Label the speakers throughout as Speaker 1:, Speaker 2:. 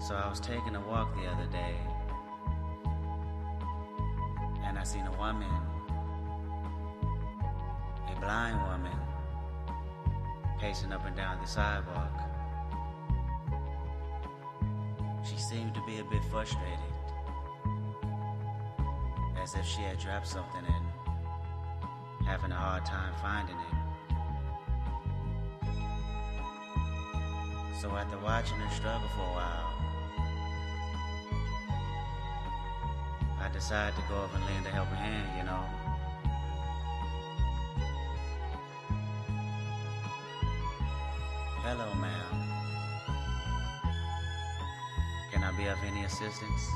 Speaker 1: So I was taking a walk the other day, and I seen a woman, a blind woman, pacing up and down the sidewalk. She seemed to be a bit frustrated, as if she had dropped something and having a hard time finding it. So after watching her struggle for a while, I decided to go up and lend a helping hand, you know. Hello, ma'am. Can I be of any assistance?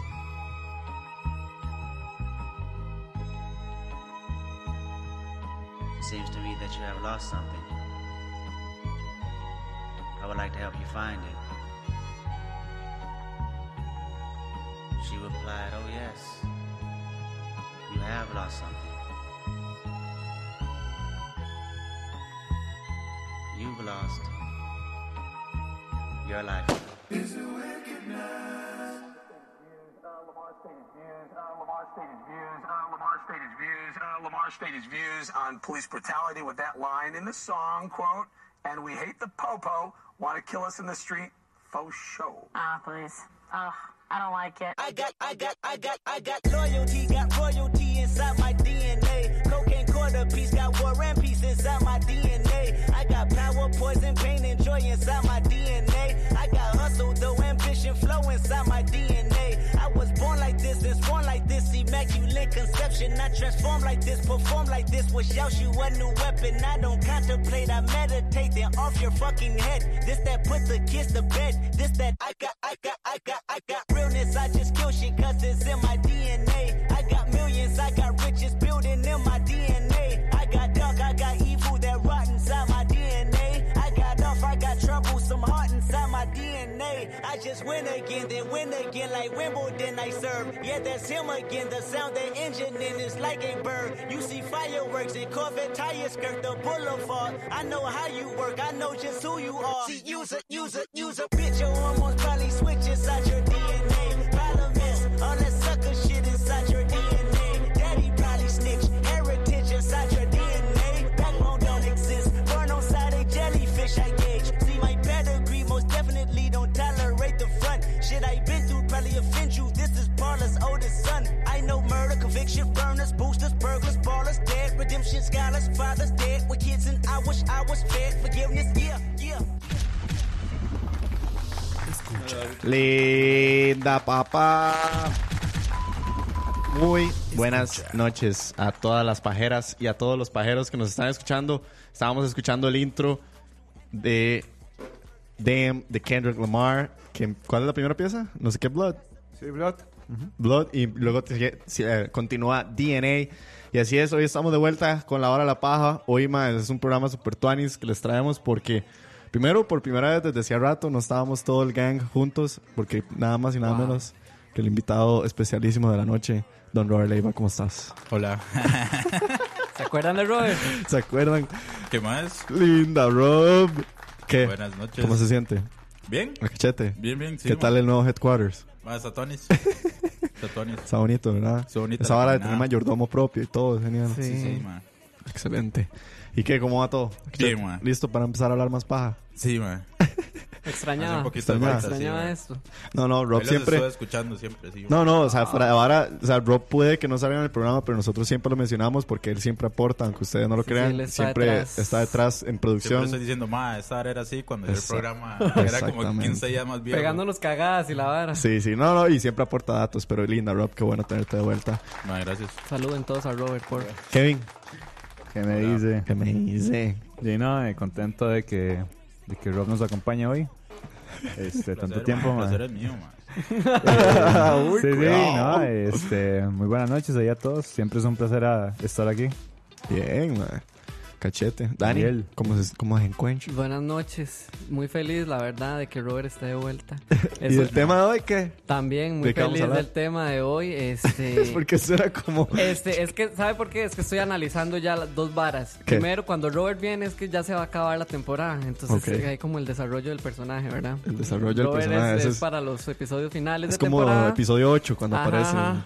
Speaker 1: Seems to me that you have lost something. I would like to help you find it. She replied, Oh, yes. You have lost something. You've lost your life.
Speaker 2: Lamar stated views. Uh, Lamar stated views. Uh, Lamar stated views on police brutality with that line in the song quote. And we hate the popo. Want to kill us in the street? Faux show.
Speaker 3: Ah, please. Oh, I don't like it.
Speaker 4: I got, I got, I got, I got loyalty, got royalty inside my DNA. Cocaine quarter piece, got war and peace inside my DNA. I got power, poison, pain, and joy inside my DNA. I got hustle, though ambition, flow inside my DNA. I was born like this, and born like this, immaculate conception. I transform like this, perform like this, was shout you a new weapon. I don't contemplate, I meditate, then off your fucking head. This that put the kids to bed. This that I got, I got, I got, I got realness. I just kill shit cause it's in my DNA. I got millions, I got riches building in my DNA. I got dark, I got evil that rot inside my DNA. I got off, I got trouble, some heart inside my DNA. I just win again, then win again like Wimbledon I serve. Yeah, that's him again. The sound that engine in is like a bird. You see fireworks and Corvette tires skirt the boulevard. I know how you work, I know just who you are. See, use a, use a, use a bitch. Your hormones probably switch inside your DNA. Problem is, all that sucker shit inside your DNA. Daddy probably snitch. Heritage inside your DNA. Backbone don't exist. Burn on side a jellyfish, I gauge. See, my pedigree most definitely don't tolerate the front. Shit I been through probably offend you. This is Paula's oldest son. I know murder, conviction, burners, boosters, burglars, ballers, dead, redemption, scholars, fathers, dead with kids, and I wish I was fed. Forgiveness, yeah, yeah.
Speaker 5: Linda papá. Muy buenas noches a todas las pajeras y a todos los pajeros que nos están escuchando. Estábamos escuchando el intro de Damn de Kendrick Lamar. que- ¿Cuál es la primera pieza? No sé qué, Blood.
Speaker 6: Sí, Blood.
Speaker 5: Blood y luego te- eh, continúa DNA. Y así es, hoy estamos de vuelta con la hora de la paja. Hoy más es un programa super tuanis que les traemos porque primero por primera vez desde hacía rato no estábamos todo el gang juntos porque nada más y nada menos que el invitado especialísimo de la noche, Don Robert Leiva, ¿cómo estás?
Speaker 7: Hola.
Speaker 8: ¿Se acuerdan de Robert?
Speaker 5: ¿Se acuerdan?
Speaker 7: ¿Qué más?
Speaker 5: Linda Rob. ¿Qué?
Speaker 7: Buenas noches.
Speaker 5: ¿Cómo se siente?
Speaker 7: ¿Bien?
Speaker 5: ¿El cachete?
Speaker 7: Bien, bien, sí.
Speaker 5: ¿Qué tal el nuevo headquarters?
Speaker 7: ma.
Speaker 6: Ah, Satonis. Satonis.
Speaker 5: Está bonito, ¿verdad?
Speaker 6: Está bonito
Speaker 5: Esa
Speaker 6: la
Speaker 5: hora de
Speaker 6: jornada.
Speaker 5: tener mayordomo propio y todo, es genial.
Speaker 6: Sí, sí, ma.
Speaker 5: Excelente. ¿Y qué? ¿Cómo va todo?
Speaker 6: Bien, ma.
Speaker 5: ¿Listo para empezar a hablar más paja?
Speaker 6: Sí, ma. Hace
Speaker 8: Extrañaba.
Speaker 6: un poquito de
Speaker 5: Extrañaba.
Speaker 6: falta, sí,
Speaker 8: Extrañaba
Speaker 6: ma.
Speaker 8: esto. Ah.
Speaker 5: No, no, Rob
Speaker 6: Ahí los
Speaker 5: siempre...
Speaker 6: estoy escuchando siempre, sí.
Speaker 5: No, no, o sea, fuera de vara, o sea, Rob puede que no salga en el programa, pero nosotros siempre lo mencionamos porque él siempre aporta, aunque ustedes no lo
Speaker 8: Sí,
Speaker 5: crean,
Speaker 8: sí, él está
Speaker 5: siempre
Speaker 8: detrás.
Speaker 5: está detrás en
Speaker 6: Siempre
Speaker 5: producción.
Speaker 6: estoy diciendo, ma, esta hora era así cuando yo el
Speaker 5: Exacto.
Speaker 6: programa era como
Speaker 5: Exactamente.
Speaker 6: 15 días más viejo.
Speaker 8: Pegándonos cagadas y la vara.
Speaker 5: Sí, sí, no, no, y siempre aporta datos, pero linda, Rob, qué bueno tenerte de vuelta.
Speaker 6: Ma, gracias.
Speaker 8: Saluden todos a Robert por.
Speaker 5: Kevin,
Speaker 7: ¿Qué me dice?
Speaker 5: ¿qué me dice?
Speaker 7: Y no, eh, contento de que, de que Rob nos acompañe hoy. Este, tanto
Speaker 6: Placer,
Speaker 7: tiempo,
Speaker 6: ma,
Speaker 7: ma.
Speaker 6: placer es mío, ma.
Speaker 7: Sí, sí, no, este, muy buenas noches allá a todos. Siempre es un placer ah, estar aquí.
Speaker 5: Bien, man. Cachete. Dani,
Speaker 7: Daniel.
Speaker 5: ¿cómo se, pues, cómo se encuentra?
Speaker 8: Buenas noches. Muy feliz, la verdad, de que Robert esté de vuelta.
Speaker 5: ¿Y
Speaker 8: Eso-
Speaker 5: el tema de hoy qué?
Speaker 8: También
Speaker 5: ¿De
Speaker 8: muy
Speaker 5: qué vamos a
Speaker 8: feliz
Speaker 5: hablar?
Speaker 8: del tema de hoy. Este.
Speaker 5: Es porque eso era como...
Speaker 8: Este, es que, ¿sabe por qué? Es que estoy analizando ya las dos varas.
Speaker 5: ¿Qué?
Speaker 8: Primero, cuando Robert viene es que ya se va a acabar la temporada. Entonces
Speaker 5: Ok.
Speaker 8: eh, hay como el desarrollo del personaje, ¿verdad?
Speaker 5: El desarrollo del
Speaker 8: Robert es-
Speaker 5: personaje,
Speaker 8: Es,
Speaker 5: eso es-
Speaker 8: para los episodios finales
Speaker 5: Es
Speaker 8: de
Speaker 5: como
Speaker 8: temporada.
Speaker 5: episodio 8 cuando
Speaker 8: Ajá,
Speaker 5: aparece.
Speaker 8: ajá.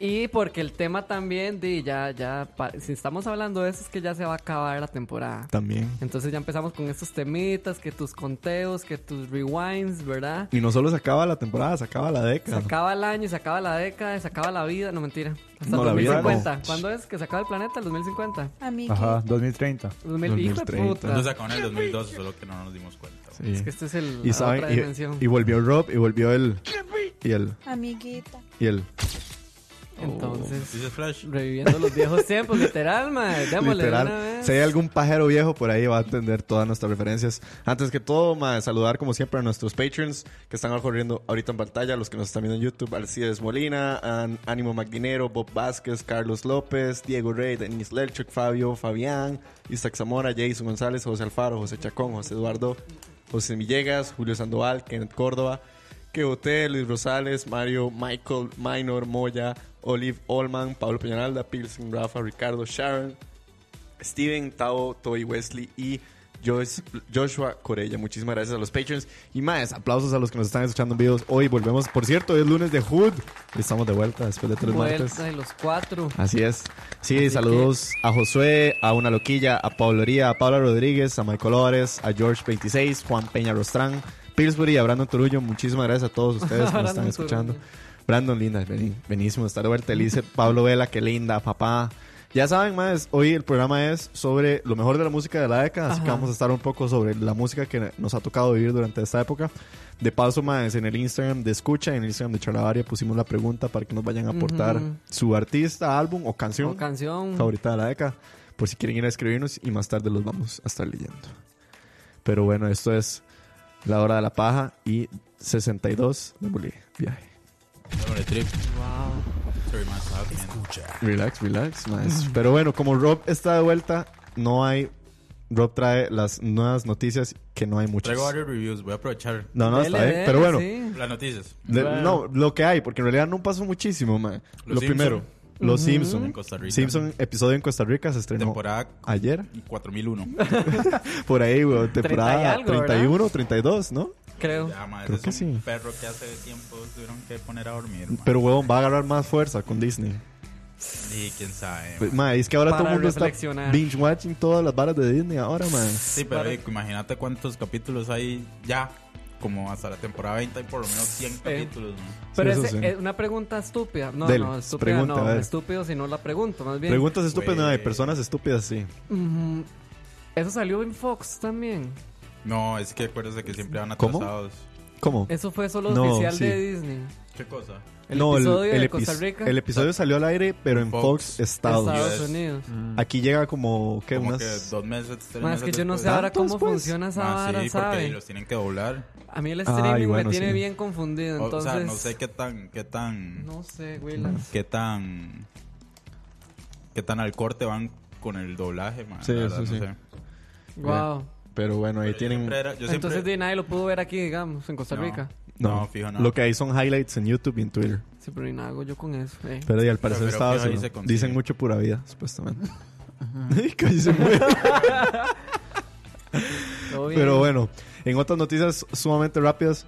Speaker 8: Y porque el tema también de ya, ya, pa- si estamos hablando de eso es que ya se va a acabar la temporada.
Speaker 5: También.
Speaker 8: Entonces ya empezamos con estos temitas, que tus conteos, que tus rewinds, ¿verdad?
Speaker 5: Y no solo se acaba la temporada, se acaba la
Speaker 8: Se
Speaker 5: década.
Speaker 8: acaba el año, se acaba la década, se acaba la vida. No, mentira. Hasta
Speaker 5: No,
Speaker 8: el
Speaker 5: la vida no.
Speaker 8: 2050. ¿Cuándo es que se acaba el planeta? ¿El 2050?
Speaker 7: Ajá, 2030.
Speaker 8: 2000, hijo de
Speaker 5: 2030.
Speaker 8: puta.
Speaker 6: Entonces sacó en el 2012, solo que no nos dimos cuenta. ma.
Speaker 5: Sí.
Speaker 8: Es que este es el,
Speaker 5: Y,
Speaker 8: la
Speaker 5: saben-
Speaker 8: otra
Speaker 5: y-
Speaker 8: dimensión.
Speaker 5: y volvió Rob y volvió el... Y el...
Speaker 9: Amiguita.
Speaker 5: Y el...
Speaker 8: Entonces,
Speaker 6: Dices Oh, Flash.
Speaker 8: reviviendo los viejos tiempos, literal, mae. Démosle de una
Speaker 5: Literal.
Speaker 8: vez.
Speaker 5: Si hay algún pajero viejo por ahí, va a entender todas nuestras referencias. Antes que todo, ma, saludar como siempre a nuestros patrons que están corriendo ahorita en pantalla, los que nos están viendo en YouTube: Alcides Molina, An- Ánimo Magnero, Bob Vázquez, Carlos López, Diego Rey, Denis Lelchuk, Fabio, Fabián, Isaac Zamora, Jason González, José Alfaro, José Chacón, José Eduardo, José Villegas, Julio Sandoval, Kenneth Córdoba. Quevote, Luis Rosales, Mario, Michael, Minor, Moya, Olive Olman, Pablo Peñalda, Pilsen, Rafa, Ricardo, Sharon, Steven, Tao, Toy, Wesley y Joyce- Joshua Corella. Muchísimas gracias a los patrons. Y más, aplausos a los que nos están escuchando en videos. Hoy volvemos, por cierto, hoy es lunes de Hood. Estamos de vuelta después de tres martes.
Speaker 8: Vuelta de los cuatro.
Speaker 5: Así es. Sí,
Speaker 8: Así
Speaker 5: saludos a Josué, a Una Loquilla, a Pablo Oría, a Paula Rodríguez, a Michael Ores, a George26, Juan Peña Rostrán, Pillsbury, a Brandon Turullo. Muchísimas gracias a todos ustedes que nos están
Speaker 8: Brandon
Speaker 5: escuchando.
Speaker 8: Turullo.
Speaker 5: Brandon, linda, beni- benísimo estar de vuelta. Elice, Pablo Vela, qué linda, papá. Ya saben, más, hoy el programa es sobre lo mejor de la música de la década, así que vamos a estar un poco sobre la música que nos ha tocado vivir durante esta época. De paso, más, en el Instagram de Escucha, en el Instagram de Charlavaria, pusimos la pregunta para que nos vayan a aportar su artista, álbum o canción
Speaker 8: O canción.
Speaker 5: favorita de la década, por si quieren ir a escribirnos y más tarde los vamos a estar leyendo. Pero bueno, esto es La Hora de la Paja y 62 de Bolivia. Viaje.
Speaker 6: Hombre, trip.
Speaker 8: Wow.
Speaker 6: Sorry, ma, estaba comiendo.
Speaker 5: Relax, relax, nice. Pero bueno, como Rob está de vuelta, no hay. Rob trae las nuevas noticias que no hay muchas.
Speaker 6: Traigo varios reviews, voy a aprovechar
Speaker 5: No, no, está bien.
Speaker 8: LDL,
Speaker 5: Pero bueno,
Speaker 8: sí.
Speaker 6: las noticias.
Speaker 5: de- no, lo que hay, porque en realidad no pasó muchísimo, man.
Speaker 6: Los
Speaker 5: lo
Speaker 6: Simpson.
Speaker 5: primero, Los Simpson.
Speaker 6: En Costa Rica.
Speaker 5: Simpson, episodio en Costa Rica, se estrenó
Speaker 6: Temporada
Speaker 5: ayer.
Speaker 6: 4001.
Speaker 5: Por ahí, weón, temporada
Speaker 8: algo,
Speaker 5: 31, 32, ¿no?
Speaker 8: Creo.
Speaker 6: Ya, ma,
Speaker 5: Creo
Speaker 6: ese
Speaker 5: que
Speaker 6: es un
Speaker 5: sí.
Speaker 6: perro que hace tiempo tuvieron que poner a dormir. ma.
Speaker 5: Pero, huevón, va a agarrar más fuerza con Disney.
Speaker 6: Y quién sabe.
Speaker 5: Pues, ma, es que ahora
Speaker 8: Para
Speaker 5: todo el mundo está
Speaker 8: reflexionar.
Speaker 5: binge-watching todas las varas de Disney ahora, man.
Speaker 6: Sí, pero eh, imagínate cuántos capítulos hay ya. Como hasta la temporada 20 hay por lo menos 100 capítulos. ¿no?
Speaker 8: Pero
Speaker 5: eso
Speaker 8: es
Speaker 5: sí.
Speaker 8: una pregunta estúpida. No,
Speaker 5: Dele,
Speaker 8: no, estúpida
Speaker 5: pregunta, a
Speaker 8: no.
Speaker 5: ver.
Speaker 8: Estúpido si no la pregunto, más bien.
Speaker 5: Preguntas estúpidas, no, de
Speaker 6: Güey.
Speaker 5: personas estúpidas, sí.
Speaker 8: Ujú. Eso salió en Fox también.
Speaker 6: No, es que acuérdese que siempre van
Speaker 5: ¿Cómo?
Speaker 6: atrasados.
Speaker 5: ¿Cómo?
Speaker 8: Eso fue solo
Speaker 5: No,
Speaker 8: oficial
Speaker 5: sí.
Speaker 8: de Disney.
Speaker 6: ¿Qué cosa?
Speaker 8: El
Speaker 5: No,
Speaker 8: episodio de
Speaker 5: epi-
Speaker 8: Costa Rica.
Speaker 5: el episodio salió al aire, pero en Fox,
Speaker 6: Fox,
Speaker 5: Estados.
Speaker 8: Estados
Speaker 6: Yes.
Speaker 8: Unidos.
Speaker 5: Aquí llega como, ¿qué?
Speaker 6: Como
Speaker 5: unas...
Speaker 6: que dos meses, tres
Speaker 8: Más
Speaker 6: meses
Speaker 8: que yo no sé
Speaker 6: después.
Speaker 8: ahora cómo
Speaker 5: ¿Tantos, pues?
Speaker 8: funciona esa
Speaker 6: Ah,
Speaker 8: vara,
Speaker 6: sí, porque
Speaker 8: ¿sabe?
Speaker 6: los tienen que doblar.
Speaker 8: A mí el
Speaker 5: Ay,
Speaker 8: streaming
Speaker 5: bueno,
Speaker 8: me tiene
Speaker 5: sí.
Speaker 8: bien confundido,
Speaker 6: O-
Speaker 8: entonces...
Speaker 6: O sea, no sé qué tan, qué tan,
Speaker 8: No sé, Willas.
Speaker 6: qué tan, qué tan al corte van con el doblaje, man.
Speaker 5: Sí,
Speaker 6: La
Speaker 5: eso
Speaker 6: verdad,
Speaker 5: sí.
Speaker 6: No sé.
Speaker 8: Wow.
Speaker 5: Pero bueno, ahí
Speaker 6: Yo
Speaker 5: tienen...
Speaker 6: siempre era- yo siempre-
Speaker 8: Entonces de nadie lo pudo ver aquí, digamos, en Costa
Speaker 6: No.
Speaker 8: Rica.
Speaker 6: No, fijo, no.
Speaker 5: Lo que hay son highlights en YouTube y en Twitter.
Speaker 8: Sí, pero ¿y nada hago yo con eso. eh?
Speaker 5: Pero y al parecer
Speaker 6: Pero
Speaker 5: Estados
Speaker 6: fijo, ahí
Speaker 5: Unidos
Speaker 6: se consigue.
Speaker 5: dicen mucho pura vida, supuestamente. Ay, casi se muere.
Speaker 8: Todo bien.
Speaker 5: Pero bueno, en otras noticias sumamente rápidas.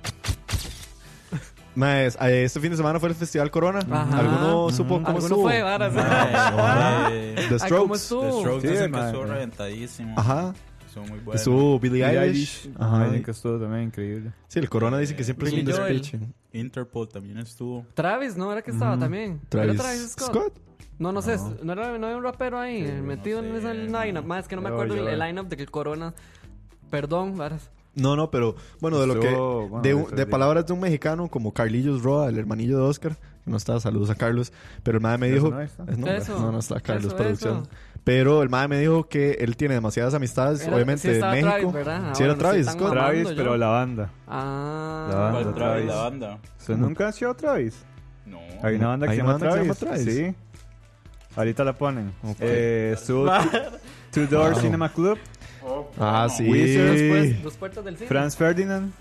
Speaker 5: Maes, eh, este fin de semana fue el Festival Corona.
Speaker 8: Ajá. Mm.
Speaker 5: ¿Alguno supo cómo
Speaker 8: Alguno
Speaker 5: estuvo?
Speaker 8: fue, varas.
Speaker 6: The
Speaker 8: Ay,
Speaker 5: The
Speaker 8: ¿cómo
Speaker 5: Strokes.
Speaker 8: estuvo?
Speaker 6: The Strokes
Speaker 7: Sí,
Speaker 6: dicen que
Speaker 7: madre.
Speaker 6: estuvo reventadísimo.
Speaker 5: Ajá.
Speaker 6: Estuvo muy bueno.
Speaker 5: Estuvo Billie
Speaker 7: Billie
Speaker 5: Eilish.
Speaker 7: Ajá,
Speaker 5: Ajá.
Speaker 7: dicen que estuvo también increíble.
Speaker 5: Sí, el Corona dice que siempre es un
Speaker 8: Billy Joel.
Speaker 5: despiche.
Speaker 6: Interpol también estuvo.
Speaker 8: Travis, ¿no? Era que estaba también.
Speaker 5: Travis,
Speaker 8: ¿Era Travis Scott?
Speaker 5: Scott.
Speaker 8: No, no sé. ¿No, era, no había un rapero ahí eh, metido
Speaker 6: no
Speaker 8: en
Speaker 6: sé,
Speaker 8: ese
Speaker 6: no.
Speaker 8: lineup? Más es que no me
Speaker 7: Yo,
Speaker 8: acuerdo
Speaker 7: yo.
Speaker 8: el, el lineup del Corona. Perdón, varas.
Speaker 5: No, no, pero bueno, de lo que.
Speaker 7: Estuvo, bueno,
Speaker 5: de,
Speaker 7: de
Speaker 5: un-
Speaker 7: esos
Speaker 5: de
Speaker 7: días.
Speaker 5: palabras de un mexicano como Carlillos Roa, el hermanillo de Oscar. que No está, saludos a Carlos. Pero el madre me
Speaker 7: Eso
Speaker 5: dijo.
Speaker 7: no está.
Speaker 5: Eh, no,
Speaker 8: Eso,
Speaker 5: no, no está Carlos
Speaker 8: eso,
Speaker 5: Producción.
Speaker 8: eso.
Speaker 5: Pero el madre me dijo que él tiene demasiadas amistades,
Speaker 8: Era-
Speaker 5: obviamente,
Speaker 8: sí
Speaker 5: en
Speaker 8: estaba
Speaker 5: México.
Speaker 8: Travis, ¿verdad? Ah,
Speaker 5: sí, era
Speaker 8: bueno,
Speaker 5: Travis
Speaker 8: sí, tan
Speaker 5: Scott.
Speaker 8: guapo.
Speaker 7: Travis,
Speaker 8: Mamando,
Speaker 7: pero
Speaker 8: yo.
Speaker 7: la banda.
Speaker 8: Ah.
Speaker 7: Banda,
Speaker 6: ¿Cuál Travis?
Speaker 7: Travis.
Speaker 6: La banda.
Speaker 7: ¿Usted nunca ha sido Travis?
Speaker 6: No.
Speaker 7: Hay una banda que,
Speaker 5: Hay
Speaker 7: se,
Speaker 5: una
Speaker 7: llama
Speaker 5: banda que se
Speaker 7: Travis.
Speaker 5: llama Travis.
Speaker 7: Sí. Ahorita la ponen. Eh, estuvo Two Door
Speaker 5: Wow.
Speaker 7: Cinema Club,
Speaker 5: Ah, sí.
Speaker 7: Wizards,
Speaker 8: Después, dos puertas del cine.
Speaker 7: Franz Ferdinand,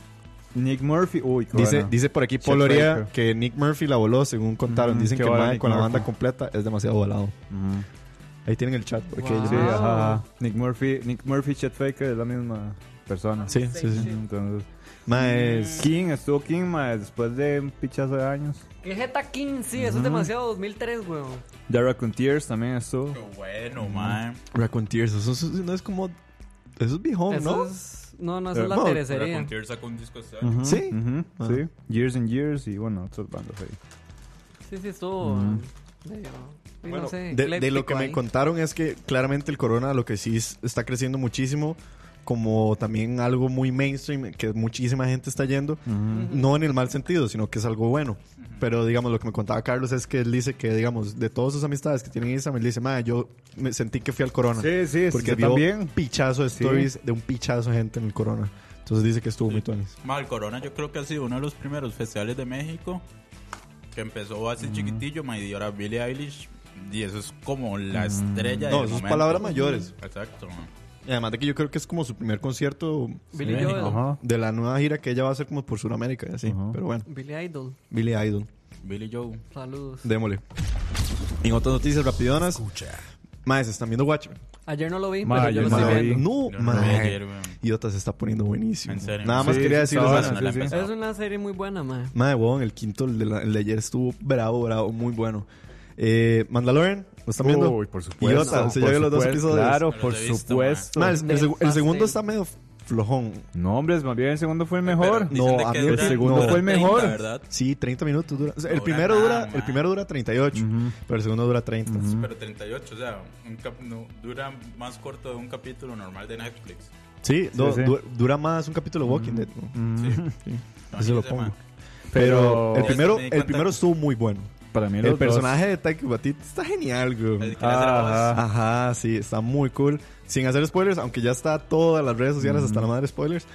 Speaker 7: Nick Murphy. Uy, qué
Speaker 5: Dice,
Speaker 7: bueno.
Speaker 5: dice por aquí
Speaker 7: Chet
Speaker 5: Paul Oria
Speaker 7: Baker.
Speaker 5: que Nick Murphy la voló, según contaron.
Speaker 7: Mm,
Speaker 5: Dicen
Speaker 7: qué
Speaker 5: que el
Speaker 7: bola
Speaker 5: mae
Speaker 7: Nick
Speaker 5: con la banda
Speaker 7: Murphy.
Speaker 5: completa es demasiado volado.
Speaker 7: Mm.
Speaker 5: Ahí tienen el chat. Porque
Speaker 8: Wow.
Speaker 5: ellos-
Speaker 7: Sí, ajá. Nick Murphy, Nick Murphy, Chet Faker es la misma
Speaker 6: Ah,
Speaker 7: persona.
Speaker 5: Sí, sí, sí.
Speaker 7: Entonces,
Speaker 6: Mm.
Speaker 5: Más.
Speaker 7: King, estuvo King, mae, después de un pichazo de años.
Speaker 8: ¿Qué Jeta 15? Eso es demasiado 2003, weón.
Speaker 7: The Raccoon Tears también estuvo.
Speaker 6: Qué bueno, man.
Speaker 5: Mm. Raccoon Tears, eso, es- no es como. Eso es viejón,
Speaker 8: Eso
Speaker 5: ¿no?
Speaker 8: es... No, no, eso es
Speaker 5: Eh,
Speaker 8: la
Speaker 5: no,
Speaker 8: tercería.
Speaker 6: Tears sacó un disco este año.
Speaker 7: Ujú,
Speaker 5: Sí.
Speaker 7: ujú,
Speaker 5: Ah.
Speaker 7: sí. Years and Years y bueno, otras bandas ahí.
Speaker 8: Sí, sí, estuvo... eh, medio- sí,
Speaker 5: Bueno,
Speaker 8: no sé,
Speaker 5: de, de lo
Speaker 8: ecléctico
Speaker 5: que
Speaker 8: ahí.
Speaker 5: me contaron es que claramente el corona lo que sí es- está creciendo muchísimo, como también algo muy mainstream, que muchísima gente está yendo, no en el mal sentido, sino que es algo bueno. Pero digamos, lo que me contaba Carlos es que él dice que, digamos, de todas sus amistades que tienen Instagram, él dice, "Mae, yo me sentí que fui al corona.
Speaker 7: Sí, sí,
Speaker 5: porque
Speaker 7: yo
Speaker 5: vio
Speaker 7: también.
Speaker 5: pichazo de
Speaker 7: Sí.
Speaker 5: stories de un pichazo de gente en el corona. Entonces dice que estuvo muy tuanis.
Speaker 6: Ma, el Corona yo creo que ha sido uno de los primeros festivales de México que empezó así chiquitillo, ma, y ahora Billie Eilish. Y eso es como la estrella
Speaker 5: Mm. No,
Speaker 6: del
Speaker 5: eso es
Speaker 6: momento.
Speaker 5: palabras mayores.
Speaker 6: Exacto, ma.
Speaker 5: Y además de que yo creo que es como su primer concierto
Speaker 8: Billy
Speaker 6: México.
Speaker 8: Joel.
Speaker 7: Ajá.
Speaker 5: de la nueva gira que ella va a hacer como por Sudamérica y así.
Speaker 7: Ajá.
Speaker 5: Pero bueno,
Speaker 8: Billy Idol.
Speaker 5: Billy Idol.
Speaker 6: Billie Joe.
Speaker 8: Saludos.
Speaker 5: Démosle. En otras noticias rapidonas,
Speaker 10: Escucha.
Speaker 5: maes, están viendo Watchmen.
Speaker 8: Ayer no lo vi,
Speaker 7: Ma,
Speaker 8: pero yo
Speaker 7: ayer
Speaker 8: lo
Speaker 7: no
Speaker 8: estoy
Speaker 7: lo vi.
Speaker 8: viendo.
Speaker 5: No,
Speaker 6: Yo no lo vi
Speaker 5: mae.
Speaker 6: ayer, weón.
Speaker 5: Idiota se está poniendo buenísimo.
Speaker 6: En serio.
Speaker 5: Nada más
Speaker 7: Sí,
Speaker 5: quería
Speaker 7: sí,
Speaker 5: decirles
Speaker 7: está
Speaker 5: eso.
Speaker 6: no la
Speaker 7: bueno, sí,
Speaker 6: he
Speaker 7: sí.
Speaker 6: empezado.
Speaker 8: Es una serie muy buena, man.
Speaker 5: Madre, weón, el quinto el de, la- el de ayer estuvo bravo, bravo, muy bueno. Eh, Mandalorian, ¿lo están viendo?
Speaker 7: Uy, por supuesto.
Speaker 5: Idiota,
Speaker 7: por
Speaker 5: se llevó los dos
Speaker 7: supuesto,
Speaker 5: episodios.
Speaker 7: Claro,
Speaker 6: No
Speaker 7: por
Speaker 6: los he visto,
Speaker 7: supuesto.
Speaker 5: Madre, el, el segu- el
Speaker 8: Del
Speaker 5: segundo
Speaker 8: pastel.
Speaker 5: está medio flojón.
Speaker 7: No, hombre, más bien el segundo fue el
Speaker 6: Pero
Speaker 7: mejor.
Speaker 6: dicen
Speaker 5: No, a
Speaker 6: que
Speaker 5: mí el
Speaker 6: duran-
Speaker 5: segundo
Speaker 6: duran
Speaker 7: fue el
Speaker 6: 30,
Speaker 7: mejor.
Speaker 6: ¿verdad?
Speaker 5: Sí, 30 minutos dura. O sea, el,
Speaker 6: Dura
Speaker 5: primero
Speaker 6: nada,
Speaker 5: dura, el
Speaker 6: madre.
Speaker 5: primero dura 38, pero el segundo dura 30.
Speaker 6: Pero 38, o sea, un cap- no, dura más corto de un capítulo normal de Netflix.
Speaker 5: Sí, no,
Speaker 7: sí.
Speaker 5: du- dura más un capítulo de Walking Dead. ¿no?
Speaker 6: Sí.
Speaker 5: Así lo
Speaker 6: Imagínese, ma.
Speaker 5: pongo.
Speaker 7: Pero-
Speaker 5: Pero el
Speaker 6: Ya
Speaker 5: primero,
Speaker 6: me di
Speaker 5: el
Speaker 6: cuenta.
Speaker 5: primero estuvo muy bueno.
Speaker 7: Para mí
Speaker 5: El personaje de Taika Waititi está genial, güey.
Speaker 6: El que le hace la voz.
Speaker 7: Ajá.
Speaker 5: Ajá, sí, está muy cool. Sin hacer spoilers, aunque ya está todas las redes sociales hasta la madre de spoilers.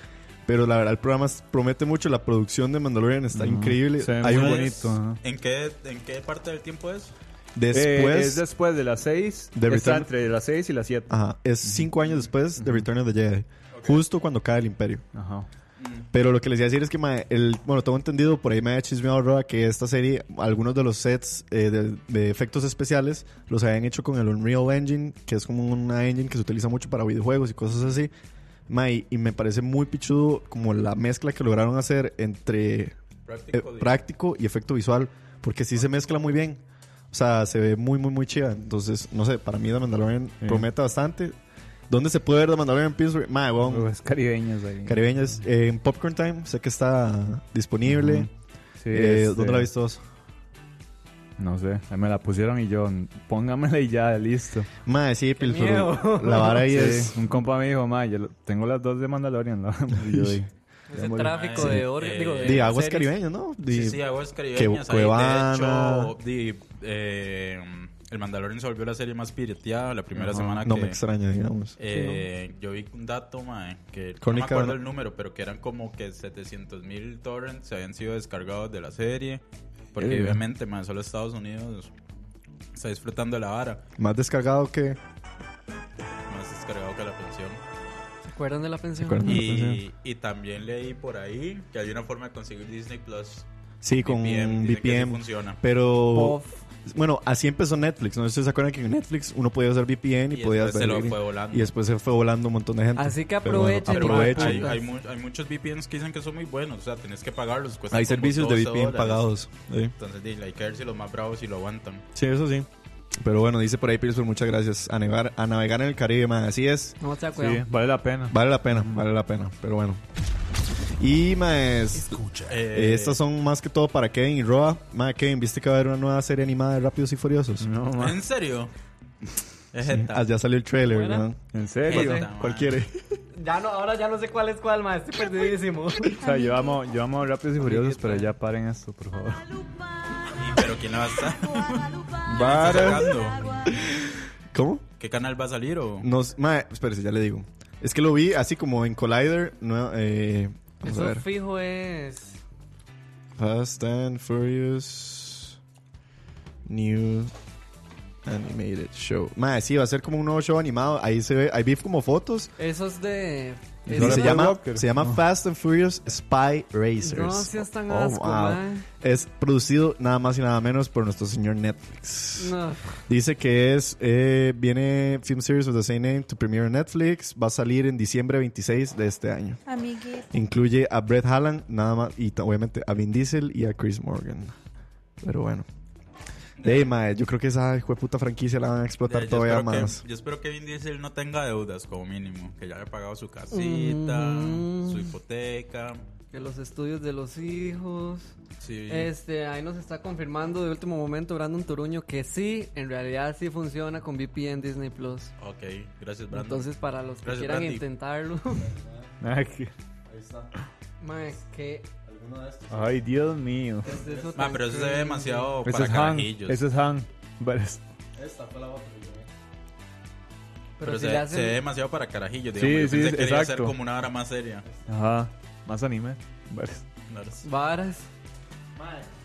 Speaker 5: Pero la verdad, el programa s- promete mucho. La producción de Mandalorian está increíble.
Speaker 7: se ve
Speaker 5: Hay
Speaker 7: muy
Speaker 5: un
Speaker 7: bonito.
Speaker 6: ¿Sabes
Speaker 7: ajá.
Speaker 6: ¿En qué, ¿En qué parte del tiempo es?
Speaker 5: Después.
Speaker 7: Eh, es después de las 6.
Speaker 5: De Return-
Speaker 7: Está entre las 6 y las 7.
Speaker 5: Ajá, es cinco años después de Return of the Jedi. Justo cuando cae el Imperio.
Speaker 7: Ajá.
Speaker 5: Pero lo que les iba a decir es que, mae, el, bueno, tengo entendido, por ahí me ha chismeado Roa, que esta serie, algunos de los sets eh, de, de efectos especiales los habían hecho con el Unreal Engine, que es como una engine que se utiliza mucho para videojuegos y cosas así. Mae, y me parece muy pichudo como la mezcla que lograron hacer entre eh,
Speaker 6: Práctico.
Speaker 5: práctico y efecto visual, porque sí se mezcla muy bien. O sea, se ve muy, muy, muy chida. Entonces, no sé, para mí The Mandalorian
Speaker 7: Sí.
Speaker 5: promete bastante. ¿Dónde se puede ver The Mandalorian Piece? Mae, weón,
Speaker 7: Los caribeños ahí.
Speaker 5: Caribeñas, eh, en Popcorn Time, sé que está disponible.
Speaker 7: Sí,
Speaker 5: Eh,
Speaker 7: este,
Speaker 5: ¿Dónde la viste vos?
Speaker 7: No sé. Ahí me la pusieron y yo, póngamela y ya, listo.
Speaker 5: Madre, sí, Pils, pero
Speaker 7: miedo.
Speaker 5: la vara ahí
Speaker 7: Sí,
Speaker 5: es.
Speaker 7: Un compa me dijo, ma, yo lo- tengo las dos de Mandalorian. ¿no?" Y yo dije,
Speaker 8: Ese tráfico
Speaker 6: Sí.
Speaker 8: de orgas.
Speaker 6: Eh,
Speaker 8: digo, de,
Speaker 5: De aguas
Speaker 8: series.
Speaker 5: caribeñas, ¿no? De-
Speaker 6: Sí, sí, aguas caribeñas.
Speaker 5: que-
Speaker 6: ahí,
Speaker 5: Cuevana.
Speaker 6: de hecho, de, eh, el Mandalorian se volvió la serie más pirateada la primera semana
Speaker 5: No
Speaker 6: que...
Speaker 5: me extraña, digamos.
Speaker 6: eh, Yo vi un dato, mae, que
Speaker 5: Crónica-
Speaker 6: no me acuerdo el número, pero que eran como que 700 mil torrents se habían sido descargados de la serie. Porque
Speaker 7: Eh.
Speaker 6: obviamente, mae, solo Estados Unidos está disfrutando de la vara.
Speaker 5: Más descargado que.
Speaker 6: Más descargado que la pensión.
Speaker 8: ¿Se acuerdan de la pensión?
Speaker 5: acuerdan?
Speaker 6: Y, y también leí por ahí que hay una forma de conseguir Disney Plus
Speaker 5: Sí, con
Speaker 6: VPN,
Speaker 5: VPN.
Speaker 6: dicen que sí funciona.
Speaker 5: pero.
Speaker 8: Pof.
Speaker 5: Bueno, así empezó Netflix. No sé si ustedes se acuerdan que en Netflix uno podía usar VPN y,
Speaker 6: Y
Speaker 5: podías
Speaker 6: después se lo
Speaker 5: ver-
Speaker 6: fue volando.
Speaker 5: Y después se fue volando un montón de gente.
Speaker 8: Así que
Speaker 5: Pero bueno,
Speaker 8: aprovechen,
Speaker 6: Pero
Speaker 8: aprovechen.
Speaker 6: Hay, hay mu- hay muchos VPNs que dicen que son muy buenos, o sea, tenés que pagarlos. cuestan
Speaker 5: Hay
Speaker 6: como
Speaker 5: servicios de
Speaker 6: 12
Speaker 5: VPN
Speaker 6: dólares.
Speaker 5: pagados. Sí.
Speaker 6: Entonces, di, hay que ver si los más bravos si lo aguantan.
Speaker 5: Sí, eso sí. Pero bueno, dice por ahí Pearson, muchas gracias. A, nevar, a navegar en el Caribe, man. Así es.
Speaker 8: No se cuidado.
Speaker 7: Sí, vale la pena.
Speaker 5: Vale la pena, vale la pena. Pero bueno. Y más.
Speaker 10: Escucha.
Speaker 6: Eh,
Speaker 5: estas son más que todo para Kevin y Roa. Ma, Kevin, ¿viste que va a haber una nueva serie animada de Rápidos y Furiosos?
Speaker 7: No, ma.
Speaker 6: ¿En serio? Es jeta.
Speaker 5: Ah, ya salió el trailer,
Speaker 8: Buena.
Speaker 5: ¿verdad?
Speaker 7: En serio.
Speaker 6: Jeta, man.
Speaker 5: ¿Cuál quiere?
Speaker 8: Ya no, ahora ya no sé cuál es cuál, más estoy perdidísimo.
Speaker 7: O sea, yo amo, yo amo Rápidos y Furiosos, pero ya paren esto, por favor.
Speaker 6: ¿Y ¿Pero quién la va a estar?
Speaker 5: Vara.
Speaker 6: sacando?
Speaker 5: ¿Cómo?
Speaker 6: ¿Qué canal va a salir o...?
Speaker 5: No, s- ma, espérese, ya le digo. Es que lo vi así como en Collider. No, eh, vamos a
Speaker 8: Eso
Speaker 5: ver.
Speaker 8: fijo es.
Speaker 5: Fast and Furious New Animated Show. Madre, sí, va a ser como un nuevo show animado. Ahí se ve, ahí vi como fotos.
Speaker 8: Eso es de.
Speaker 5: Y
Speaker 8: eso-
Speaker 5: Eh, se
Speaker 7: Paul
Speaker 5: llama,
Speaker 7: Walker.
Speaker 5: se llama
Speaker 7: No.
Speaker 5: Fast and Furious Spy Racers. Oh,
Speaker 8: No, sí es tan asco, mae.
Speaker 5: Es producido nada más y nada menos por nuestro señor Netflix.
Speaker 8: No.
Speaker 5: Dice que es eh, viene film series of the same name to premiere on Netflix. Va a salir en diciembre 26 de este año.
Speaker 9: Amiguito.
Speaker 5: Incluye a Brett Halland, nada más, y t- obviamente a Vin Diesel y a Chris Morgan. Pero bueno. De ahí, mae, yo creo que esa hijueputa franquicia la van a explotar
Speaker 6: Ya, yo,
Speaker 5: todavía
Speaker 6: espero
Speaker 5: más.
Speaker 6: que, yo espero que Vin Diesel no tenga deudas, como mínimo. Que ya haya pagado su casita,
Speaker 8: Mm.
Speaker 6: su hipoteca.
Speaker 8: Que los estudios de los hijos.
Speaker 6: Sí.
Speaker 8: Este, ahí nos está confirmando de último momento Brandon Turuño que sí, en realidad sí funciona con VPN Disney Plus.
Speaker 6: Ok, gracias, Brandon.
Speaker 8: Entonces, para los que
Speaker 6: Gracias,
Speaker 8: quieran
Speaker 6: Brandy.
Speaker 8: intentarlo,
Speaker 7: Ay, qué-
Speaker 8: mae, que
Speaker 7: Ay, Dios mío.
Speaker 8: es eso
Speaker 6: Ma,
Speaker 8: tan
Speaker 6: pero eso se ve
Speaker 8: cringe.
Speaker 6: demasiado
Speaker 7: Ese
Speaker 6: Este, para
Speaker 7: es Han.
Speaker 6: carajillos.
Speaker 7: Ese es Han. Pero es-
Speaker 8: Pero,
Speaker 6: Pero
Speaker 8: si
Speaker 6: se,
Speaker 8: le hacen-
Speaker 6: se ve demasiado para carajillos,
Speaker 7: Sí,
Speaker 6: digamos. Yo
Speaker 7: sí,
Speaker 6: pensé que quería hacer
Speaker 7: exacto.
Speaker 6: como una hora más seria.
Speaker 7: Ajá. Más anime. Pero es-
Speaker 6: No, es-
Speaker 8: varas.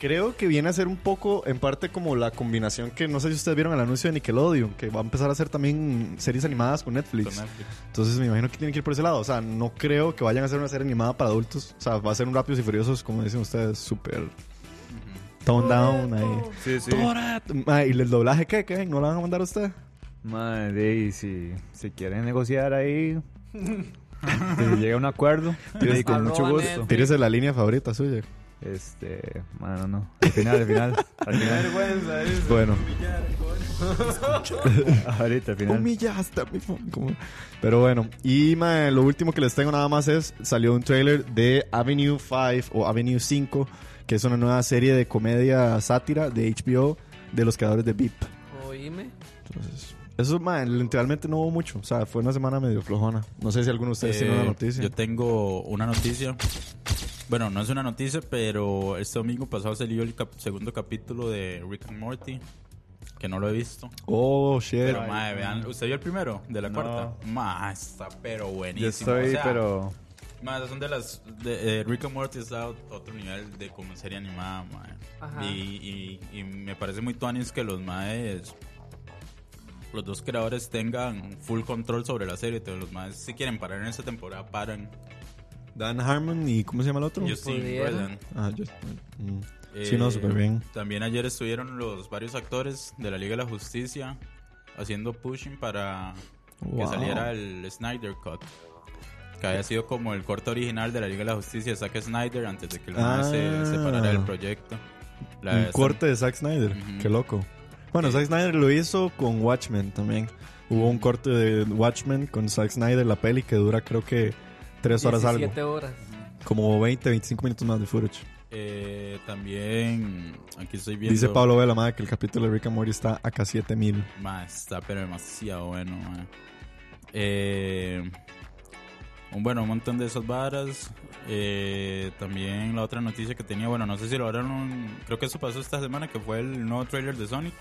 Speaker 5: Creo que viene a ser un poco, en parte, como la combinación que no sé si ustedes vieron el anuncio de Nickelodeon, que va a empezar a hacer también series animadas con Netflix.
Speaker 6: con Netflix.
Speaker 5: Entonces me imagino que tienen que ir por ese lado. O sea, no creo que vayan a hacer una serie animada para adultos. O sea, va a ser un Rápidos y Furiosos, como dicen ustedes, súper toned down ahí.
Speaker 7: Sí, sí.
Speaker 5: Torat. Mae, ¿Y el doblaje qué? ¿Qué? ¿No lo van a mandar a usted?
Speaker 7: Madre, y si, si quieren negociar ahí, si llega a un acuerdo,
Speaker 5: Tienes-
Speaker 7: y con mucho
Speaker 8: Arroba
Speaker 7: gusto.
Speaker 5: Tírese la línea favorita suya.
Speaker 7: Este, mano, no. Al final, al final. Al final.
Speaker 5: Bueno,
Speaker 7: Ahorita, al final.
Speaker 5: humillaste a mi fam- como- Pero bueno, y mae, lo último que les tengo nada más es: salió un trailer de Avenue 5 o Avenue 5, que es una nueva serie de comedia sátira de HBO de los creadores de VIP.
Speaker 8: Oíme.
Speaker 5: Entonces, eso, mae, literalmente no hubo mucho. O sea, fue una semana medio flojona. No sé si alguno de ustedes tiene
Speaker 6: Eh,
Speaker 5: una noticia.
Speaker 6: Yo tengo una noticia. Bueno, no es una noticia, pero este domingo pasado salió el cap- segundo capítulo de Rick and Morty, que no lo he visto.
Speaker 5: Oh, shit.
Speaker 6: Pero, mae, vean, ¿usted vio el primero de la
Speaker 7: No.
Speaker 6: cuarta? Mae, está pero buenísimo.
Speaker 7: Yo estoy,
Speaker 6: o sea,
Speaker 7: pero.
Speaker 6: mae, esas son de las. de- eh, Rick and Morty está a otro nivel de como serie animada, mae.
Speaker 8: Ajá.
Speaker 6: Y, y- y me parece muy tuanis que los maes. Los dos creadores tengan full control sobre la serie. Entonces, los maes, si quieren parar en esta temporada, paran.
Speaker 5: Dan Harmon y ¿cómo se llama el otro?
Speaker 6: Justin
Speaker 8: Pudiera.
Speaker 6: Roiland.
Speaker 5: Ah, yo. mm.
Speaker 6: Eh,
Speaker 5: sí, no, súper bien.
Speaker 6: También ayer estuvieron los varios actores de la Liga de la Justicia haciendo pushing para que
Speaker 5: Wow.
Speaker 6: saliera el Snyder Cut. Que había sido como el corte original de la Liga de la Justicia de Zack Snyder antes de que el man
Speaker 5: Ah.
Speaker 6: se separara del proyecto. La-
Speaker 5: Un corte de Zack Snyder.
Speaker 6: Ujú.
Speaker 5: Qué loco. Bueno, Zack Snyder lo hizo con Watchmen también. Hubo
Speaker 6: Mm.
Speaker 5: un corte de Watchmen con Zack Snyder, la peli, que dura creo que tres horas algo.
Speaker 8: 17 horas.
Speaker 5: Como 20, 25 minutos más de footage.
Speaker 6: Eh, también, aquí estoy viendo.
Speaker 5: Dice Pablo Vela, madre, que el capítulo de Rick and Morty está acá 7000.
Speaker 6: Ma, está pero demasiado bueno, ma. Eh, un, bueno, un montón de esas varas. Eh, también la otra noticia que tenía, bueno, no sé si lo harán, creo que eso pasó esta semana, que fue el nuevo trailer de Sonic.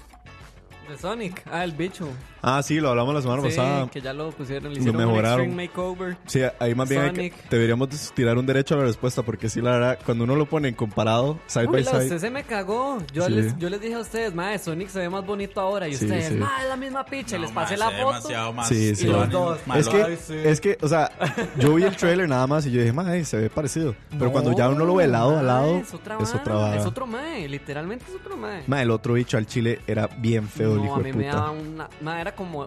Speaker 8: De Sonic. Ah, el bicho.
Speaker 5: Ah, sí, lo hablamos la semana
Speaker 8: Sí,
Speaker 5: pasada.
Speaker 8: que ya lo pusieron, le
Speaker 5: Lo
Speaker 8: hicieron un
Speaker 5: mejoraron.
Speaker 8: extreme makeover.
Speaker 5: Sí, ahí más bien hay que-
Speaker 8: Sonic.
Speaker 5: deberíamos tirar un derecho a la respuesta porque sí, la verdad, cuando uno lo pone en comparado, side
Speaker 8: Uy,
Speaker 5: by
Speaker 8: la,
Speaker 5: side.
Speaker 8: usted se me cagó. Yo,
Speaker 5: Sí.
Speaker 8: les, yo les dije a ustedes, madre, Sonic se ve más bonito ahora. Y
Speaker 5: Sí,
Speaker 8: ustedes,
Speaker 5: sí.
Speaker 8: "Mae, es la misma picha. les
Speaker 6: No, mae,
Speaker 8: pasé Pues la
Speaker 6: se ve
Speaker 8: foto.
Speaker 6: demasiado más
Speaker 5: Sí, sí.
Speaker 6: Tuanis,
Speaker 8: Los dos.
Speaker 6: mae,
Speaker 5: Es que,
Speaker 6: ay, sí.
Speaker 5: es que, o sea, yo vi el trailer nada más y yo dije, mae, se ve parecido. Pero cuando ya uno lo ve lado a
Speaker 8: mae,
Speaker 5: lado,
Speaker 8: es otra
Speaker 5: es
Speaker 8: vara,
Speaker 5: otra vara.
Speaker 8: Es otro mae, literalmente es otro mae.
Speaker 5: Mae, el otro bicho al chile era bien feo, el
Speaker 8: no,
Speaker 5: hijo
Speaker 8: a
Speaker 5: de
Speaker 8: mí me
Speaker 5: puta.
Speaker 8: daba una. Mae, era como.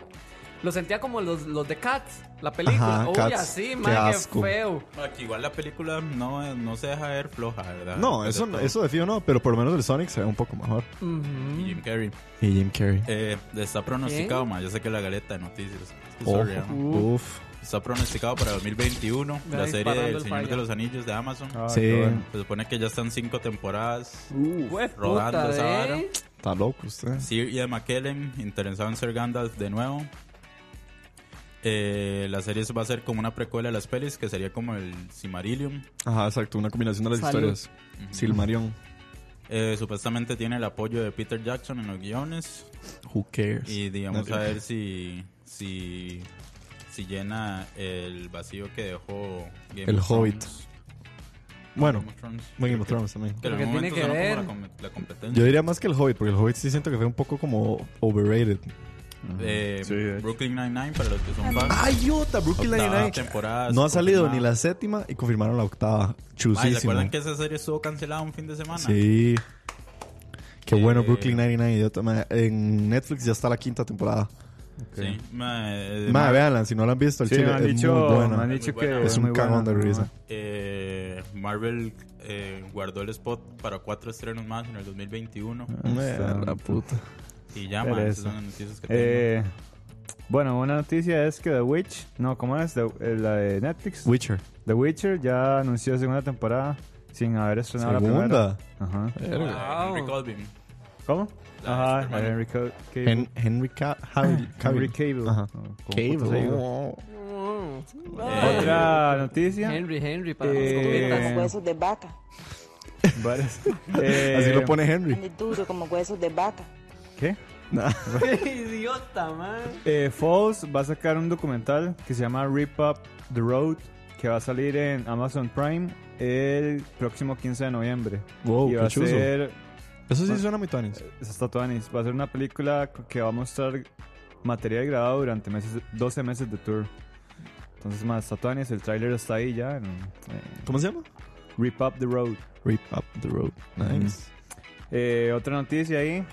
Speaker 8: Lo sentía como los, los de Cats, la película.
Speaker 5: Ajá,
Speaker 8: Uy,
Speaker 5: Cats.
Speaker 8: así,
Speaker 5: Qué
Speaker 8: mae, qué
Speaker 5: asco.
Speaker 8: feo.
Speaker 6: Bueno, que igual la película no, no se deja ver floja, ¿verdad?
Speaker 5: No,
Speaker 6: Desde
Speaker 5: eso, no-
Speaker 6: todo.
Speaker 5: eso de fijo no, pero por lo menos el Sonic se ve un poco mejor.
Speaker 6: Y Jim Carrey.
Speaker 5: Y Jim Carrey.
Speaker 6: Eh, está pronosticado, ma, yo sé que la galeta de noticias. Es que
Speaker 5: Ojo.
Speaker 6: sorry, ma.
Speaker 5: Uf.
Speaker 6: Está pronosticado para 2021
Speaker 8: Ya
Speaker 6: la serie
Speaker 8: disparando
Speaker 6: del
Speaker 8: el
Speaker 6: Señor
Speaker 8: fallo.
Speaker 6: de los Anillos de Amazon.
Speaker 7: Ah,
Speaker 5: Sí.
Speaker 7: qué bueno.
Speaker 6: Se supone que ya están cinco temporadas.
Speaker 8: Güey,
Speaker 6: Rodando
Speaker 8: puta,
Speaker 6: esa
Speaker 8: ¿eh?
Speaker 6: vara.
Speaker 5: Está loco usted.
Speaker 6: Sir Ian McKellen, interesado en ser Gandalf de nuevo. Eh, la serie va a ser como una precuela de las pelis, que sería como el Simarillion.
Speaker 5: Ajá, exacto, una combinación de las
Speaker 8: Salud.
Speaker 5: historias. Silmarion.
Speaker 6: Eh, supuestamente tiene el apoyo de Peter Jackson en los guiones.
Speaker 5: Who cares?
Speaker 6: Y digamos
Speaker 5: Nadie.
Speaker 6: a ver si, si, si llena el vacío que dejó Game
Speaker 5: El
Speaker 6: of
Speaker 5: Hobbit.
Speaker 6: Thrones.
Speaker 5: Bueno,
Speaker 6: Game of Thrones.
Speaker 5: Game of Thrones también.
Speaker 6: Que en
Speaker 8: Porque
Speaker 6: algún
Speaker 8: tiene
Speaker 6: momento
Speaker 8: que
Speaker 6: sonó
Speaker 8: ver.
Speaker 6: como la, com- la competencia.
Speaker 5: Yo diría más que el Hobbit, porque el Hobbit sí siento que fue un poco como overrated.
Speaker 6: Eh,
Speaker 7: Sí, de hecho.
Speaker 6: Brooklyn Nine-Nine, para los que son fans.
Speaker 5: ¡Ay, Jota! Brooklyn
Speaker 6: Octava
Speaker 5: Nine-Nine.
Speaker 6: temporada,
Speaker 5: No ha salido
Speaker 6: confirmada.
Speaker 5: ni la séptima y confirmaron la octava.
Speaker 6: Ay, ¿Se
Speaker 5: Chusísimo.
Speaker 6: acuerdan que esa serie estuvo cancelada un fin de semana?
Speaker 5: Sí. Qué bueno
Speaker 6: Eh,
Speaker 5: Brooklyn 99, idiota. ma. En Netflix ya está la quinta temporada.
Speaker 6: Sí. Ma, eh, de
Speaker 5: Madre,
Speaker 6: Mar-
Speaker 5: véanla, si no la han visto, el
Speaker 7: Sí,
Speaker 5: chile
Speaker 7: me han
Speaker 5: es
Speaker 7: dicho,
Speaker 5: muy
Speaker 7: me han
Speaker 5: buena.
Speaker 7: dicho
Speaker 6: Muy buena.
Speaker 7: que
Speaker 5: Es
Speaker 7: muy
Speaker 5: un cagón de
Speaker 7: buena,
Speaker 5: risa.
Speaker 6: eh, Marvel eh, guardó el spot para cuatro estrenos más en el 2021.
Speaker 5: Ah, Mira, la puta.
Speaker 6: Y ya,
Speaker 7: Pero
Speaker 6: ma, esas
Speaker 7: eso.
Speaker 6: son las noticias que tengo.
Speaker 7: Eh, bueno, una noticia es que The Witch, no, ¿cómo es? The- eh, la de Netflix.
Speaker 5: Witcher.
Speaker 7: The Witcher ya anunció segunda temporada sin haber estrenado la
Speaker 5: Segunda. Eh.
Speaker 7: primera. Ajá.
Speaker 6: La de Henry
Speaker 8: Wow.
Speaker 6: Colvin.
Speaker 7: ¿Cómo?
Speaker 6: La de
Speaker 7: Ajá, Henry Cav- Cavill.
Speaker 5: Hen- Henry Ca- Javill.
Speaker 7: Henry Ah,
Speaker 5: Cavill.
Speaker 7: Cable.
Speaker 5: Ajá. Mm.
Speaker 6: Eh,
Speaker 7: Otra noticia.
Speaker 8: Henry, Henry, para las
Speaker 7: Eh,
Speaker 8: copitas.
Speaker 9: Huesos de vaca.
Speaker 7: varias- eh,
Speaker 5: Así lo pone Henry.
Speaker 9: Ande duro como huesos de vaca.
Speaker 7: ¿Qué?
Speaker 8: Idiota, man.
Speaker 7: Eh, Falls va a sacar un documental que se llama Rip Up the Road que va a salir en Amazon Prime el próximo 15 de noviembre.
Speaker 5: Wow,
Speaker 7: y
Speaker 5: qué
Speaker 7: va a
Speaker 5: chuzo.
Speaker 7: ser
Speaker 5: Eso sí suena muy tuanis.
Speaker 7: esa está toda nice. Va a ser una película que va a mostrar material grabado durante meses, 12 meses de tour. Entonces, más Tatuanes, el tráiler está ahí ya. En, eh,
Speaker 5: ¿Cómo se llama?
Speaker 7: Rip Up the Road.
Speaker 5: Rip Up the Road. Nice.
Speaker 7: Eh, otra noticia ahí,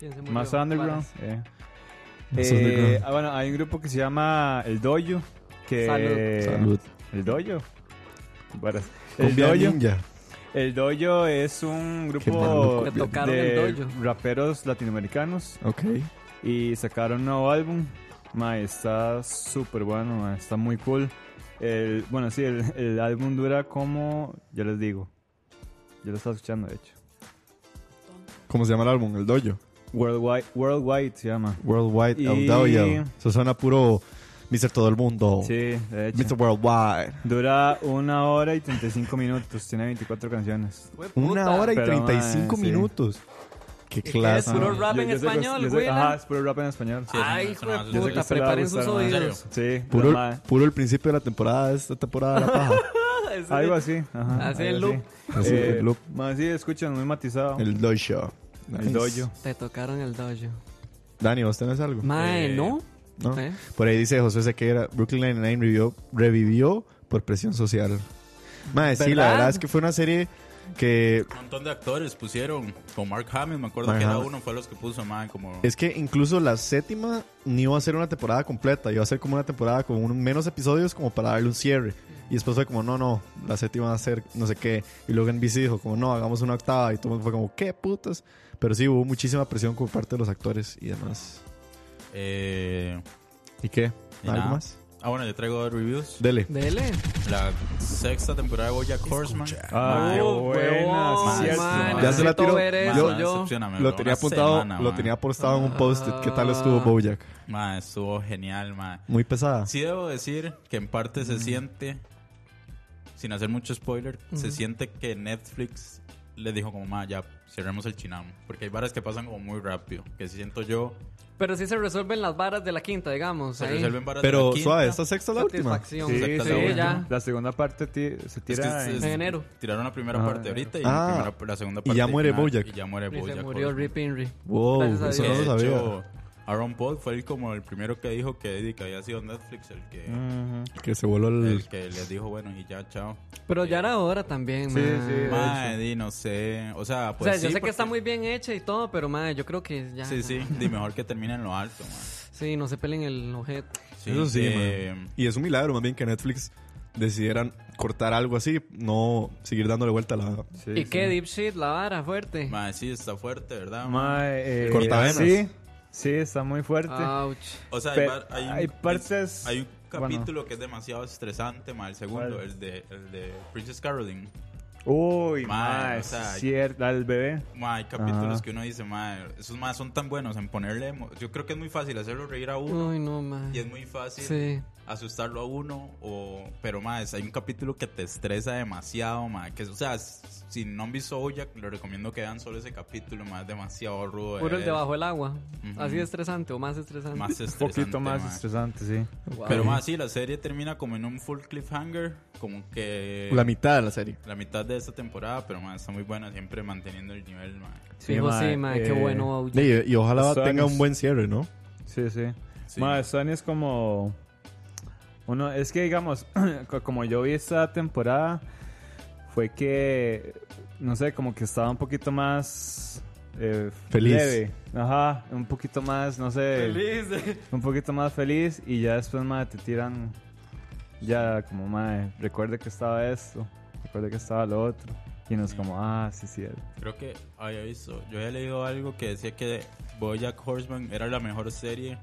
Speaker 8: ¿Quién se murió?
Speaker 7: más underground.
Speaker 8: Varas.
Speaker 7: eh.
Speaker 5: Más
Speaker 7: Eh,
Speaker 5: underground.
Speaker 7: ah, bueno, hay un grupo que se llama El Dojo. Que,
Speaker 5: Salud.
Speaker 7: Eh, El Dojo. Varas. El
Speaker 5: Cumbia
Speaker 7: Dojo.
Speaker 5: Ninja.
Speaker 7: El Dojo es un
Speaker 5: malo,
Speaker 7: grupo
Speaker 8: cumbia. Me tocaron
Speaker 7: de
Speaker 8: el dojo.
Speaker 7: raperos latinoamericanos
Speaker 5: Ok.
Speaker 7: y sacaron un nuevo álbum. Mae, está súper bueno, mae, está muy cool. El, bueno, sí, el, el álbum dura como, ya les digo, yo lo estaba escuchando de hecho.
Speaker 5: ¿Cómo se llama el álbum? El Dojo.
Speaker 7: Worldwide, Worldwide se llama.
Speaker 5: Worldwide.
Speaker 7: Y-
Speaker 5: El Dojo. Eso suena puro Mr. Todo el Mundo.
Speaker 7: Sí, de hecho.
Speaker 5: Mr. Worldwide.
Speaker 7: Dura una hora y 35 minutos, tiene 24 canciones.
Speaker 8: Hue puta.
Speaker 5: Una hora y
Speaker 7: Pero,
Speaker 5: 35
Speaker 7: mae, sí.
Speaker 5: minutos. Qué
Speaker 8: qué
Speaker 5: clase.
Speaker 8: es puro rap
Speaker 7: Yo-
Speaker 8: en
Speaker 7: yo sé que-
Speaker 8: español,
Speaker 7: yo sé-
Speaker 8: güey,
Speaker 7: Ajá,
Speaker 8: la-
Speaker 7: es puro rap en español. sí.
Speaker 8: Ay,
Speaker 6: Eso no,
Speaker 8: hijo
Speaker 6: eso
Speaker 8: de
Speaker 6: no,
Speaker 7: Yo
Speaker 8: puta,
Speaker 7: sé que este se la va a
Speaker 8: preparen sus
Speaker 7: gustar, mae.
Speaker 8: oídos.
Speaker 7: Sí, la
Speaker 5: Puro,
Speaker 7: mae.
Speaker 5: puro el principio de la temporada, esta temporada de la paja.
Speaker 8: Ese-
Speaker 7: Algo así. Ajá,
Speaker 8: Así
Speaker 7: algo
Speaker 8: el loop.
Speaker 5: Así
Speaker 7: Eh,
Speaker 5: el loop.
Speaker 7: mae, sí, escuchan, muy matizado. El,
Speaker 5: El dojo. Nice.
Speaker 7: dojo.
Speaker 8: Te tocaron el dojo.
Speaker 5: Dani, ¿vos tenés algo?
Speaker 8: Mae,
Speaker 6: Eh,
Speaker 8: ¿no?
Speaker 5: ¿No?
Speaker 8: ¿Eh?
Speaker 5: Por ahí dice José Sequeira, Brooklyn Nine-Nine revivió, revivió por presión social. Mae, sí, la
Speaker 8: ¿Verdad?
Speaker 5: verdad es que fue una serie que...
Speaker 6: Un montón de actores pusieron con Mark Hamill, me acuerdo
Speaker 5: Mark
Speaker 6: que era
Speaker 5: Hamill.
Speaker 6: uno, fue los que puso, man, como...
Speaker 5: Es que incluso la séptima ni iba a ser una temporada completa, iba a ser como una temporada con un- menos episodios como para darle un cierre. Y después fue como, no, no, la séptima va a ser no sé qué. Y luego NBC dijo como, no, hagamos una octava. Y todo el mundo fue como, ¿qué putas? Pero sí, hubo muchísima presión por parte de los actores y demás.
Speaker 6: Eh,
Speaker 5: ¿Y qué?
Speaker 6: Y
Speaker 5: ¿Algo
Speaker 6: nada.
Speaker 5: más?
Speaker 6: ah, bueno, yo traigo dos reviews.
Speaker 5: Dele.
Speaker 8: Dele.
Speaker 6: La sexta temporada de Bojack Horseman.
Speaker 7: Ah, qué
Speaker 8: Oh,
Speaker 7: buena,
Speaker 8: huevón,
Speaker 7: cierto.
Speaker 8: mae,
Speaker 5: Ya se la
Speaker 8: necesito
Speaker 5: tiró.
Speaker 8: ver
Speaker 6: Ma,
Speaker 8: eso,
Speaker 6: ma,
Speaker 8: yo. Ah.
Speaker 6: decepcioname,
Speaker 5: Lo
Speaker 6: bro,
Speaker 5: tenía
Speaker 6: una
Speaker 5: apuntado,
Speaker 6: semana,
Speaker 5: lo
Speaker 6: ma.
Speaker 5: tenía apostado en un post-it. ¿Qué tal estuvo Bojack?
Speaker 6: Ma, estuvo genial, ma.
Speaker 5: Muy pesada.
Speaker 6: Sí debo decir que en parte
Speaker 8: Mm.
Speaker 6: se siente, sin hacer mucho spoiler, se siente que Netflix les dijo como, ma, ya, cerremos el chinamo. Porque hay varas que pasan como muy rápido. Que siento yo,
Speaker 8: Pero sí se resuelven las varas de la quinta, digamos.
Speaker 6: se
Speaker 8: ahí.
Speaker 6: resuelven varas de la
Speaker 5: Pero
Speaker 6: quinta.
Speaker 5: suave, esta sexta es la última.
Speaker 8: Satisfacción.
Speaker 7: Sí,
Speaker 6: Acepta
Speaker 7: sí,
Speaker 6: la buena.
Speaker 8: ya.
Speaker 7: La segunda parte ti- se
Speaker 6: Es que
Speaker 7: tira
Speaker 6: es-
Speaker 7: en-
Speaker 8: en enero.
Speaker 6: Tiraron la primera
Speaker 7: Ah,
Speaker 6: parte ahorita y
Speaker 5: Ah.
Speaker 6: la, primera- la segunda
Speaker 5: Y
Speaker 6: parte.
Speaker 5: ya muere
Speaker 6: final,
Speaker 5: Bojack.
Speaker 6: Y ya muere
Speaker 8: Y
Speaker 6: Bojack.
Speaker 8: se murió
Speaker 6: Horseman.
Speaker 8: Rip Henry.
Speaker 5: Wow,
Speaker 8: Gracias a
Speaker 5: eso
Speaker 8: Dios.
Speaker 5: no lo
Speaker 6: De
Speaker 5: sabía.
Speaker 6: hecho, Aaron Paul fue el, como el primero que dijo que, que había sido Netflix el que,
Speaker 7: Ujú.
Speaker 5: Que se voló el.
Speaker 6: el que les dijo, bueno, y ya, chao.
Speaker 8: Pero ya era hora también,
Speaker 7: Sí,
Speaker 8: ma.
Speaker 7: sí.
Speaker 6: Mae, di, no sé. O sea,
Speaker 8: O
Speaker 6: pues.
Speaker 8: sea,
Speaker 6: sí,
Speaker 8: yo sé que
Speaker 6: porque-
Speaker 8: está muy bien hecha y todo, pero madre, yo creo que ya.
Speaker 6: Sí, sí, di mejor que termine en lo alto, mae.
Speaker 8: Sí, no se pelen el objeto.
Speaker 6: Sí,
Speaker 5: Eso sí,
Speaker 6: eh,
Speaker 5: man. Y es un milagro más bien que Netflix decidieran cortar algo así, no seguir dándole vuelta a la.
Speaker 7: Sí,
Speaker 8: y
Speaker 7: sí.
Speaker 8: qué deep shit, la vara, fuerte.
Speaker 6: mae, sí, está fuerte, ¿verdad? mae?
Speaker 7: Mae, eh,
Speaker 5: Cortavenas.
Speaker 7: Sí, sí, está muy fuerte.
Speaker 8: Ouch.
Speaker 6: O sea, hay,
Speaker 7: Pe-
Speaker 6: var- hay, un,
Speaker 7: hay partes-
Speaker 6: Hay un
Speaker 7: bueno.
Speaker 6: capítulo que es demasiado estresante, mae, el segundo,
Speaker 7: ¿Cuál?
Speaker 6: el de, el de Princess Caroline.
Speaker 7: Uy,
Speaker 6: Mae,
Speaker 7: mae,
Speaker 6: o sea,
Speaker 7: cierto, al bebé.
Speaker 6: Ma, hay capítulos
Speaker 7: Ajá.
Speaker 6: que uno dice, ma, esos más son tan buenos en ponerle. emo- Yo creo que es muy fácil hacerlo reír a uno
Speaker 8: Uy, no,
Speaker 6: y es
Speaker 8: madre.
Speaker 6: muy fácil
Speaker 8: Sí.
Speaker 6: asustarlo a uno. O, pero, más hay un capítulo que te estresa demasiado, ma. Que, o sea, s- si no han visto Bojack, le recomiendo que vean solo ese capítulo, más demasiado rudo. de
Speaker 8: Puro el
Speaker 6: ver,
Speaker 8: debajo del agua.
Speaker 6: pues. Ujú.
Speaker 8: Así de estresante o más estresante.
Speaker 6: Más
Speaker 7: Un
Speaker 6: estresante.
Speaker 7: poquito más
Speaker 6: ma.
Speaker 7: estresante, sí.
Speaker 8: Wow.
Speaker 6: Pero, más sí, la serie termina como en un full cliffhanger, como que.
Speaker 5: La mitad de la serie.
Speaker 6: la mitad de esta temporada, pero más está muy buena, siempre manteniendo el nivel, ma.
Speaker 7: Sí,
Speaker 8: Fijo, sí,
Speaker 7: mae,
Speaker 8: madre, qué
Speaker 7: eh,
Speaker 8: bueno, Ouch.
Speaker 5: Y, y ojalá
Speaker 7: Eso
Speaker 5: tenga
Speaker 7: es-
Speaker 5: un buen cierre, ¿no?
Speaker 7: Sí, sí.
Speaker 6: Sí.
Speaker 7: Mae, Sony es como. Uno, es que digamos, co- como yo vi esta temporada, fue que. No sé, como que estaba un poquito más. eh,
Speaker 5: Feliz.
Speaker 7: leve. Ajá, un poquito más, no sé.
Speaker 6: eh.
Speaker 7: Un poquito más feliz y ya después, madre, te tiran. Ya, como, madre, recuerde que estaba esto, recuerde que estaba lo otro. Y nos, como, ah, sí, sí.
Speaker 6: Creo que había visto, yo había leído algo que decía que Bojack Horseman era la mejor serie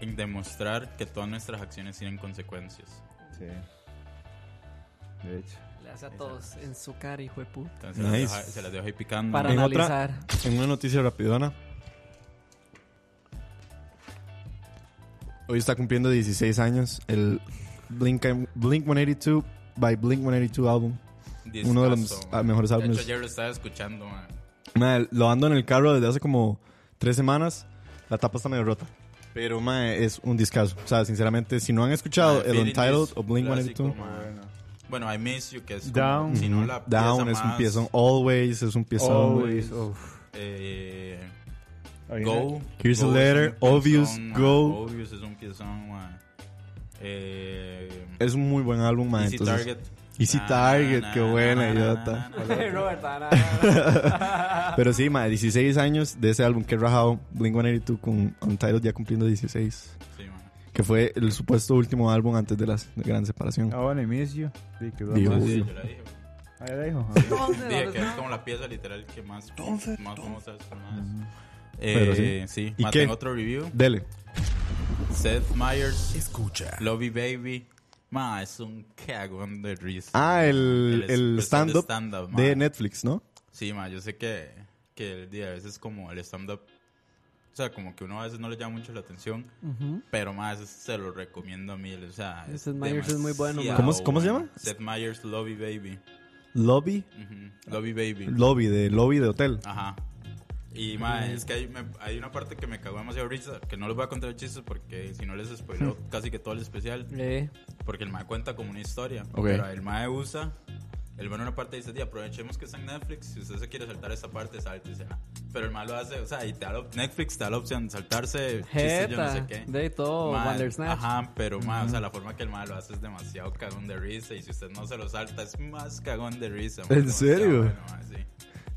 Speaker 6: en demostrar que todas nuestras acciones tienen consecuencias.
Speaker 7: Sí. De hecho.
Speaker 8: Le hace a todos en su cara, hijo de puta.
Speaker 6: Entonces
Speaker 5: Nice.
Speaker 6: se, las dejo, se las dejo ahí picando.
Speaker 8: Para
Speaker 5: En otra-
Speaker 8: analizar.
Speaker 5: En una noticia rapidona. Hoy está cumpliendo 16 años el Blink, Blink 182 by Blink 182 álbum.
Speaker 6: Discazo,
Speaker 5: uno de los,
Speaker 6: man.
Speaker 5: ah, mejores
Speaker 6: De
Speaker 5: álbumes.
Speaker 6: hecho, ayer lo estaba escuchando, man.
Speaker 5: Mae, lo ando en el carro desde hace como tres semanas. La tapa está medio rota. Pero mae, es un discazo. O sea, sinceramente, si no han escuchado
Speaker 6: Man,
Speaker 5: el
Speaker 6: Ah, Feeling
Speaker 5: Untitled
Speaker 6: is
Speaker 5: o Blink
Speaker 6: clásico,
Speaker 5: 182,
Speaker 6: man. Bueno, I Miss You, que es como,
Speaker 7: Down.
Speaker 6: si no la pieza
Speaker 5: Down es un
Speaker 6: más,
Speaker 5: piezón. Always es un piezón.
Speaker 7: Always,
Speaker 6: eh,
Speaker 7: Oh, Ahí
Speaker 6: Go.
Speaker 5: Here's a
Speaker 6: Go es
Speaker 5: letter,
Speaker 6: un piezón,
Speaker 5: Obvious,
Speaker 6: man.
Speaker 5: Go.
Speaker 6: Obvious es un piezón, man. Eh,
Speaker 5: Es un muy buen álbum, mae.
Speaker 6: Easy
Speaker 5: entonces-
Speaker 6: Target.
Speaker 5: Easy
Speaker 6: Na,
Speaker 5: Target,
Speaker 6: na,
Speaker 5: qué
Speaker 6: na,
Speaker 5: buena,
Speaker 6: na,
Speaker 5: idiota.
Speaker 6: na, na, na.
Speaker 8: Robert, na, na, na.
Speaker 5: Pero sí, mae, 16 años de ese álbum que he rajado. Blink 182 con Untitled ya cumpliendo 16.
Speaker 6: Sí, man.
Speaker 5: Que fue el supuesto último álbum antes de la gran separación.
Speaker 7: Ah, bueno, y Miss You. Sí, que
Speaker 5: Digo.
Speaker 7: vamos.
Speaker 6: Sí,
Speaker 5: Obvio.
Speaker 6: yo la dije.
Speaker 7: Ahí Ah, la dijo.
Speaker 8: Entonces,
Speaker 6: Dije
Speaker 8: ¿dónde
Speaker 6: que es
Speaker 8: está?
Speaker 6: como la pieza literal que más, más famosa es, más.
Speaker 5: Pero
Speaker 6: Eh, sí,
Speaker 5: ¿Y
Speaker 6: más
Speaker 5: qué?
Speaker 6: tengo otro review.
Speaker 5: Dele.
Speaker 6: Seth Meyers,
Speaker 10: Escucha.
Speaker 6: Love You Baby. Ma, es un cagón de risa.
Speaker 5: Ah, el,
Speaker 6: El especial
Speaker 5: el
Speaker 6: de
Speaker 5: stand-up
Speaker 6: stand-up, ma.
Speaker 5: de Netflix, ¿no?
Speaker 6: Sí, ma, yo sé que, que el día a veces como el stand-up. O sea, como que uno a veces no le llama mucho la atención. Pero más se lo recomiendo a mí. O sea, es
Speaker 8: Seth Meyers es muy bueno, ma.
Speaker 6: demasiado
Speaker 5: ¿Cómo es- cómo se
Speaker 6: bueno.
Speaker 5: llama?
Speaker 6: Seth Meyers, Love You Baby.
Speaker 5: Lobby.
Speaker 6: Ujú, Love You Baby.
Speaker 5: Lobby, de lobby de hotel.
Speaker 6: Ajá. Y ma, es que hay, me- hay una parte que me cagó demasiado risa, que no les voy a contar chistes porque si no les spoiló casi que todo el especial,
Speaker 8: Eh,
Speaker 6: porque el mae cuenta como una historia.
Speaker 5: Ok.
Speaker 6: Pero el mae usa, el bueno en una parte dice, "Di, aprovechemos que está en Netflix, si usted se quiere saltar esta parte, sáltese. ah". Pero el mae lo hace, o sea, y te da la op- Netflix te da la opción de saltarse chistes, yo no sé
Speaker 8: Jeta.
Speaker 6: qué.
Speaker 8: De todo,
Speaker 6: Ma,
Speaker 8: Bandersnatch.
Speaker 6: Ajá, pero ma, o sea, la forma que el mae lo hace es demasiado cagón de risa y si usted no se lo salta es más cagón de risa. ma,
Speaker 5: ¿En
Speaker 6: demasiado
Speaker 5: serio?
Speaker 6: bueno, ma, sí.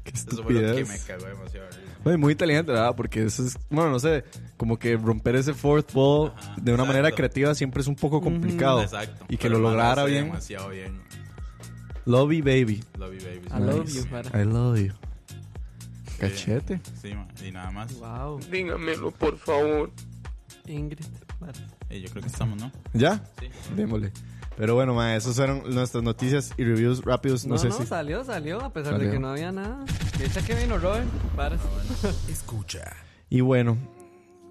Speaker 5: Qué
Speaker 6: Eso fue lo que me
Speaker 5: estupidez.
Speaker 6: cagó demasiado. de risa.
Speaker 5: Oye, Muy inteligente, ¿verdad? Porque eso es, bueno, no sé, como que romper ese fourth wall
Speaker 6: Ajá,
Speaker 5: de una manera
Speaker 6: exacto.
Speaker 5: creativa siempre es un poco complicado.
Speaker 6: Exacto.
Speaker 5: Y que
Speaker 6: Pero
Speaker 5: lo
Speaker 6: el man
Speaker 5: lograra
Speaker 6: hace
Speaker 5: bien.
Speaker 6: Demasiado bien.
Speaker 5: Lobby Baby.
Speaker 6: Love you, baby.
Speaker 8: I love you, para.
Speaker 5: I love you.
Speaker 6: Cachete. Sí, man. Y nada más.
Speaker 8: Wow.
Speaker 9: Dígamelo, por favor.
Speaker 8: Ingrid. Vale.
Speaker 6: Y yo creo que estamos, ¿no?
Speaker 5: ¿Ya?
Speaker 6: Sí.
Speaker 5: Démosle. Pero bueno, ma, esas fueron nuestras noticias y reviews rápidos. No,
Speaker 8: No, no,
Speaker 5: sé si.
Speaker 8: salió, salió, a pesar
Speaker 5: Salió.
Speaker 8: de que no había nada. Echa que vino Robert.
Speaker 6: Ah,
Speaker 8: Varas.
Speaker 10: Escucha.
Speaker 5: Y bueno,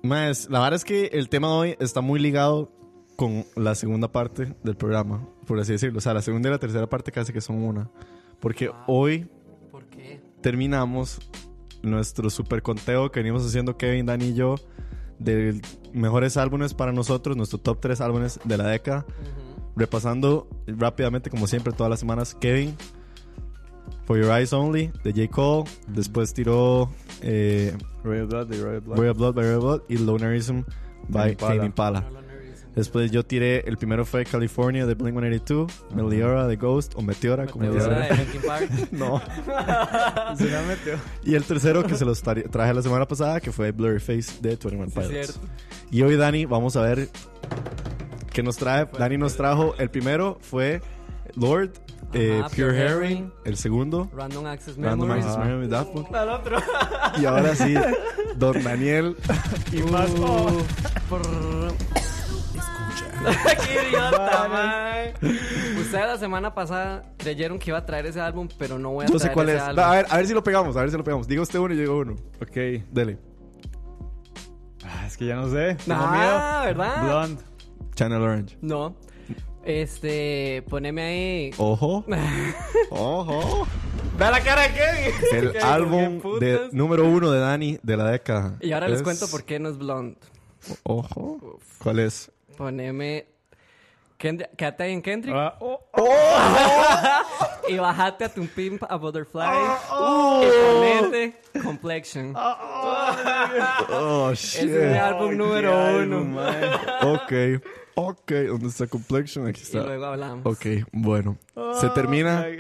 Speaker 5: más, la verdad es que el tema de hoy está muy ligado con la segunda parte del programa, por así decirlo. O sea, la segunda y la tercera parte casi que son una. Porque hoy
Speaker 8: ¿Por qué?
Speaker 5: terminamos nuestro super conteo que venimos haciendo Kevin, Dani y yo de mejores álbumes para nosotros, nuestro top 3 álbumes de la década. Repasando rápidamente, como siempre, todas las semanas, Kevin. For Your Eyes Only, de J. Cole. Después tiró eh,
Speaker 7: Royal Blood de Royal Blood.
Speaker 5: Royal Blood by Royal Blood y Lonerism by
Speaker 7: Tame Impala.
Speaker 5: Tame Impala. Después yo tiré, el primero fue California de Blink 182, Meliora de Ghost o Meteora, como
Speaker 8: Meteora
Speaker 5: dicen.
Speaker 8: de Linkin Park.
Speaker 5: no. Y el tercero que se los tra- traje la semana pasada, que fue Blurry Face de 21
Speaker 8: Sí, es
Speaker 5: Pilots.
Speaker 8: cierto.
Speaker 5: Y hoy, Dani, vamos a ver qué nos trae. Dani nos trajo, el primero fue Lord, eh,
Speaker 8: Ajá,
Speaker 5: Pure
Speaker 8: Pure
Speaker 5: Herring,
Speaker 8: Herring.
Speaker 5: el segundo,
Speaker 8: Random Access
Speaker 5: Random
Speaker 8: Memories.
Speaker 5: Access Memories, Daft Punk.
Speaker 8: Al otro.
Speaker 5: Y ahora sí, Don Daniel.
Speaker 8: Y más. oh. Escucha. ¡Qué idiota, mae! Ustedes la semana pasada creyeron que iba a traer ese álbum, pero no voy a
Speaker 5: Yo sé
Speaker 8: traer
Speaker 5: cuál
Speaker 8: ese
Speaker 5: es.
Speaker 8: álbum.
Speaker 5: No, a, ver, a ver si lo pegamos, a ver si lo pegamos. Diga usted uno y yo digo uno.
Speaker 7: Ok.
Speaker 5: Dele.
Speaker 7: Ah, es que ya no sé. Tengo
Speaker 8: Ah,
Speaker 7: miedo.
Speaker 8: ¿verdad?
Speaker 7: Blonde.
Speaker 5: Channel Orange.
Speaker 8: No. Este, poneme ahí.
Speaker 5: Ojo. Ojo.
Speaker 8: Ve la cara de Kevin.
Speaker 5: El
Speaker 8: Qué
Speaker 5: álbum
Speaker 8: putas.
Speaker 5: de, número uno de Dani de la década.
Speaker 8: Y ahora les
Speaker 5: Es-
Speaker 8: cuento por qué no es blonde.
Speaker 5: Ojo. ¿Cuál es?
Speaker 8: Poneme. Kend- Quédate ahí en Kendrick
Speaker 7: Ah, oh,
Speaker 5: oh.
Speaker 8: y bajate a tu pimp a butterfly. Y ponete Complexion.
Speaker 5: Oh,
Speaker 8: Ese
Speaker 5: shit.
Speaker 8: es el álbum número uno.
Speaker 5: Ok. Ok. ¿Dónde está Complexion? Aquí
Speaker 8: Y
Speaker 5: está.
Speaker 8: luego hablamos. Oh
Speaker 5: Ok, bueno. Se termina.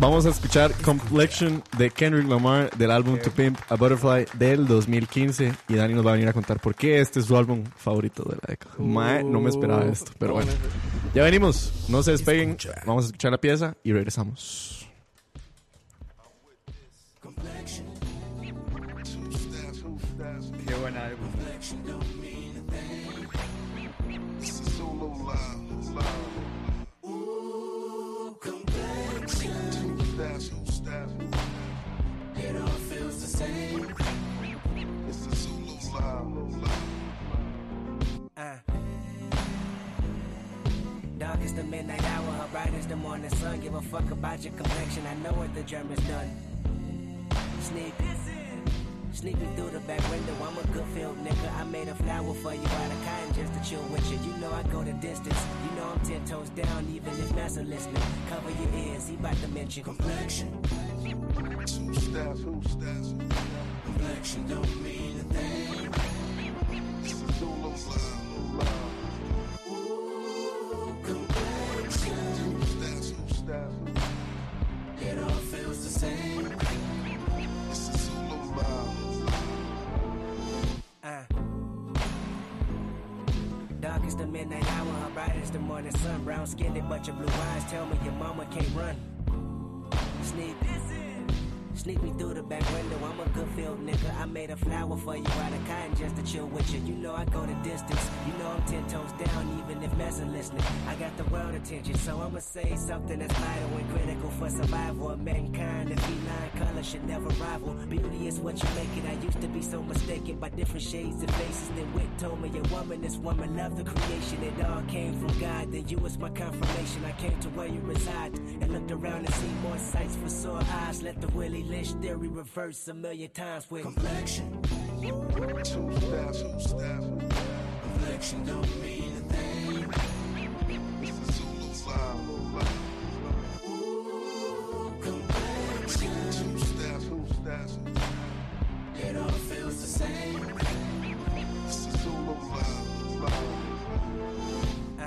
Speaker 5: Vamos a escuchar Complexion de Kendrick Lamar del álbum To Pimp a Butterfly del 2015 y Dani nos va a venir a contar por qué este es su álbum favorito de la década.
Speaker 8: Uh,
Speaker 5: Mae, no me esperaba esto, pero bueno. Ya venimos, no se despeguen, vamos a escuchar la pieza y regresamos.
Speaker 7: qué buen álbum.
Speaker 11: Uh. Dark is the midnight hour, bright is the morning sun. Give a fuck about your complexion, I know what the German's done. Sneak, sneaking through the back window. I'm a good field nigga. I made a flower for you out of cotton just to chill with you. You know I go the distance. You know I'm ten toes down, even if Massa listening. Cover your ears, he about to mention complexion. Complexion don't mean a thing. It all feels the same. Uh. Dark is the midnight hour, bright is the morning sun. Brown skinned and bunch of blue eyes. Tell me your mama can't run. Sneak. Sneak me through the back window. I'm a good field nigga. I made a flower for you out of cotton just to chill with you. You know I go the distance. You know I'm ten toes down, even if massa listening. I got the world attention, so I'ma say something that's vital and critical for survival of mankind. The feline color should never rival. Beauty is what you make it. I used to be so mistaken by different shades and faces. Then Wick told me a woman is woman. Love the creation. It all came from God. Then you was my confirmation. I came to where you reside and looked around and see more sights for sore eyes. Let the Willie Lynch theory reverse a million times with complexion. Complexion don't mean a thing. Ooh, complexion. It all feels the same. Uh.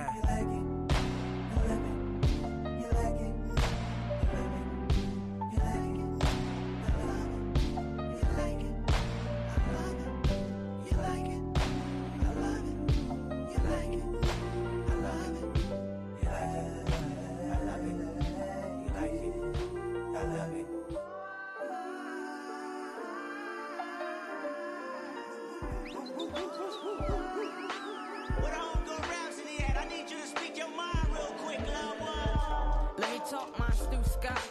Speaker 11: What a homegirl rhapsody at? I need you to speak your mind real quick, loved one.
Speaker 12: Let me talk my Stu Scott.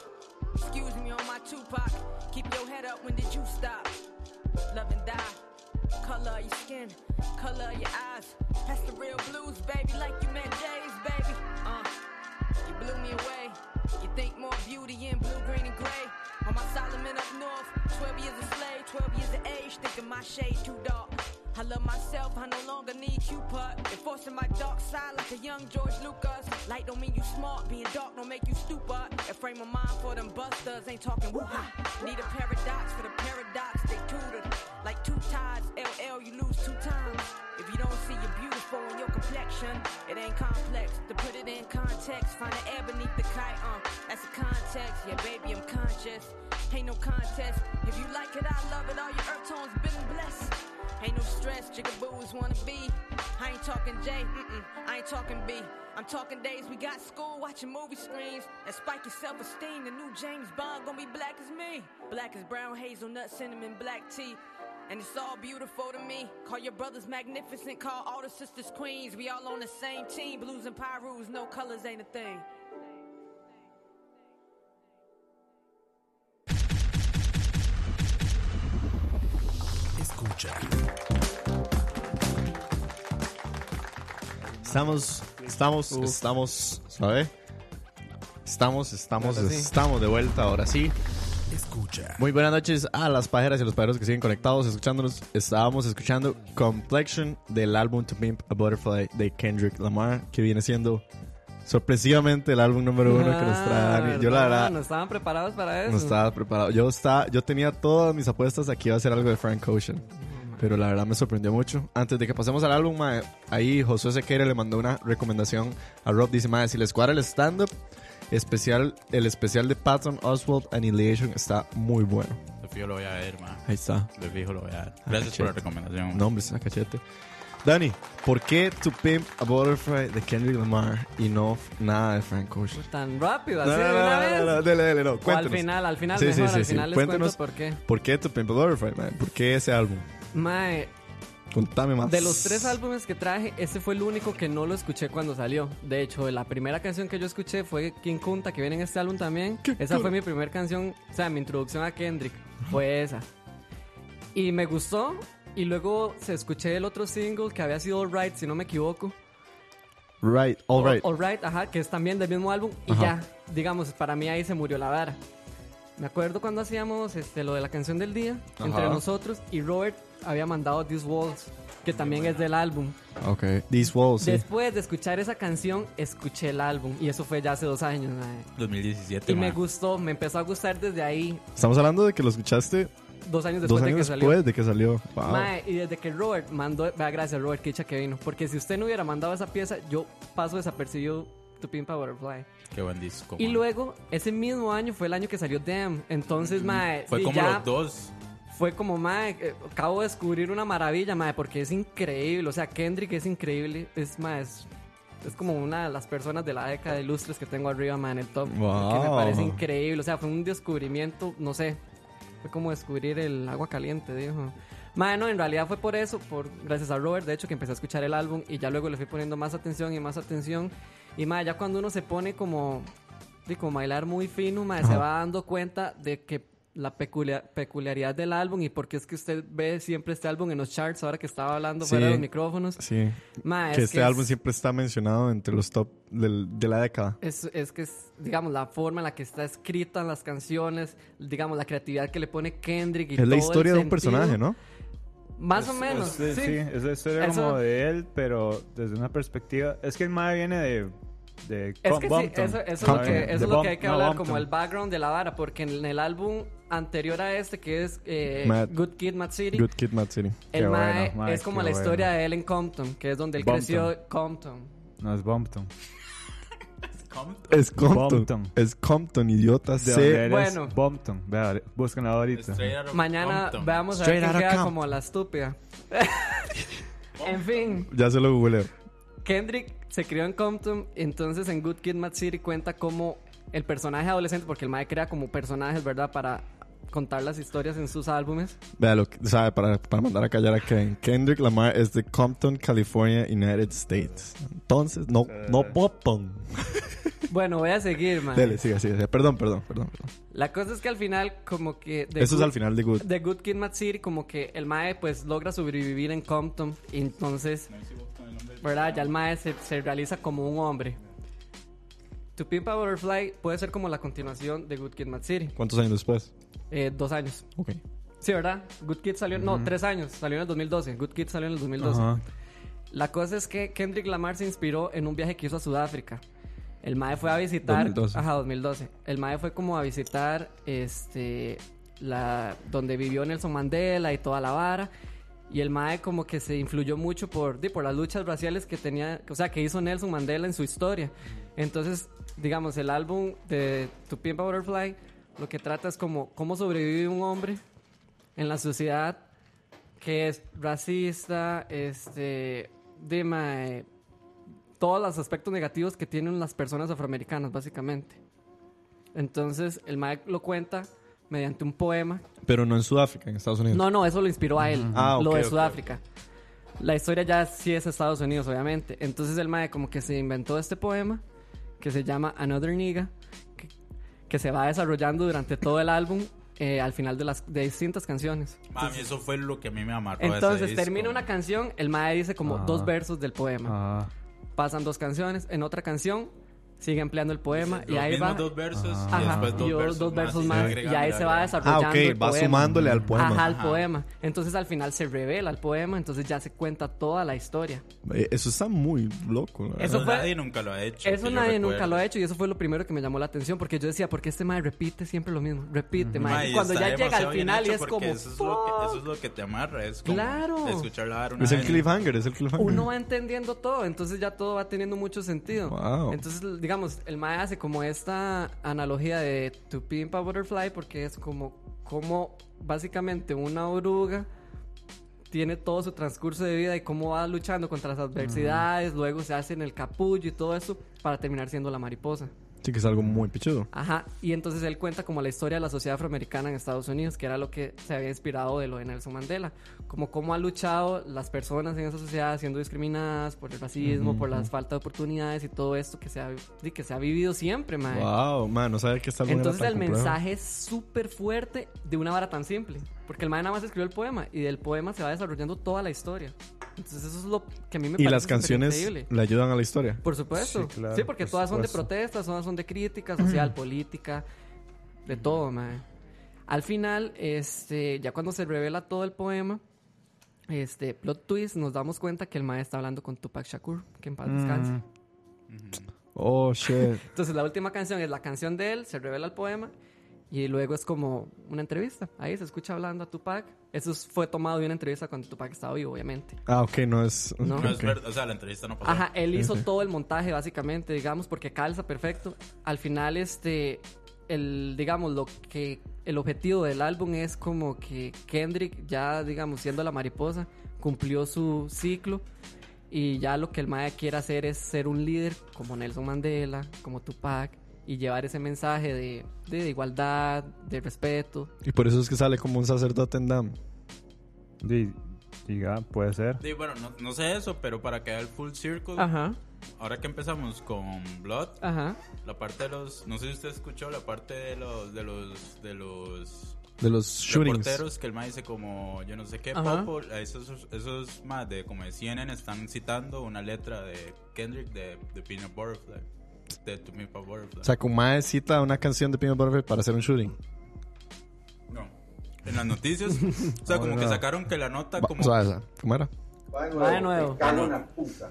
Speaker 12: Excuse me on my Tupac. Keep your head up, when did you stop? Love and die. Color of your skin, color of your eyes. That's the real blues, baby, like you meant days, baby. Uh, you blew me away. You think more beauty in blue, green, and gray. On my Solomon up north, 12 years a slave, 12 years of age, thinking my shade too dark. I love myself, I no longer need Cupid. Enforcing my dark side like a young George Lucas. Light don't mean you smart, being dark don't make you stupid. And frame of mind for them busters, ain't talking woo-ha. Need a paradox for the paradox, they tutored. Like two tides, LL, you lose two times. If you don't see you're beautiful in your complexion, it ain't complex. To put it in context, find the air beneath the kite, uh, that's the context. Yeah, baby, I'm conscious. Ain't no contest. If you like it, I love it. All your earth tones been blessed. Ain't no stress, jigaboos wanna be. I ain't talking J, mm-mm, I ain't talking B. I'm talking days we got school, watching movie screens, and spike your self-esteem. The new James Bond gonna be black as me. Black as brown hazelnut, cinnamon, black tea. And it's all beautiful to me. Call your brothers magnificent, call all the sisters queens. We all on the same team. Blues and Pyrus, no colors ain't a thing.
Speaker 10: Escucha.
Speaker 5: Estamos, estamos, estamos, ¿sabe? Estamos, estamos,
Speaker 10: Ahora sí.
Speaker 5: estamos de vuelta ahora sí.
Speaker 10: Escucha.
Speaker 5: Muy buenas noches a las pajeras y los pajeros que siguen conectados, escuchándonos. Estábamos escuchando Complexion del álbum To Pimp a Butterfly de Kendrick Lamar, que viene siendo sorpresivamente el álbum número uno que nos trae Dani. Yo la verdad
Speaker 8: No estaban preparados para eso.
Speaker 5: Ah, no estaba preparado. Yo, estaba, yo tenía todas mis apuestas a que iba a ser algo de Frank Ocean. Pero la verdad me sorprendió mucho. Antes de que pasemos al álbum, mae, ahí Josué Sequeira le mandó una recomendación a Rob. Dice, mae, si les cuadra el stand-up, especial, el especial de Patton Oswald Annihilation está muy bueno.
Speaker 6: De fijo lo voy a ver, man.
Speaker 5: Ahí está.
Speaker 6: De fijo lo voy a ver.
Speaker 5: Ah,
Speaker 6: Gracias por la
Speaker 5: cachete.
Speaker 6: recomendación.
Speaker 5: No, hombre, está cachete. Dani, ¿por qué To Pimp a Butterfly de Kendrick Lamar y no f- nada de Frank Ocean?
Speaker 8: Tan rápido,
Speaker 5: No,
Speaker 8: así
Speaker 5: no,
Speaker 8: de
Speaker 5: no,
Speaker 8: una
Speaker 5: no,
Speaker 8: vez.
Speaker 5: no, no, dele, dele, no,
Speaker 8: O al
Speaker 5: cuéntenos.
Speaker 8: final, al final,
Speaker 5: Sí, sí,
Speaker 8: mejor,
Speaker 5: sí,
Speaker 8: al
Speaker 5: sí,
Speaker 8: final les
Speaker 5: cuéntenos.
Speaker 8: cuento por qué.
Speaker 5: ¿Por qué To Pimp a Butterfly, man? ¿Por qué ese álbum?
Speaker 8: Mae,
Speaker 5: Contame más.
Speaker 8: De los tres álbumes que traje, ese fue el único que no lo escuché cuando salió. De hecho, la primera canción que yo escuché fue King Kunta, que viene en este álbum también. Esa fue mi primera canción, o sea, mi introducción a Kendrick. Fue esa. Y me gustó. Y luego se escuché el otro single que había sido All Right, si no me equivoco.
Speaker 5: Right, all right.
Speaker 8: All Right, ajá, que es también del mismo álbum. Y
Speaker 5: Ajá.
Speaker 8: ya, digamos, para mí ahí se murió la vara. Me acuerdo cuando hacíamos este, lo de la canción del día
Speaker 5: Ajá.
Speaker 8: entre nosotros y Robert había mandado These Walls, que también es del álbum.
Speaker 5: Ok. These Walls, Oh, sí.
Speaker 8: Después de escuchar esa canción, escuché el álbum y eso fue ya hace dos años. mae.
Speaker 6: 2017,
Speaker 8: Y me
Speaker 6: man.
Speaker 8: gustó, me empezó a gustar desde ahí,
Speaker 5: Estamos hablando de que lo escuchaste
Speaker 8: dos años después
Speaker 5: dos años
Speaker 8: de que salió.
Speaker 5: después de que salió. Wow.
Speaker 8: Mae, y desde que Robert mandó, vea, gracias Robert, que dicha que vino, porque si usted no hubiera mandado esa pieza, yo paso desapercibido tu Pimpa Butterfly.
Speaker 6: Qué buen disco.
Speaker 8: Y
Speaker 6: man.
Speaker 8: luego, ese mismo año fue el año que salió Damn. Entonces, mae.
Speaker 6: Fue
Speaker 8: y
Speaker 6: como
Speaker 8: ya
Speaker 6: los dos.
Speaker 8: Fue como, mae, eh, acabo de descubrir una maravilla, mae, porque es increíble. O sea, Kendrick es increíble. Es, mae, es, es como una de las personas de la década de ilustres que tengo arriba, mae, en el top.
Speaker 5: Wow.
Speaker 8: Que me parece increíble. O sea, fue un descubrimiento, no sé. Fue como descubrir el agua caliente, dijo. Mae, no, en realidad fue por eso, por, gracias a Robert, de hecho, que empecé a escuchar el álbum y ya luego le fui poniendo más atención y más atención. Y mae, ya cuando uno se pone como de como bailar muy fino, mae, se
Speaker 13: Ajá.
Speaker 8: va dando cuenta de que la peculia- peculiaridad del álbum y por qué es que usted ve siempre este álbum en los charts ahora que estaba hablando fuera de los micrófonos.
Speaker 5: Sí.
Speaker 8: Mae,
Speaker 5: que
Speaker 8: es
Speaker 5: este álbum siempre está mencionado entre los top del- de la década.
Speaker 8: es, es que es, digamos, la forma en la que está escrita las canciones, digamos, la creatividad que le pone Kendrick y
Speaker 5: Es la
Speaker 8: todo el
Speaker 5: historia de un
Speaker 8: sentido.
Speaker 5: personaje, ¿no?
Speaker 8: Más o
Speaker 7: Es-
Speaker 8: menos,
Speaker 7: es-
Speaker 8: sí.
Speaker 7: sí, es la historia
Speaker 8: Eso-
Speaker 7: como de él, pero desde una perspectiva. Es que el mae viene de. de
Speaker 8: Es
Speaker 7: Com-
Speaker 8: que sí,
Speaker 7: Compton.
Speaker 8: eso, eso es lo
Speaker 7: Compton,
Speaker 8: que, eso
Speaker 7: de
Speaker 8: es lo
Speaker 7: Bump-
Speaker 8: que hay que
Speaker 7: no,
Speaker 8: hablar,
Speaker 7: Compton.
Speaker 8: como el background de la vara, porque en el álbum anterior a este, que es eh,
Speaker 5: Mad-
Speaker 8: Good Kid, Mad City,
Speaker 5: Good Kid, Mad City.
Speaker 8: el
Speaker 7: Qué
Speaker 8: mae
Speaker 7: bueno, mae,
Speaker 8: es como
Speaker 7: qué
Speaker 8: la
Speaker 7: bueno.
Speaker 8: historia de él en Compton, que es donde él
Speaker 7: Bumpton.
Speaker 8: creció Compton.
Speaker 7: No, es Bompton.
Speaker 5: Es Compton.
Speaker 7: Compton.
Speaker 5: Es Compton, idiota.
Speaker 7: De
Speaker 5: Sí.
Speaker 7: donde él es
Speaker 8: Bueno.
Speaker 7: Bompton. Vea, búsquenla ahorita.
Speaker 8: Mañana veamos
Speaker 5: Straight
Speaker 8: a ver
Speaker 5: outta
Speaker 8: quién queda
Speaker 5: Compton.
Speaker 8: como la estúpida. en fin,
Speaker 5: Ya se lo googleo.
Speaker 8: Kendrick se crió en Compton, entonces en Good Kid, Mad City cuenta como el personaje adolescente, porque el mae crea como personajes, ¿verdad? Para contar las historias en sus álbumes.
Speaker 5: Vea lo que, sabe, para, para mandar a callar a Kevin. Kendrick Lamar es de Compton, California, United States. Entonces, no, no Bopton.
Speaker 8: Bueno, voy a seguir, man.
Speaker 5: Dele, sigue, sigue, sigue. Perdón, perdón, perdón. perdón.
Speaker 8: La cosa es que al final, como que. de
Speaker 5: Eso es al final de Good.
Speaker 8: De Good Kid Mad City, como que el Mae, pues logra sobrevivir en Compton. Y entonces. ¿Verdad? Ya el Mae se, se realiza como un hombre. To Pimp a Butterfly puede ser como la continuación de Good Kid, Mad City.
Speaker 5: ¿Cuántos años después?
Speaker 8: Eh, dos años.
Speaker 5: Ok.
Speaker 8: Sí, ¿verdad? Good Kid salió... No,
Speaker 5: Ujú.
Speaker 8: tres años. Salió en el 2012. Good Kid salió en el 2012.
Speaker 7: Ajá.
Speaker 8: La cosa es que Kendrick Lamar se inspiró en un viaje que hizo a Sudáfrica. El mae fue a visitar...
Speaker 13: 2012.
Speaker 8: Ajá, 2012. El mae fue como a visitar este... La, donde vivió Nelson Mandela y toda la vara. Y el mae como que se influyó mucho por, di, por las luchas raciales que tenía, o sea, que hizo Nelson Mandela en su historia. Entonces, digamos, el álbum de Tu Pimpa Butterfly lo que trata es como cómo sobrevive un hombre en la sociedad que es racista, este, de mae, todos los aspectos negativos que tienen las personas afroamericanas, básicamente. Entonces, el mae lo cuenta mediante un poema
Speaker 5: Pero no en Sudáfrica, en Estados Unidos.
Speaker 8: no, no, eso lo inspiró a él.
Speaker 5: Ah, ok,
Speaker 8: lo de
Speaker 5: ok,
Speaker 8: Sudáfrica. La historia ya sí es Estados Unidos, obviamente. Entonces el mae como que se inventó este poema que se llama Another Nigga, que, que se va desarrollando durante todo el álbum eh, al final de las de distintas canciones.
Speaker 6: Mami, eso fue lo que a mí me amarró.
Speaker 8: Entonces
Speaker 6: ese disco. Ah.
Speaker 8: termina una canción, el mae dice como
Speaker 6: Ajá.
Speaker 8: dos versos del poema.
Speaker 7: Ajá.
Speaker 8: Pasan dos canciones, en otra canción sigue empleando el poema
Speaker 6: Dice,
Speaker 8: y
Speaker 6: los
Speaker 8: ahí
Speaker 6: mismos
Speaker 8: va
Speaker 6: dos versos y
Speaker 8: Ajá,
Speaker 6: después dos
Speaker 8: y dos
Speaker 6: versos
Speaker 8: dos
Speaker 6: más, y
Speaker 8: versos
Speaker 6: se
Speaker 8: más, y
Speaker 6: agrega,
Speaker 8: ahí
Speaker 6: agrega,
Speaker 8: se va
Speaker 6: agrega.
Speaker 8: desarrollando
Speaker 5: Ah, ok,
Speaker 8: el
Speaker 5: va
Speaker 8: poema.
Speaker 5: sumándole al poema.
Speaker 8: Ajá, al
Speaker 5: Ajá.
Speaker 8: poema. Entonces al final se revela el poema, entonces ya se cuenta toda la historia.
Speaker 5: Eh, Eso está muy loco. la
Speaker 8: Eso
Speaker 5: verdad.
Speaker 8: fue-
Speaker 6: Nadie nunca lo ha hecho.
Speaker 8: Eso
Speaker 6: que yo
Speaker 8: nadie
Speaker 6: recuerde.
Speaker 8: nunca lo ha hecho y eso fue lo primero que me llamó la atención porque yo decía, porque este mae repite siempre lo mismo, repite, mae.
Speaker 6: Ma,
Speaker 8: Y
Speaker 6: y
Speaker 8: cuando
Speaker 6: está
Speaker 8: ya llega
Speaker 6: demasiado
Speaker 8: al
Speaker 6: bien
Speaker 8: final y
Speaker 6: hecho
Speaker 8: es
Speaker 6: porque
Speaker 8: como,
Speaker 6: Eso es, lo que, eso es lo que te amarra. Es como
Speaker 8: Claro.
Speaker 6: Escuchar la vara una
Speaker 5: Es el
Speaker 6: vez.
Speaker 5: cliffhanger, es el cliffhanger.
Speaker 8: uno va entendiendo todo, entonces ya todo va teniendo mucho sentido.
Speaker 5: Wow.
Speaker 8: Entonces, digamos, el mae hace como esta analogía de To Pimp a Butterfly porque es como, como básicamente una oruga tiene todo su transcurso de vida y cómo va luchando contra las adversidades, luego se hace en el capullo y todo eso para terminar siendo la mariposa.
Speaker 5: Sí, que es algo muy pichudo.
Speaker 8: Ajá, y entonces él cuenta como la historia de la sociedad afroamericana en Estados Unidos, que era lo que se había inspirado de lo de Nelson Mandela, como cómo han luchado las personas en esa sociedad siendo discriminadas por el racismo,
Speaker 5: Ujú,
Speaker 8: por
Speaker 5: ujú.
Speaker 8: las faltas de oportunidades y todo esto que se ha, sí, que se ha vivido siempre, mae.
Speaker 5: Wow, man, no sabía que esta luna era
Speaker 8: Entonces
Speaker 5: tan
Speaker 8: el
Speaker 5: compleja.
Speaker 8: mensaje es súper fuerte de una vara tan simple, porque el mae nada más escribió el poema y del poema se va desarrollando toda la historia. Entonces eso es lo que a mí me
Speaker 5: Y
Speaker 8: parece
Speaker 5: las
Speaker 8: súper
Speaker 5: canciones
Speaker 8: increíble.
Speaker 5: le ayudan a la historia.
Speaker 8: Por supuesto. Sí, porque todas son de protestas, todas son de crítica social, política, de todo, mae. Al final, este, ya cuando se revela todo el poema, este, plot twist, nos damos cuenta que el mae está hablando con Tupac Shakur, que en paz descanse.
Speaker 5: Mm. Oh, shit.
Speaker 8: Entonces la última canción es la canción de él, se revela el poema y luego es como una entrevista. Ahí se escucha hablando a Tupac. Eso es- fue tomado de una entrevista cuando Tupac estaba vivo, obviamente.
Speaker 5: Ah, ok, no es.
Speaker 8: No.
Speaker 6: No es
Speaker 5: ok.
Speaker 6: verdad, o sea, la entrevista no pasó.
Speaker 8: Ajá, él hizo
Speaker 5: Ujú.
Speaker 8: todo el montaje básicamente, digamos, porque calza perfecto. Al final, este, el, digamos, lo que, el objetivo del álbum es como que Kendrick ya, digamos, siendo la mariposa, cumplió su ciclo y ya lo que el Maya quiere hacer es ser un líder como Nelson Mandela, como Tupac y llevar ese mensaje de, de igualdad, de respeto.
Speaker 5: Y por eso es que sale como un sacerdote en Dam.
Speaker 7: Diga, puede ser.
Speaker 6: Sí, bueno, no, no sé eso, pero para quedar full circle.
Speaker 8: Ajá.
Speaker 6: Ahora que empezamos con Blood.
Speaker 8: Ajá.
Speaker 6: La parte de los. No sé si usted escuchó la parte de los. De los. De los.
Speaker 5: De los shootings.
Speaker 6: reporteros que el ma dice como yo no sé qué
Speaker 8: Ajá.
Speaker 6: Popo, esos, esos más de como de CNN están citando una letra de Kendrick de, de Peanut Butterfly de To Me Pa Butterfly
Speaker 5: O sea, Kumae cita una canción de Peanut Butterfield para hacer un shooting.
Speaker 6: no en las noticias o sea
Speaker 5: Ah,
Speaker 6: como
Speaker 5: bueno.
Speaker 6: que sacaron que la nota
Speaker 5: Va-
Speaker 6: como
Speaker 5: O sea, esa. ¿Cómo era?
Speaker 8: Va de nuevo.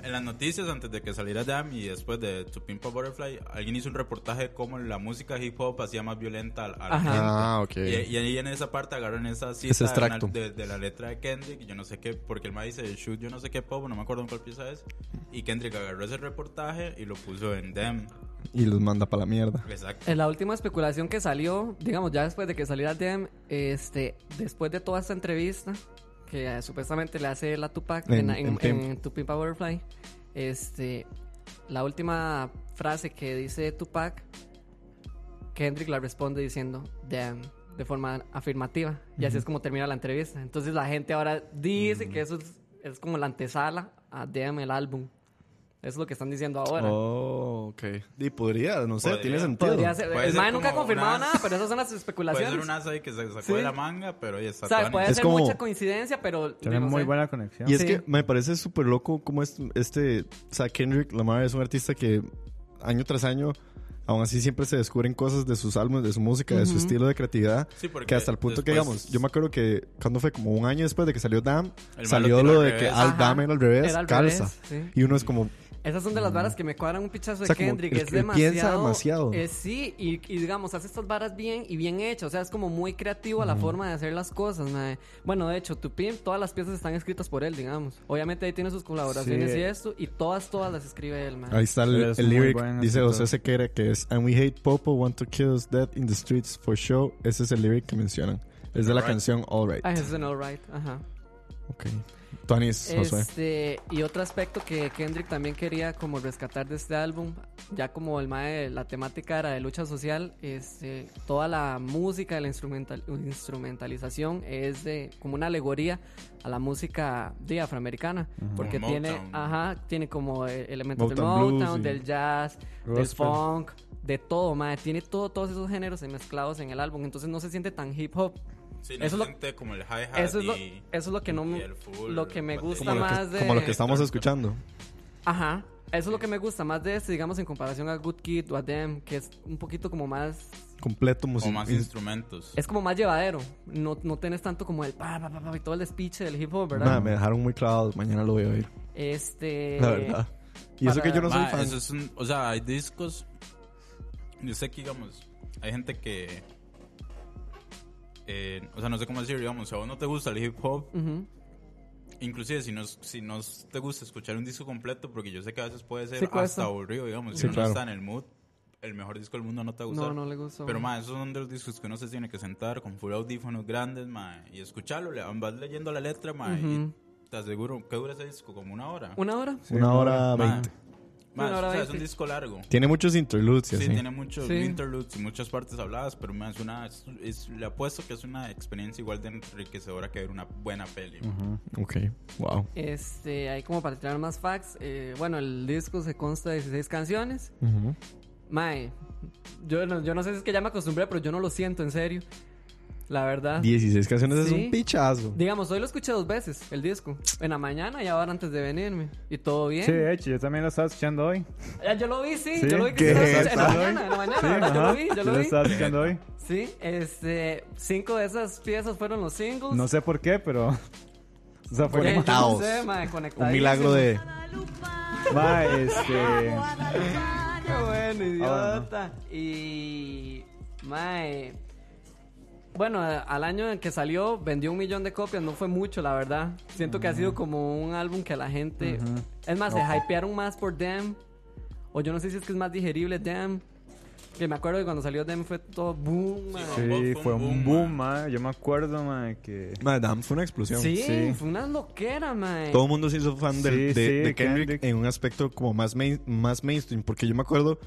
Speaker 6: En las noticias, antes de que saliera Jam y después de To Pimp a Butterfly, alguien hizo un reportaje de cómo la música hip hop hacía más violenta a, a la
Speaker 5: Ajá.
Speaker 6: gente.
Speaker 5: Ah, ok.
Speaker 6: Y, y ahí en esa parte agarraron esa
Speaker 5: Ese
Speaker 6: cita de, una-
Speaker 5: extracto.
Speaker 6: de- de la letra de Kendrick, yo no sé qué, porque el ma dice shoot, yo no sé qué pop, no me acuerdo en cuál pieza es. Y Kendrick agarró ese reportaje y lo puso en Dem.
Speaker 5: Y los manda para la mierda.
Speaker 6: Exacto.
Speaker 8: En la última especulación que salió, digamos, ya después de que saliera Dem, este, después de toda esta entrevista que eh, supuestamente le hace la Tupac en,
Speaker 5: En-
Speaker 8: en,
Speaker 5: en Pimp.
Speaker 8: en Tu Pimp a Butterfly, este, la última frase que dice Tupac, Kendrick la responde diciendo Damn de forma afirmativa y así
Speaker 5: Ujú. Mm.
Speaker 8: es como termina la entrevista. Entonces la gente ahora dice que eso es, es como la antesala a Damn el álbum. Eso es lo que están diciendo ahora.
Speaker 5: Oh, ok. Y podría, no sé,
Speaker 6: Podría.
Speaker 5: tiene sentido.
Speaker 8: Podría ser-
Speaker 6: Puede
Speaker 8: el
Speaker 6: ser
Speaker 8: mae nunca ha
Speaker 6: como
Speaker 8: confirmado
Speaker 6: unas-
Speaker 8: nada, pero esas son las
Speaker 6: Puede
Speaker 8: especulaciones.
Speaker 6: ser un asa ahí que se sacó
Speaker 8: Sí.
Speaker 6: de la manga, pero ya está.
Speaker 8: O sea,
Speaker 6: tuanis.
Speaker 8: puede
Speaker 5: Es
Speaker 8: ser
Speaker 5: como-
Speaker 8: mucha coincidencia, pero.
Speaker 7: Tiene
Speaker 8: yo no
Speaker 7: muy
Speaker 8: sé.
Speaker 7: buena conexión.
Speaker 5: Y es
Speaker 8: Sí.
Speaker 5: que me parece súper loco cómo es este, o sea, Kendrick Lamar es un artista que año tras año aún así siempre se descubren cosas de sus álbumes, de su música, de su
Speaker 6: Ujú.
Speaker 5: estilo de creatividad.
Speaker 6: Sí, porque
Speaker 5: que hasta el punto que,
Speaker 6: después-
Speaker 5: digamos, yo me acuerdo que cuando fue como un año después de que salió Dam,
Speaker 6: El
Speaker 5: salió
Speaker 6: man lo tiró
Speaker 5: lo
Speaker 6: al
Speaker 5: de que
Speaker 6: revés.
Speaker 5: al
Speaker 6: Ajá.
Speaker 5: Dam era al revés,
Speaker 8: Era al
Speaker 5: calza.
Speaker 8: revés, sí.
Speaker 5: Y uno es como,
Speaker 8: Esas son de las varas que me cuadran un pichazo de
Speaker 5: Mm. O sea, como
Speaker 8: Kendrick.
Speaker 5: él-
Speaker 8: es
Speaker 5: él
Speaker 8: demasiado.
Speaker 5: piensa demasiado.
Speaker 8: eh, sí, y, y digamos, hace estas varas bien y bien hechas. O sea, es como muy creativo la
Speaker 5: Ujú.
Speaker 8: forma de hacer las cosas, mae. Bueno, de hecho, Tupim, todas las piezas están escritas por él, digamos. Obviamente ahí tiene sus colaboraciones
Speaker 7: Sí.
Speaker 8: y esto, y todas, todas las escribe él, mae.
Speaker 5: ahí está el,
Speaker 7: Él es
Speaker 5: el
Speaker 7: muy
Speaker 5: lyric,
Speaker 7: buen
Speaker 5: dice
Speaker 7: escritor.
Speaker 5: José Sequera, que es And we hate Popo, want to kill us dead in the streets for show. Ese es el lyric que mencionan. Es de la
Speaker 8: Alright.
Speaker 5: canción All Right.
Speaker 8: Ah, es en All Right, ajá.
Speaker 5: Ok. Tuanis, Josué.
Speaker 8: Este, y otro aspecto que Kendrick también quería como rescatar de este álbum, ya como el mae, la temática era de lucha social, este, toda la música, la instrumental, instrumentalización es de como una alegoría a la música de afroamericana,
Speaker 7: Ujú.
Speaker 8: porque
Speaker 7: Como
Speaker 8: tiene,
Speaker 7: Motown.
Speaker 8: ajá, tiene como eh, elementos
Speaker 7: Motown
Speaker 8: del
Speaker 7: blues
Speaker 8: Motown,
Speaker 7: y
Speaker 8: del jazz, del
Speaker 7: gospel.
Speaker 8: funk, de todo, mae, tiene todo, todos esos géneros mezclados en el álbum, entonces no se siente tan hip hop.
Speaker 6: Sí, no se siente como el hi-hat
Speaker 8: eso es lo,
Speaker 6: y-
Speaker 8: eso es lo que no
Speaker 6: y
Speaker 8: me,
Speaker 6: el full
Speaker 8: lo que me
Speaker 6: batería.
Speaker 8: gusta
Speaker 5: Como lo,
Speaker 8: más
Speaker 5: que,
Speaker 8: de
Speaker 5: como lo que estamos escuchando.
Speaker 8: Ajá. Eso es lo que me gusta más de este, digamos, en comparación a Good Kid o a Them, que es un poquito como más.
Speaker 5: Completo
Speaker 6: O
Speaker 5: music-
Speaker 6: más
Speaker 5: in-
Speaker 6: instrumentos.
Speaker 8: Es como más llevadero. No, no tenés tanto como el pa, pa, pa, pa, y todo el despiche del hip hop, ¿verdad?
Speaker 5: Nah, me dejaron muy clavados. Mañana lo voy a oír.
Speaker 8: Este.
Speaker 5: La verdad. Y eso que yo no soy
Speaker 6: Ma,
Speaker 5: fan.
Speaker 6: eso es un- o sea, hay discos. Yo sé que, digamos, hay gente que. eh, o sea, no sé cómo decir, digamos, si a vos no te gusta el hip hop,
Speaker 8: Ujú.
Speaker 6: inclusive si no, si no te gusta escuchar un disco completo, porque yo sé que a veces puede ser
Speaker 8: Sí, cuesta.
Speaker 6: hasta aburrido, digamos, si
Speaker 8: Sí,
Speaker 6: uno
Speaker 8: claro.
Speaker 6: no está en el mood, el mejor disco del mundo no te gusta.
Speaker 8: No, no le gustó.
Speaker 6: Pero, más, esos son de los discos que uno se tiene que sentar con full audífonos grandes, ma, y escucharlo, le vas leyendo la letra, ma,
Speaker 8: Ujú.
Speaker 6: y te aseguro, ¿qué dura ese disco? ¿Como una hora?
Speaker 8: ¿Una hora?
Speaker 5: Sí, una
Speaker 6: Ma,
Speaker 5: hora veinte.
Speaker 6: ma,
Speaker 8: Una hora
Speaker 6: o sea, es
Speaker 8: veinte.
Speaker 6: un disco largo.
Speaker 5: Tiene muchos interludes y
Speaker 6: Sí,
Speaker 5: así.
Speaker 6: tiene muchos
Speaker 8: Sí.
Speaker 6: interludes y muchas partes habladas, pero ma, es una, es, es- le apuesto que es una experiencia igual de enriquecedora que ver una buena peli.
Speaker 5: Ok, wow.
Speaker 8: Este, ahí como para tirar más facts. eh, bueno, el disco se consta de 16 canciones.
Speaker 5: Ujú.
Speaker 8: Mae, yo no, yo no sé si es que ya me acostumbré, pero yo no lo siento, en serio. La verdad.
Speaker 5: 16 canciones es
Speaker 8: Sí.
Speaker 5: un pichazo.
Speaker 8: Digamos, hoy lo escuché dos veces, el disco. En la mañana y ahora antes de venirme. Y todo bien.
Speaker 7: Sí, de hecho, yo también lo estaba escuchando hoy.
Speaker 8: Ya, yo lo vi, sí.
Speaker 7: Sí.
Speaker 8: Yo lo vi que
Speaker 7: ¿Qué?
Speaker 8: sí lo escuché. en la
Speaker 7: ¿Estás hoy?
Speaker 8: mañana, en la mañana.
Speaker 7: Sí,
Speaker 8: ¿verdad? yo
Speaker 7: ajá.
Speaker 8: lo vi, yo
Speaker 7: Yo
Speaker 8: lo
Speaker 7: lo
Speaker 8: vi.
Speaker 7: estaba escuchando hoy.
Speaker 8: Sí, este, cinco de esas piezas fueron los singles.
Speaker 7: No sé por qué, pero. O sea, fue como-
Speaker 8: Conectados. sé, mae, conectadísimos.
Speaker 5: un milagro de.
Speaker 7: Ma, este.
Speaker 8: Qué
Speaker 7: Ah,
Speaker 8: Ah, bueno, idiota.
Speaker 7: Ahora
Speaker 8: Y. Mae. Bueno, a- al año en que salió vendió un millón de copias, no fue mucho, la verdad. Siento que ha sido como un álbum que a la gente.
Speaker 7: Ujú.
Speaker 8: Es más,
Speaker 7: Ojo.
Speaker 8: se hypearon más por Damn. O yo no sé si es que es más digerible Damn. Que me acuerdo que cuando salió Damn fue todo boom. mae.
Speaker 7: Sí, fue un boom, ma. Yo me acuerdo, ma, que.
Speaker 5: Madame fue una explosión.
Speaker 8: Sí, fue una loquera, mae.
Speaker 5: Todo el mundo se hizo fan del- de,
Speaker 7: Sí, sí,
Speaker 5: de Kendrick,
Speaker 7: Kendrick.
Speaker 5: en un aspecto como más, main- más mainstream. Porque yo me acuerdo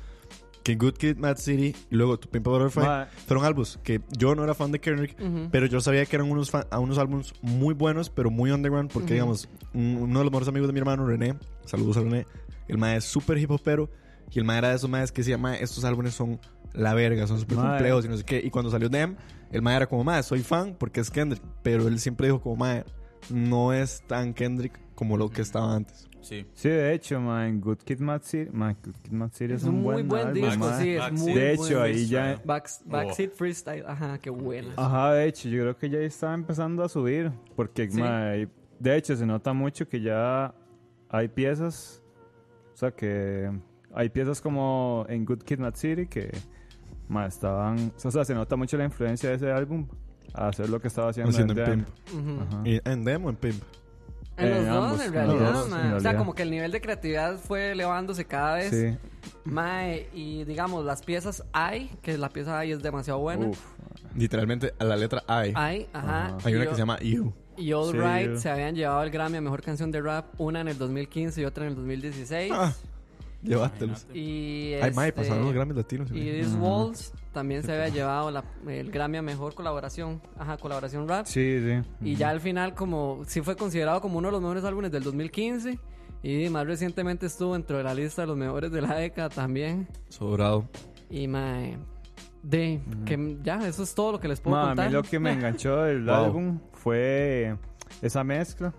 Speaker 5: que Good Kid, Mad City y luego Tu Pimpa Butterfly
Speaker 7: Ma.
Speaker 5: fueron álbumes que yo no era fan de Kendrick,
Speaker 7: Ujú.
Speaker 5: pero yo sabía que eran unos, fan- a unos álbumes muy buenos, pero muy underground. Porque,
Speaker 7: Ujú.
Speaker 5: digamos, un- uno de los mejores amigos de mi hermano, René, saludos a René, el mae es súper hip hopero. Y el mae era de esos maes que decía, mae, estos álbumes son la verga, son súper
Speaker 7: Mae.
Speaker 5: complejos y no sé qué. Y cuando salió Dem, el mae era como, mae, soy fan porque es Kendrick. Pero él siempre dijo como, mae, no es tan Kendrick como lo que estaba antes.
Speaker 6: Sí.
Speaker 7: Sí, de hecho, ma, en Good Kid Mad City, ma, Good Kid Mad City es,
Speaker 8: Es un
Speaker 7: un
Speaker 8: muy buen
Speaker 7: álbum,
Speaker 8: disco,
Speaker 7: ma.
Speaker 8: sí, es muy
Speaker 7: De
Speaker 8: buen
Speaker 7: hecho, ahí
Speaker 8: disco.
Speaker 7: ya.
Speaker 8: Backs-
Speaker 7: Oh.
Speaker 8: Backseat Freestyle, ajá, qué buena.
Speaker 7: Ajá, de hecho, yo creo que ya estaba empezando a subir. Porque,
Speaker 8: Sí.
Speaker 7: ma, ahí- de hecho, se nota mucho que ya hay piezas. O sea, que hay piezas como en Good Kid Mad City que, ma, estaban. O sea, se nota mucho la influencia de ese álbum a hacer lo que estaba haciendo.
Speaker 5: Haciendo
Speaker 7: en
Speaker 5: en
Speaker 7: Damn.
Speaker 8: Ujú.
Speaker 7: Ajá.
Speaker 5: Y- ¿En Dem o en Pimp?
Speaker 8: En los
Speaker 7: Eh,
Speaker 8: dos,
Speaker 7: ambos,
Speaker 8: en
Speaker 7: en
Speaker 8: realidad,
Speaker 7: los
Speaker 8: mae. O
Speaker 7: dos, en
Speaker 8: sea,
Speaker 7: realidad.
Speaker 8: como que el nivel de creatividad fue elevándose cada vez.
Speaker 7: Sí.
Speaker 8: Mae, y digamos, las piezas hay, que la pieza hay es demasiado buena.
Speaker 7: Uf.
Speaker 5: Literalmente a la letra I.
Speaker 8: Hay, ajá.
Speaker 5: Hay una
Speaker 8: Y
Speaker 5: que
Speaker 8: o-
Speaker 5: se llama You.
Speaker 8: Y All
Speaker 5: Sí,
Speaker 8: Right
Speaker 5: You.
Speaker 8: se habían llevado el Grammy a Mejor Canción de Rap, una en el 2015 y otra en el 2016.
Speaker 5: Ah, Llévatelos.
Speaker 8: Y
Speaker 5: Ay, mae,
Speaker 8: este,
Speaker 5: pasaron los Grammys latinos.
Speaker 8: Y
Speaker 5: güey.
Speaker 8: These
Speaker 5: Ujú.
Speaker 8: Walls también se había llevado la- el Grammy a Mejor Colaboración, ajá, Colaboración Rap.
Speaker 7: Sí, sí.
Speaker 8: Y ya al final, como sí fue considerado como uno de los mejores álbumes del 2015. Y más recientemente estuvo dentro de la lista de los mejores de la década también.
Speaker 5: Sobrado.
Speaker 8: Y mae. De que ya, eso es todo lo que les puedo
Speaker 7: Ma, a
Speaker 8: contar.
Speaker 7: mí lo que me enganchó del
Speaker 5: Wow.
Speaker 7: álbum fue esa mezcla.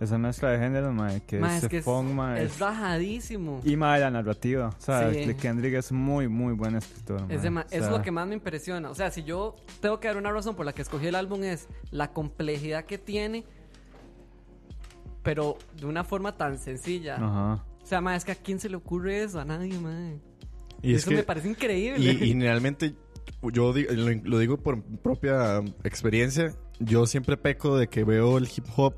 Speaker 7: Esa mezcla de géneros, mae, que
Speaker 8: Mae,
Speaker 7: es
Speaker 8: es que es,
Speaker 7: funk, mae,
Speaker 8: es
Speaker 7: es-
Speaker 8: bajadísimo.
Speaker 7: Y mae, la narrativa. O sea,
Speaker 8: Sí.
Speaker 7: de Kendrick es muy, muy buen escritor. mae.
Speaker 8: Es, dema-
Speaker 7: O
Speaker 8: es
Speaker 7: sea,
Speaker 8: lo que más me impresiona. O sea, si yo tengo que dar una razón por la que escogí el álbum es la complejidad que tiene, pero de una forma tan sencilla.
Speaker 5: Ajá.
Speaker 8: O sea, ma, es que a quién se le ocurre eso, a nadie, mae.
Speaker 5: Y es
Speaker 8: eso
Speaker 5: que-
Speaker 8: me parece increíble.
Speaker 5: Y, y realmente, yo di- lo, lo digo por propia experiencia, yo siempre peco de que veo el hip hop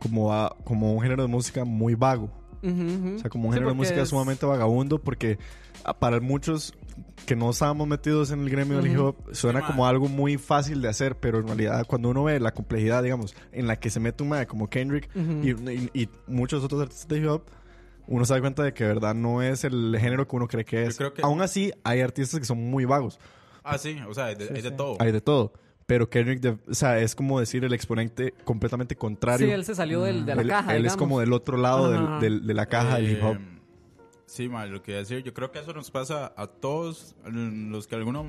Speaker 5: como, a- como un género de música muy vago.
Speaker 8: Ujú, ujú.
Speaker 5: O sea, como un
Speaker 8: Sí,
Speaker 5: género
Speaker 8: porque
Speaker 5: de música é
Speaker 8: es-
Speaker 5: sumamente vagabundo porque ah, para muchos que no estábamos metidos en el gremio del hip
Speaker 7: Ujú.
Speaker 5: hop suena como algo muy fácil de hacer, pero en realidad cuando uno ve la complejidad, digamos, en la que se mete un mae como Kendrick
Speaker 7: Ujú.
Speaker 5: y, y- y muchos otros artistas de hip hop, uno se da cuenta de que de verdad no es el género que uno cree que es.
Speaker 6: creo que-
Speaker 5: Aún así, hay artistas que son muy vagos.
Speaker 6: Ah, sí, o sea, hay de, hay de todo.
Speaker 5: Hay de todo. Pero Kendrick, de- o sea, es como decir el exponente completamente contrario.
Speaker 8: Sí, él se salió del- de la
Speaker 5: Él-
Speaker 8: caja,
Speaker 5: Él es
Speaker 8: digamos.
Speaker 5: como del otro lado del-
Speaker 8: Ajá.
Speaker 5: del- de la caja del hip hop.
Speaker 6: Eh, Sí, ma, lo que iba a decir, yo creo que eso nos pasa a todos en los que alguno,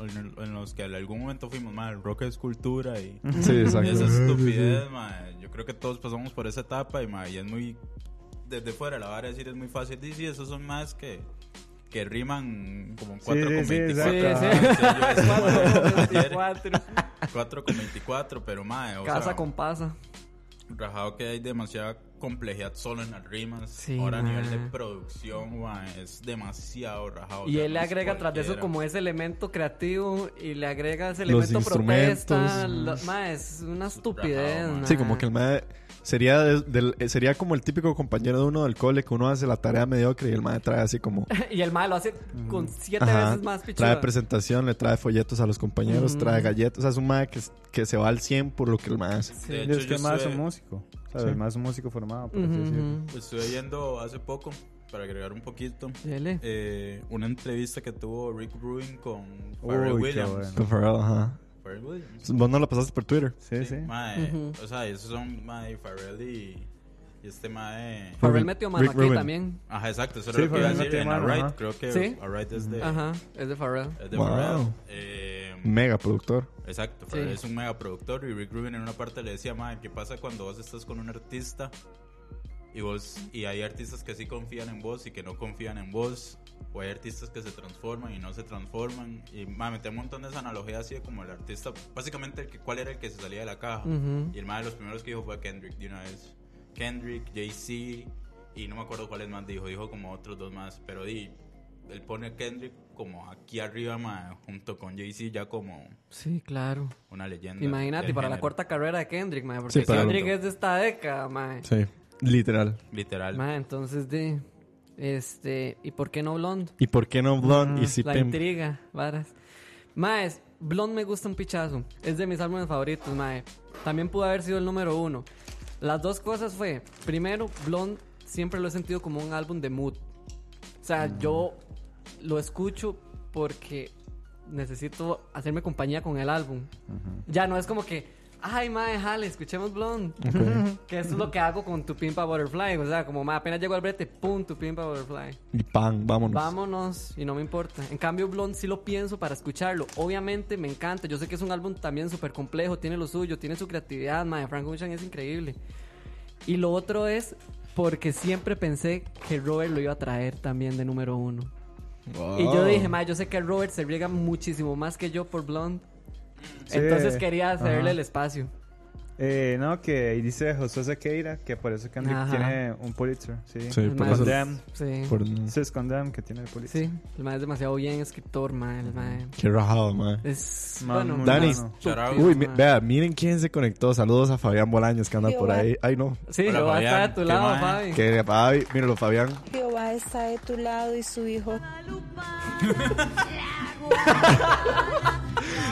Speaker 6: en en los que en algún momento fuimos mal, rock es cultura y
Speaker 5: Sí, exacto.
Speaker 6: esa
Speaker 5: Sí,
Speaker 6: estupidez, ma, yo creo que todos pasamos por esa etapa y, ma, y es muy desde fuera la vara decir es muy fácil, sí, sí, esos son más que que riman como 4
Speaker 7: sí,
Speaker 6: con
Speaker 7: sí,
Speaker 6: 24.
Speaker 7: exacto.
Speaker 6: Ah, sí, yo,
Speaker 7: Cuatro
Speaker 6: ese, ma,
Speaker 7: con
Speaker 6: ayer,
Speaker 7: 24.
Speaker 6: cuatro con 24, pero ma, o
Speaker 8: Casa
Speaker 6: sea,
Speaker 8: con pasa.
Speaker 6: Rajado que hay demasiada complejidad solo en las rimas.
Speaker 8: Sí,
Speaker 6: Ahora a
Speaker 8: ma.
Speaker 6: nivel de producción, ma, es demasiado rajado. o
Speaker 8: Y
Speaker 6: sea,
Speaker 8: él le
Speaker 6: no es
Speaker 8: agrega tras de eso
Speaker 6: cualquiera.
Speaker 8: como ese elemento creativo y le agrega ese elemento protesta.
Speaker 5: instrumentos.
Speaker 6: Mm.
Speaker 8: lo- ma, es una estupidez. ma.
Speaker 5: como que el mae sería, de- del- eh, sería como el típico compañero de uno del cole que uno hace la tarea mediocre y el mae trae así como.
Speaker 8: y el mae lo hace con
Speaker 6: Mm.
Speaker 8: siete
Speaker 5: Ajá.
Speaker 8: veces más pichuda. Mm.
Speaker 5: Trae presentación, le trae folletos a los compañeros,
Speaker 8: Ujú.
Speaker 5: trae galletas. O sea, es un mae que, es- que se va al 100 por lo que el mae hace.
Speaker 6: De
Speaker 7: y
Speaker 6: hecho,
Speaker 7: es que
Speaker 6: yo
Speaker 7: más
Speaker 6: estuve-
Speaker 7: un músico. O sea,
Speaker 6: Sí.
Speaker 7: más un músico formado, por así
Speaker 6: Ujú,
Speaker 7: decirlo.
Speaker 6: Estuve viendo hace poco, para agregar un poquito,
Speaker 8: Dele.
Speaker 6: eh, una entrevista que tuvo Rick Rubin con
Speaker 5: Uy,
Speaker 6: Pharrell
Speaker 5: qué
Speaker 6: Williams.
Speaker 5: bueno. Con Pharrell, ajá.
Speaker 6: Pharrell Williams.
Speaker 5: Vos no lo pasaste por Twitter.
Speaker 7: Sí, sí.
Speaker 6: Mae,
Speaker 8: Ujú.
Speaker 6: O sea, esos son Mae Farrell y, y este Mae.
Speaker 8: Pharrell metió mano Rick aquí Rubin. también.
Speaker 6: Ajá, exacto. Eso
Speaker 8: Sí,
Speaker 6: era lo que iba a
Speaker 8: Pharrell
Speaker 6: decir.
Speaker 8: metió
Speaker 6: En
Speaker 8: mano,
Speaker 6: Alright,
Speaker 8: ajá.
Speaker 6: creo que
Speaker 8: Sí.
Speaker 6: Alright es de.
Speaker 8: Ajá, es de Pharrell.
Speaker 6: Es de
Speaker 5: Wow.
Speaker 6: Pharrell. Eh,
Speaker 5: Mega productor.
Speaker 6: Exacto,
Speaker 8: Sí.
Speaker 6: Pharrell es un mega productor y Rick Rubin en una parte le decía, madre, ¿qué pasa cuando vos estás con un artista y vos y hay artistas que sí confían en vos y que no confían en vos? O hay artistas que se transforman y no se transforman. Y madre, metí un montón de esa analogía así de como el artista, básicamente el que, cuál era el que se salía de la caja.
Speaker 8: Ujú.
Speaker 6: Y el más de los primeros que dijo fue Kendrick de una vez. Kendrick, Jay-Z y no me acuerdo cuáles más dijo, dijo como otros dos más, pero di, él pone a Kendrick como aquí arriba, madre, junto con Jay-Z ya como...
Speaker 8: Sí, claro.
Speaker 6: Una leyenda.
Speaker 8: Imagínate,
Speaker 6: del
Speaker 8: para la
Speaker 6: género.
Speaker 8: cuarta carrera de Kendrick, mae, porque
Speaker 5: Sí, para-
Speaker 8: Kendrick es de esta década, mae.
Speaker 5: Sí, literal.
Speaker 6: Literal.
Speaker 8: Mae, entonces de este, ¿y por qué no Blonde?
Speaker 5: ¿Y por qué no Blonde
Speaker 8: Ah,
Speaker 5: y si
Speaker 8: La
Speaker 5: Pimp?
Speaker 8: intriga, varas. Maes, Blonde me gusta un pichazo. Es de mis álbumes favoritos, mae. También pudo haber sido el número uno. Las dos cosas fue, primero, Blonde siempre lo he sentido como un álbum de mood. O sea,
Speaker 5: Mm.
Speaker 8: yo lo escucho porque necesito hacerme compañía con el álbum. Ya no es como que, ay, mae, jale, escuchemos Blonde.
Speaker 5: Ok.
Speaker 8: que eso es lo que hago con tu pimpa Butterfly. O sea, como mae, apenas llego al brete, pum, tu pimpa Butterfly.
Speaker 5: Y pan, vámonos.
Speaker 8: Vámonos, y no me importa. En cambio, Blonde sí lo pienso para escucharlo. Obviamente me encanta. Yo sé que es un álbum también súper complejo, tiene lo suyo, tiene su creatividad. Mae, Frank Ocean es increíble. Y lo otro es porque siempre pensé que Robert lo iba a traer también de número uno. Y
Speaker 5: Oh.
Speaker 8: yo dije, mae, yo sé que Robert se riega muchísimo más que yo por Blonde.
Speaker 7: Sí,
Speaker 8: Entonces quería hacerle
Speaker 7: ajá.
Speaker 8: el espacio.
Speaker 7: Eh, no, que ahí dice José Sequeira que por eso Kendrick
Speaker 8: Ajá.
Speaker 7: tiene un Pulitzer. Sí,
Speaker 5: Sí,
Speaker 7: por
Speaker 5: por eso-
Speaker 8: Sí.
Speaker 5: por-
Speaker 7: es Condam que tiene el Pulitzer.
Speaker 8: Sí, el mae es demasiado bien escritor, mae. El mae.
Speaker 5: Qué rajado, man.
Speaker 8: Es.
Speaker 7: Man,
Speaker 8: bueno,
Speaker 7: muy
Speaker 8: mae,
Speaker 5: Dani,
Speaker 8: estúpido,
Speaker 5: uy, mi-
Speaker 8: mae.
Speaker 5: vea, miren quién se conectó. Saludos a Fabián Bolaños que anda
Speaker 13: Qué
Speaker 5: por
Speaker 13: guay.
Speaker 5: ahí. Ay, no.
Speaker 8: Sí,
Speaker 13: Hola,
Speaker 8: yo voy a estar
Speaker 13: Fabián,
Speaker 8: a tu
Speaker 13: qué
Speaker 8: lado,
Speaker 13: mae.
Speaker 8: Fabi.
Speaker 5: Que, ay, míralo, Fabián.
Speaker 13: Jehová está de tu lado y su hijo.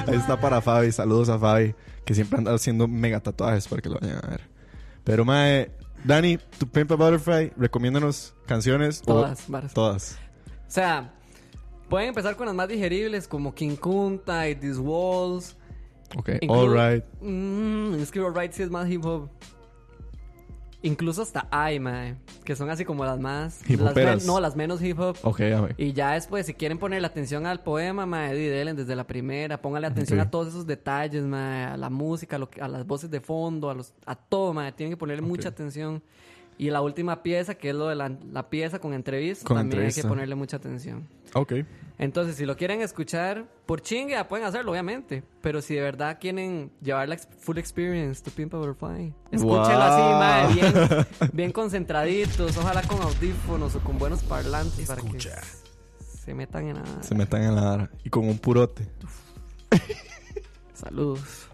Speaker 5: Ahí está para Fabi. Saludos a Fabi, que siempre anda haciendo mega tatuajes para que lo vayan a ver. Pero, mae, Dani, tu Pimpa Butterfly, recomiéndanos canciones.
Speaker 8: Todas,
Speaker 5: o,
Speaker 8: varas.
Speaker 5: Todas.
Speaker 8: O sea, pueden empezar con las más digeribles como King Kunta y These Walls.
Speaker 5: Ok,
Speaker 8: Inclu-
Speaker 5: alright.
Speaker 8: Mm, es que Alright sí es más hip hop. Incluso hasta Ay, mae, que son así como las más.
Speaker 5: Hip
Speaker 8: Las
Speaker 5: hoperas.
Speaker 8: men- no, las menos hip hop.
Speaker 5: Ok, a ver.
Speaker 8: Y ya después, si quieren ponerle atención al poema, mae, di delen desde la primera. Póngale atención
Speaker 5: Sí.
Speaker 8: a todos esos detalles, mae, a la música, a, lo que- a las voces de fondo, a, los, a todo, mae. Tienen que ponerle mucha atención. Y la última pieza, que es lo de la, la pieza con entrevista,
Speaker 5: Con
Speaker 8: también hay
Speaker 5: entrevista.
Speaker 8: que ponerle mucha atención.
Speaker 5: Ok.
Speaker 8: Entonces, si lo quieren escuchar por chingue, ya pueden hacerlo, obviamente. Pero si de verdad quieren llevar la ex- full experience to Pimp a Butterfly, escúchenlo
Speaker 5: Wow.
Speaker 8: así, madre, bien, bien concentraditos, ojalá con audífonos o con buenos parlantes para que s- se metan en nada.
Speaker 5: Se metan en la vara. Y con un purote.
Speaker 8: Saludos.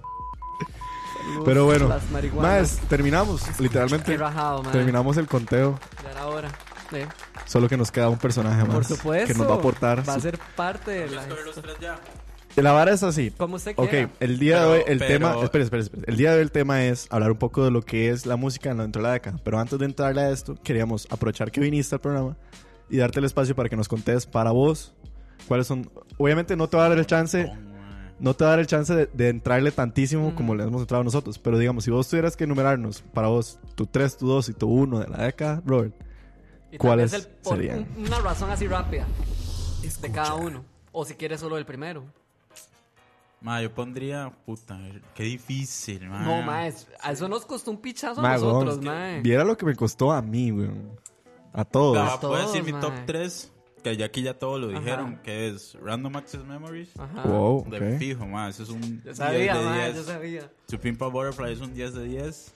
Speaker 8: Saludos
Speaker 5: Pero bueno,
Speaker 8: las marihuanas.
Speaker 5: más, terminamos. Literalmente,
Speaker 8: Qué rajado, mae.
Speaker 5: terminamos el conteo.
Speaker 8: Ya era hora. Eh,
Speaker 5: Solo que nos queda un personaje más.
Speaker 8: Por supuesto.
Speaker 5: Que nos va a aportar.
Speaker 8: Va a
Speaker 5: su-
Speaker 8: ser parte de la.
Speaker 5: La vara es así.
Speaker 8: Como usted
Speaker 5: Ok,
Speaker 8: quiera.
Speaker 5: el día
Speaker 8: Pero-
Speaker 5: de hoy el
Speaker 8: pero-
Speaker 5: tema. Espera, espera, espera. El día de hoy el tema es hablar un poco de lo que es la música dentro de la década. Pero antes de entrarle a esto, queríamos aprovechar que viniste al programa y darte el espacio para que nos contes para vos cuáles son. Obviamente no te va a dar el chance. No te va a dar el chance de, de entrarle tantísimo como le hemos entrado nosotros. Pero digamos, si vos tuvieras que enumerarnos para vos tu 3, tu 2 y tu 1 de la década, Robert,
Speaker 8: Y tal
Speaker 5: ¿cuáles
Speaker 8: vez el- por-
Speaker 5: serían?
Speaker 8: un- Una razón así rápida de cada uno. O si quieres solo el primero.
Speaker 6: Ma, yo pondría. Puta, qué difícil,
Speaker 7: Ah,
Speaker 6: ma.
Speaker 8: No, mae, es- a eso nos costó un pichazo a
Speaker 5: Mae, weón,
Speaker 8: nosotros, mae.
Speaker 5: Viera lo que me costó a mí, weón. A todos.
Speaker 6: Ah, puedo decir mi
Speaker 8: mae.
Speaker 6: top 3, que ya aquí ya todos lo
Speaker 8: Ajá.
Speaker 6: dijeron, que es Random Access Memories.
Speaker 5: Wow,
Speaker 6: de
Speaker 5: ok.
Speaker 6: fijo, ma, eso es un
Speaker 8: Yo sabía,
Speaker 6: 10 de
Speaker 8: mae,
Speaker 6: 10.
Speaker 8: yo sabía.
Speaker 6: To Pimp a Butterfly es un 10 de 10.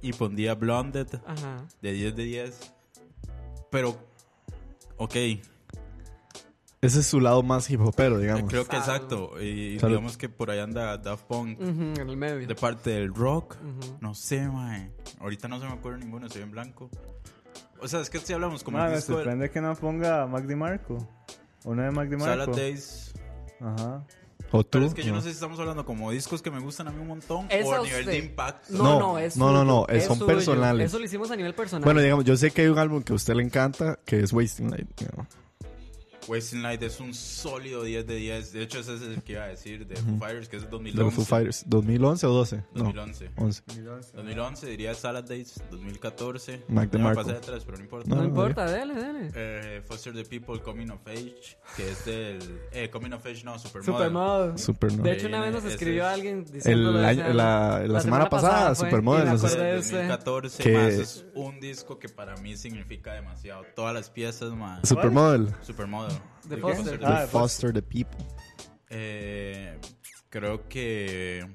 Speaker 6: Y pondría Blonded
Speaker 8: Ajá.
Speaker 6: de 10 de 10. Pero, ok,
Speaker 5: Ese es su lado más hip hopero, digamos.
Speaker 6: Eh, creo que
Speaker 8: Ah,
Speaker 6: exacto. Y
Speaker 5: Salud.
Speaker 6: digamos que por ahí anda Daft Punk.
Speaker 8: Ujú, en el medio.
Speaker 6: De parte del rock,
Speaker 8: Ujú.
Speaker 6: no sé, mae. Ahorita no se me acuerda ninguno, estoy en blanco. O sea, es que si hablamos como
Speaker 7: Mae,
Speaker 6: el
Speaker 7: me
Speaker 6: disco del-
Speaker 7: sorprende que no ponga a Mac DiMarco. O no de Mac DiMarco.
Speaker 6: Salad Days.
Speaker 7: Ajá.
Speaker 5: O tú.
Speaker 6: Pero es que yo no
Speaker 5: no.
Speaker 6: sé si estamos hablando como discos que me gustan a mí un montón
Speaker 8: Es
Speaker 6: o
Speaker 8: a
Speaker 6: a nivel
Speaker 8: usted.
Speaker 6: de impacto.
Speaker 8: No,
Speaker 5: No,
Speaker 8: no, es
Speaker 5: no, no,
Speaker 8: suyo,
Speaker 5: no, es-
Speaker 8: es
Speaker 5: son
Speaker 8: suyo.
Speaker 5: personales.
Speaker 8: Eso lo hicimos a nivel personal.
Speaker 5: Bueno, digamos, yo sé que hay un álbum que a usted le encanta, que es Wasting Light. digamos.
Speaker 6: Wasting Light es un sólido 10 de 10. De hecho, ese es el que iba a decir de Foo Fighters, que es
Speaker 5: De
Speaker 6: 2011.
Speaker 5: los Foo Fighters. ¿2011 o 12?
Speaker 6: 2011.
Speaker 5: No, 11.
Speaker 6: 2011 diría Salad Days, 2014.
Speaker 5: Mac
Speaker 6: Ya me
Speaker 5: DeMarco.
Speaker 6: pasé de atrás, pero no importa.
Speaker 5: No, No no,
Speaker 8: importa, ya. dele, dele.
Speaker 6: Eh, Foster the People, Coming of Age, que es del... Eh, Coming of Age no, Supermodel.
Speaker 8: Supermodel.
Speaker 5: Supermodel.
Speaker 8: De hecho, una vez nos
Speaker 6: Ese
Speaker 8: escribió
Speaker 6: es-
Speaker 8: alguien
Speaker 5: El
Speaker 8: diciendo.
Speaker 5: año- la, la semana, pasada,
Speaker 8: fue,
Speaker 5: Supermodel.
Speaker 8: y me
Speaker 5: nos-
Speaker 8: acordé de
Speaker 6: Desde
Speaker 8: usted.
Speaker 6: 2014
Speaker 5: Que-
Speaker 6: más es un disco que para mí significa demasiado. Todas las piezas más.
Speaker 5: Supermodel.
Speaker 6: Supermodel.
Speaker 8: De
Speaker 6: Sí,
Speaker 8: Foster.
Speaker 6: Foster.
Speaker 5: The Ah, Foster the People.
Speaker 6: Eh, creo que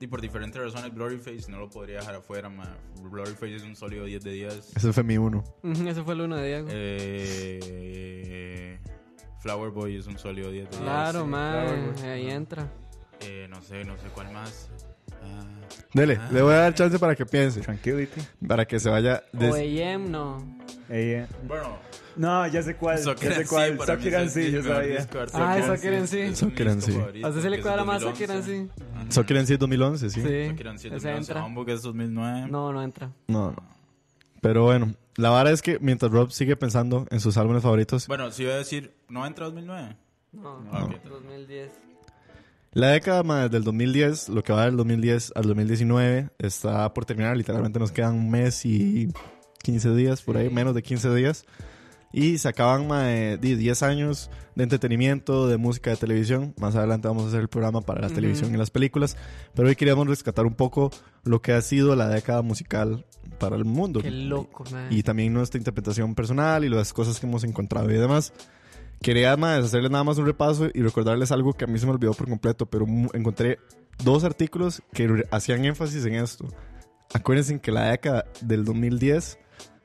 Speaker 6: y por diferentes razones Gloryface no lo podría dejar afuera. ma. Gloryface es un sólido 10 de 10.
Speaker 5: Ese fue mi uno.
Speaker 8: Ujú, Ese fue el uno de Diego.
Speaker 6: Eh, Flower Boy es un sólido 10 de 10.
Speaker 8: Claro, mae.
Speaker 6: Flower Boy.
Speaker 8: Ahí entra.
Speaker 6: Eh, no sé, no sé cuál más. Ah,
Speaker 5: Dele,
Speaker 6: ah.
Speaker 5: le voy a dar chance para que piense.
Speaker 7: Tranquility.
Speaker 5: Para que se vaya.
Speaker 8: O
Speaker 5: des- eh.
Speaker 8: AM, no. eh.
Speaker 7: Ella.
Speaker 6: Bueno,
Speaker 7: No, Ah, ya sé cuál.
Speaker 6: Soccer
Speaker 7: ya sé
Speaker 6: en sí,
Speaker 7: cuál.
Speaker 6: para mí
Speaker 7: Soccer
Speaker 6: es
Speaker 7: en
Speaker 6: el
Speaker 7: sí, yo
Speaker 6: mejor
Speaker 7: sabía.
Speaker 6: disco de Art
Speaker 8: Ah,
Speaker 6: Soccer
Speaker 8: Soccer en sí.
Speaker 6: Es un
Speaker 5: Soccer en
Speaker 6: disco
Speaker 5: sí.
Speaker 6: favorito,
Speaker 8: A usted se le
Speaker 6: que es
Speaker 8: cuadra más
Speaker 6: 2011.
Speaker 8: Soccer en sí.
Speaker 5: So quieren decir 2011,
Speaker 8: Sí.
Speaker 5: sí.
Speaker 6: Soccer en sí,
Speaker 8: Ese
Speaker 6: 2011.
Speaker 8: entra.
Speaker 6: Homebook es 2009.
Speaker 8: No, no entra.
Speaker 5: No, no. Pero bueno, la vara es que mientras Rob sigue pensando en sus álbumes favoritos,
Speaker 6: Bueno, si iba a decir, ¿no entra 2009?
Speaker 8: No,
Speaker 6: Ah, ok.
Speaker 8: 2010.
Speaker 5: La década más del 2010, lo que va del 2010 al 2019, está por terminar. Literalmente nos quedan un mes y 15 días, por ahí, menos de 15 días. Y se acaban ma, de 10 años de entretenimiento, de música, de televisión. Más adelante vamos a hacer el programa para la
Speaker 8: Ujú.
Speaker 5: televisión y las películas. Pero hoy queríamos rescatar un poco lo que ha sido la década musical para el mundo.
Speaker 8: Qué loco, mae.
Speaker 5: Y también nuestra interpretación personal y las cosas que hemos encontrado y demás. Quería además hacerles nada más un repaso y recordarles algo que a mí se me olvidó por completo, pero mu- encontré dos artículos que re- hacían énfasis en esto. Acuérdense que la década del 2010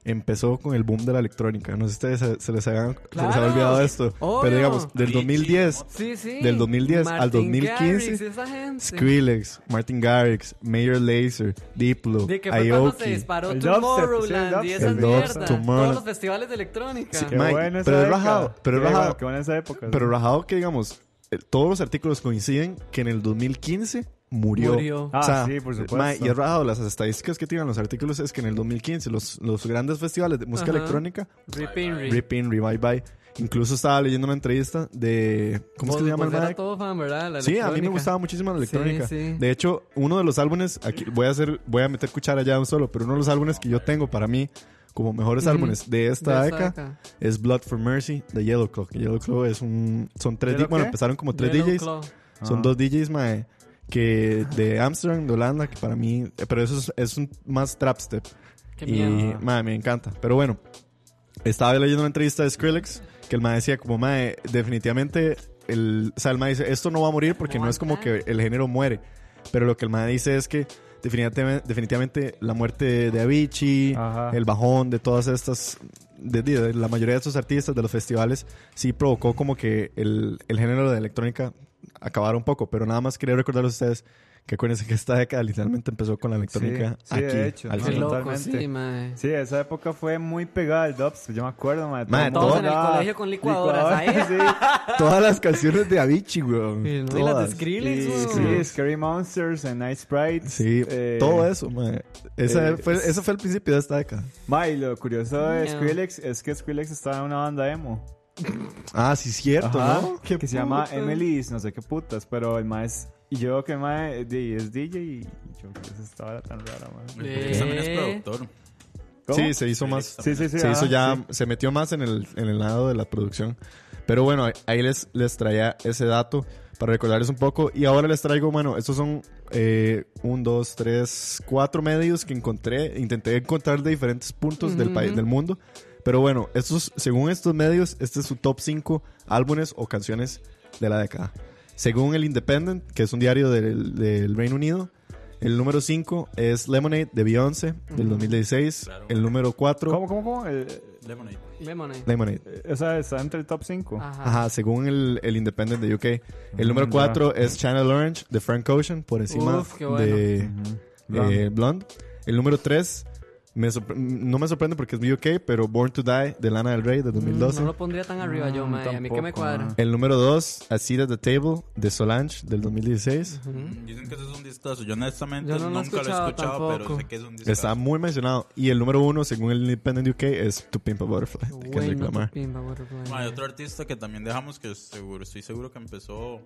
Speaker 5: empezó con el boom de la electrónica. No sé si ustedes se, se les, hagan- se les
Speaker 8: Claro.
Speaker 5: ha olvidado esto,
Speaker 8: Obvio.
Speaker 5: pero digamos, del
Speaker 6: Avicii,
Speaker 5: 2010
Speaker 8: Sí, sí.
Speaker 5: Del 2010 al
Speaker 8: Martin
Speaker 5: 2015,
Speaker 8: Garrix, esa gente.
Speaker 5: Skrillex, Martin Garrix, Mayor Laser, Diplo,
Speaker 8: De que fue cuando se
Speaker 5: Aoki.
Speaker 8: disparó
Speaker 7: El dubstep,
Speaker 8: Tomorrowland
Speaker 7: sí,
Speaker 8: y
Speaker 7: el
Speaker 8: esas
Speaker 5: dubstep. El
Speaker 8: mierdas.
Speaker 5: dubstep, tomorrow.
Speaker 8: Todos los festivales de electrónica.
Speaker 5: Sí,
Speaker 7: Qué
Speaker 5: Mike,
Speaker 7: bueno esa
Speaker 5: pero es
Speaker 7: década.
Speaker 5: rajado, pero es
Speaker 7: Qué bueno,
Speaker 5: rajado.
Speaker 7: Qué buena esa época.
Speaker 5: Pero rajado que digamos, eh, todos los artículos coinciden que en el 2015 murió.
Speaker 8: Murió.
Speaker 7: Ah, sí, por supuesto.
Speaker 5: ma, y es rajado, las estadísticas que tienen los artículos es que en el 2015 los, los grandes festivales de música
Speaker 8: Ajá.
Speaker 5: electrónica,
Speaker 8: Rip Inri.
Speaker 5: Rip In, Revive By, Incluso estaba leyendo una entrevista de. ¿Cómo es que
Speaker 8: Vos-
Speaker 5: se llama el
Speaker 8: vos era
Speaker 5: mae?
Speaker 8: todo fan, ¿verdad? La
Speaker 5: Sí, a mí me
Speaker 8: electrónica.
Speaker 5: gustaba muchísimo la electrónica.
Speaker 8: Sí, sí.
Speaker 5: De hecho, uno de los álbumes, aquí voy a hacer, voy a meter cuchara ya de un solo, pero uno de los álbumes que yo tengo para mí como mejores
Speaker 8: Ujú.
Speaker 5: álbumes de esta,
Speaker 8: De esta
Speaker 5: década
Speaker 8: década.
Speaker 5: es Blood for Mercy de Yellow Claw. Que Yellow Claw es un, son tres, di-
Speaker 8: ¿Yellow
Speaker 5: bueno,
Speaker 8: qué?
Speaker 5: empezaron como tres
Speaker 8: Yellow
Speaker 5: DJs,
Speaker 8: Claw.
Speaker 5: son
Speaker 8: Ah.
Speaker 5: dos DJs mae, que de Amsterdam, de Holanda, que para mí, eh, pero eso es, es un más trap step
Speaker 8: Qué
Speaker 5: y
Speaker 8: miedo.
Speaker 5: mae, me encanta. Pero bueno, estaba leyendo una entrevista de Skrillex que el mae decía como mae, definitivamente el, o sea, el mae dice, esto no va a morir porque no es como que el género muere. Pero lo que el mae dice es que definitivamente, definitivamente la muerte de Avicii, el bajón de todas estas de, de la mayoría de estos artistas de los festivales sí provocó como que el, el género de electrónica acabara un poco, pero nada más quería recordarles a ustedes que acuérdense que esta década literalmente empezó con la electrónica
Speaker 7: Sí, sí,
Speaker 5: aquí
Speaker 7: de hecho.
Speaker 5: al
Speaker 7: ¿no?
Speaker 5: final.
Speaker 7: Totalmente.
Speaker 8: sí, mae.
Speaker 7: Sí, esa época fue muy pegada al dubstep, yo me acuerdo, mae.
Speaker 5: Mae,
Speaker 7: Todo
Speaker 5: todos
Speaker 7: mundo
Speaker 5: en el
Speaker 7: andaba-
Speaker 8: colegio con licuadoras, ahí.
Speaker 5: Todas las canciones de Avicii, weón.
Speaker 7: Sí,
Speaker 8: ¿no? Y las
Speaker 5: Todas.
Speaker 8: de Skrillex,
Speaker 7: Sí,
Speaker 8: weón.
Speaker 7: sí, Scary Monsters, and Night Sprites.
Speaker 5: Sí,
Speaker 7: eh,
Speaker 5: todo eso, mae. Esa
Speaker 7: eh,
Speaker 5: fue, ese fue el principio de esta década.
Speaker 7: Mae, y lo curioso de
Speaker 8: No.
Speaker 7: Skrillex es que Skrillex estaba en una banda emo.
Speaker 5: Ah, sí, cierto,
Speaker 7: Ajá,
Speaker 5: ¿no?
Speaker 7: Que se llama
Speaker 5: putas.
Speaker 7: Emily's, no sé qué putas, pero el mae es... Y yo creo que el mae es di- es DJ y yo creo que esa estaba tan rara, mae.
Speaker 8: Eh,
Speaker 6: Skrillex también es productor.
Speaker 7: ¿Cómo?
Speaker 5: Sí, se hizo más.
Speaker 7: Sí, sí, sí,
Speaker 5: se
Speaker 7: ajá,
Speaker 5: hizo ya,
Speaker 7: sí.
Speaker 5: se metió más en el, en el lado de la producción. Pero bueno, ahí les, les traía ese dato para recordarles un poco. Y ahora les traigo, bueno, estos son eh, un, dos, tres, cuatro medios que encontré. Intenté encontrar de diferentes puntos del
Speaker 10: Ujú.
Speaker 5: país, del mundo. Pero bueno, estos, según estos medios, este es su top 5 álbumes o canciones de la década. Según el Independent, que es un diario del, del Reino Unido, el número 5 es Lemonade de Beyoncé del 2016. El número 4
Speaker 7: ¿Cómo, cómo, cómo? El-
Speaker 6: Lemonade.
Speaker 8: Lemonade.
Speaker 5: Lemonade.
Speaker 7: Eh, O sea, está entre el top 5.
Speaker 5: Ajá, según el, el Independent de UK. El número
Speaker 7: Mm, ya.
Speaker 5: 4 es Channel Orange de Frank Ocean, por encima
Speaker 8: Uf, qué bueno.
Speaker 5: de
Speaker 7: Ujú.
Speaker 5: eh, Blonde. El número 3, no me sorprende porque es UK, pero Born to Die de Lana del Rey de 2012.
Speaker 8: Mm, No lo pondría tan arriba
Speaker 7: Mm,
Speaker 8: yo, mae. a mí que me cuadra.
Speaker 5: El número 2, A Seat at the Table de Solange del 2016.
Speaker 6: Dicen que eso es un discazo. Yo honestamente
Speaker 8: Yo no lo he
Speaker 6: nunca lo he
Speaker 8: escuchado
Speaker 6: escuchado, pero
Speaker 8: tampoco.
Speaker 6: sé que es un discazo.
Speaker 5: Está muy mencionado. Y el número 1, según el Independent UK, es To Pimp a Butterfly de
Speaker 8: Bueno, pues,
Speaker 5: Kendrick Lamar.
Speaker 8: tu pimba, güey, güey.
Speaker 6: Bueno, hay otro artista que también dejamos que seguro, estoy seguro que empezó,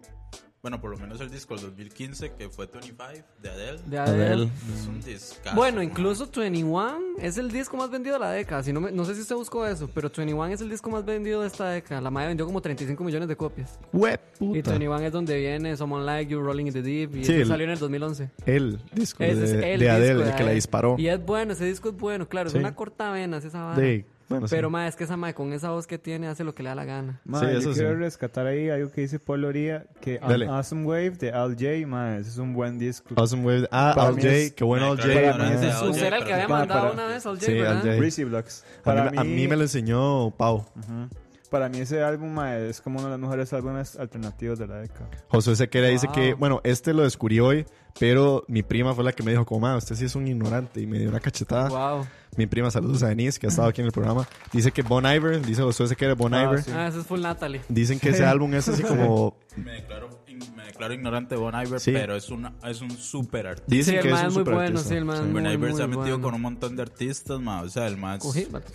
Speaker 6: bueno, por lo menos el disco del 2015, que fue 25 de Adele.
Speaker 8: De Adele. Adele.
Speaker 6: Es un discazo.
Speaker 8: Bueno, incluso 21 es el disco más vendido de la década. Si no, me- no sé si usted buscó eso, pero 21 es el disco más vendido de esta década. La madre vendió como 35 millones de copias.
Speaker 5: Hue puta.
Speaker 8: Y 21 es donde viene Someone Like You, Rolling in the Deep. Y
Speaker 5: Sí,
Speaker 8: eso
Speaker 5: el-
Speaker 8: salió en el 2011.
Speaker 5: El disco
Speaker 8: Ese es
Speaker 5: de,
Speaker 8: el
Speaker 5: de
Speaker 8: disco
Speaker 5: Adele,
Speaker 8: de
Speaker 5: el que la
Speaker 8: Adele.
Speaker 5: disparó.
Speaker 8: Y es bueno, ese disco es bueno, claro,
Speaker 5: Sí.
Speaker 8: es una corta vena es esa vara.
Speaker 5: Sí, bueno, sí.
Speaker 8: Pero más es que esa madre con esa voz que tiene hace lo que le da la gana.
Speaker 7: Ma,
Speaker 5: Sí,
Speaker 7: yo
Speaker 5: eso sí. Ah,
Speaker 7: quiero rescatar ahí algo que dice Paul Oría, que ah, An
Speaker 5: Dale.
Speaker 7: Awesome Wave de Al J, ma, ese es un buen disco.
Speaker 5: Awesome Wave. Ah,
Speaker 7: Para
Speaker 5: Al
Speaker 7: mí
Speaker 5: J.
Speaker 7: es-
Speaker 5: Qué bueno Al J.
Speaker 7: Para mí
Speaker 5: man.
Speaker 7: ese es un-
Speaker 8: Usted era el que había
Speaker 7: Ma,
Speaker 8: mandado
Speaker 7: para-
Speaker 8: una vez al J,
Speaker 5: Sí, Al
Speaker 8: ¿verdad?
Speaker 5: J.
Speaker 7: Breezy Blocks.
Speaker 5: a,
Speaker 7: Para
Speaker 5: mí, a
Speaker 7: mí-
Speaker 5: mí me lo enseñó Pau.
Speaker 7: Ujú. Para mí ese álbum ma, es como uno de los mejores álbumes alternativos de la década.
Speaker 5: José Sequera dice
Speaker 7: Wow.
Speaker 5: que, bueno, este lo descubrí hoy, pero mi prima fue la que me dijo, como, "Ma, usted sí es un ignorante, y me dio una cachetada.
Speaker 8: Wow.
Speaker 5: Mi prima, saludos a Denise, que ha estado aquí en el programa. Dice que Bon Iver, dice José Sequera, Bon
Speaker 7: Ah,
Speaker 5: Iver.
Speaker 7: sí.
Speaker 8: Ah, eso es Full Natalie.
Speaker 5: Dicen que ese álbum es así como.
Speaker 6: Me declaro, in- me declaro ignorante de Bon Iver,
Speaker 5: Sí.
Speaker 6: pero es, una, es un super artista.
Speaker 5: Dicen
Speaker 8: Sí, el
Speaker 5: que
Speaker 8: man
Speaker 5: es un
Speaker 8: es muy bueno,
Speaker 5: superartista.
Speaker 8: sí, el man es
Speaker 6: Bon
Speaker 8: muy,
Speaker 6: Iver se ha
Speaker 8: muy
Speaker 6: metido
Speaker 8: bueno.
Speaker 6: con un montón de artistas, ma, o sea, el más...
Speaker 8: Cogí, vato.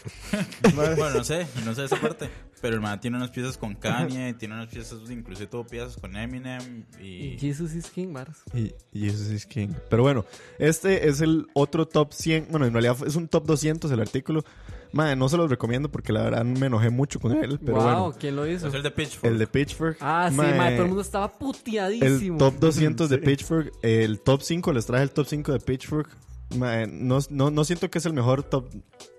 Speaker 6: bueno, no sé, no sé esa parte. Pero el man tiene unas piezas con Kanye, tiene unas piezas, inclusive tuvo piezas con Eminem y...
Speaker 8: Y Jesus is King, varas.
Speaker 5: Y, y eso sí es King. Pero bueno, este es el otro top 100. Bueno, en realidad es un top 200 el artículo. Madre, no se los recomiendo porque la verdad me enojé mucho con él. Pero
Speaker 8: wow,
Speaker 5: bueno,
Speaker 8: ¿quién lo hizo?
Speaker 6: Es el de Pitchfork.
Speaker 5: el de Pitchfork.
Speaker 8: Ah, sí,
Speaker 5: mae,
Speaker 8: mae, todo el mundo estaba puteadísimo.
Speaker 5: El top 200 de Pitchfork. El top 5, les traje el top 5 de Pitchfork. Mae, no, no, no siento que es el mejor top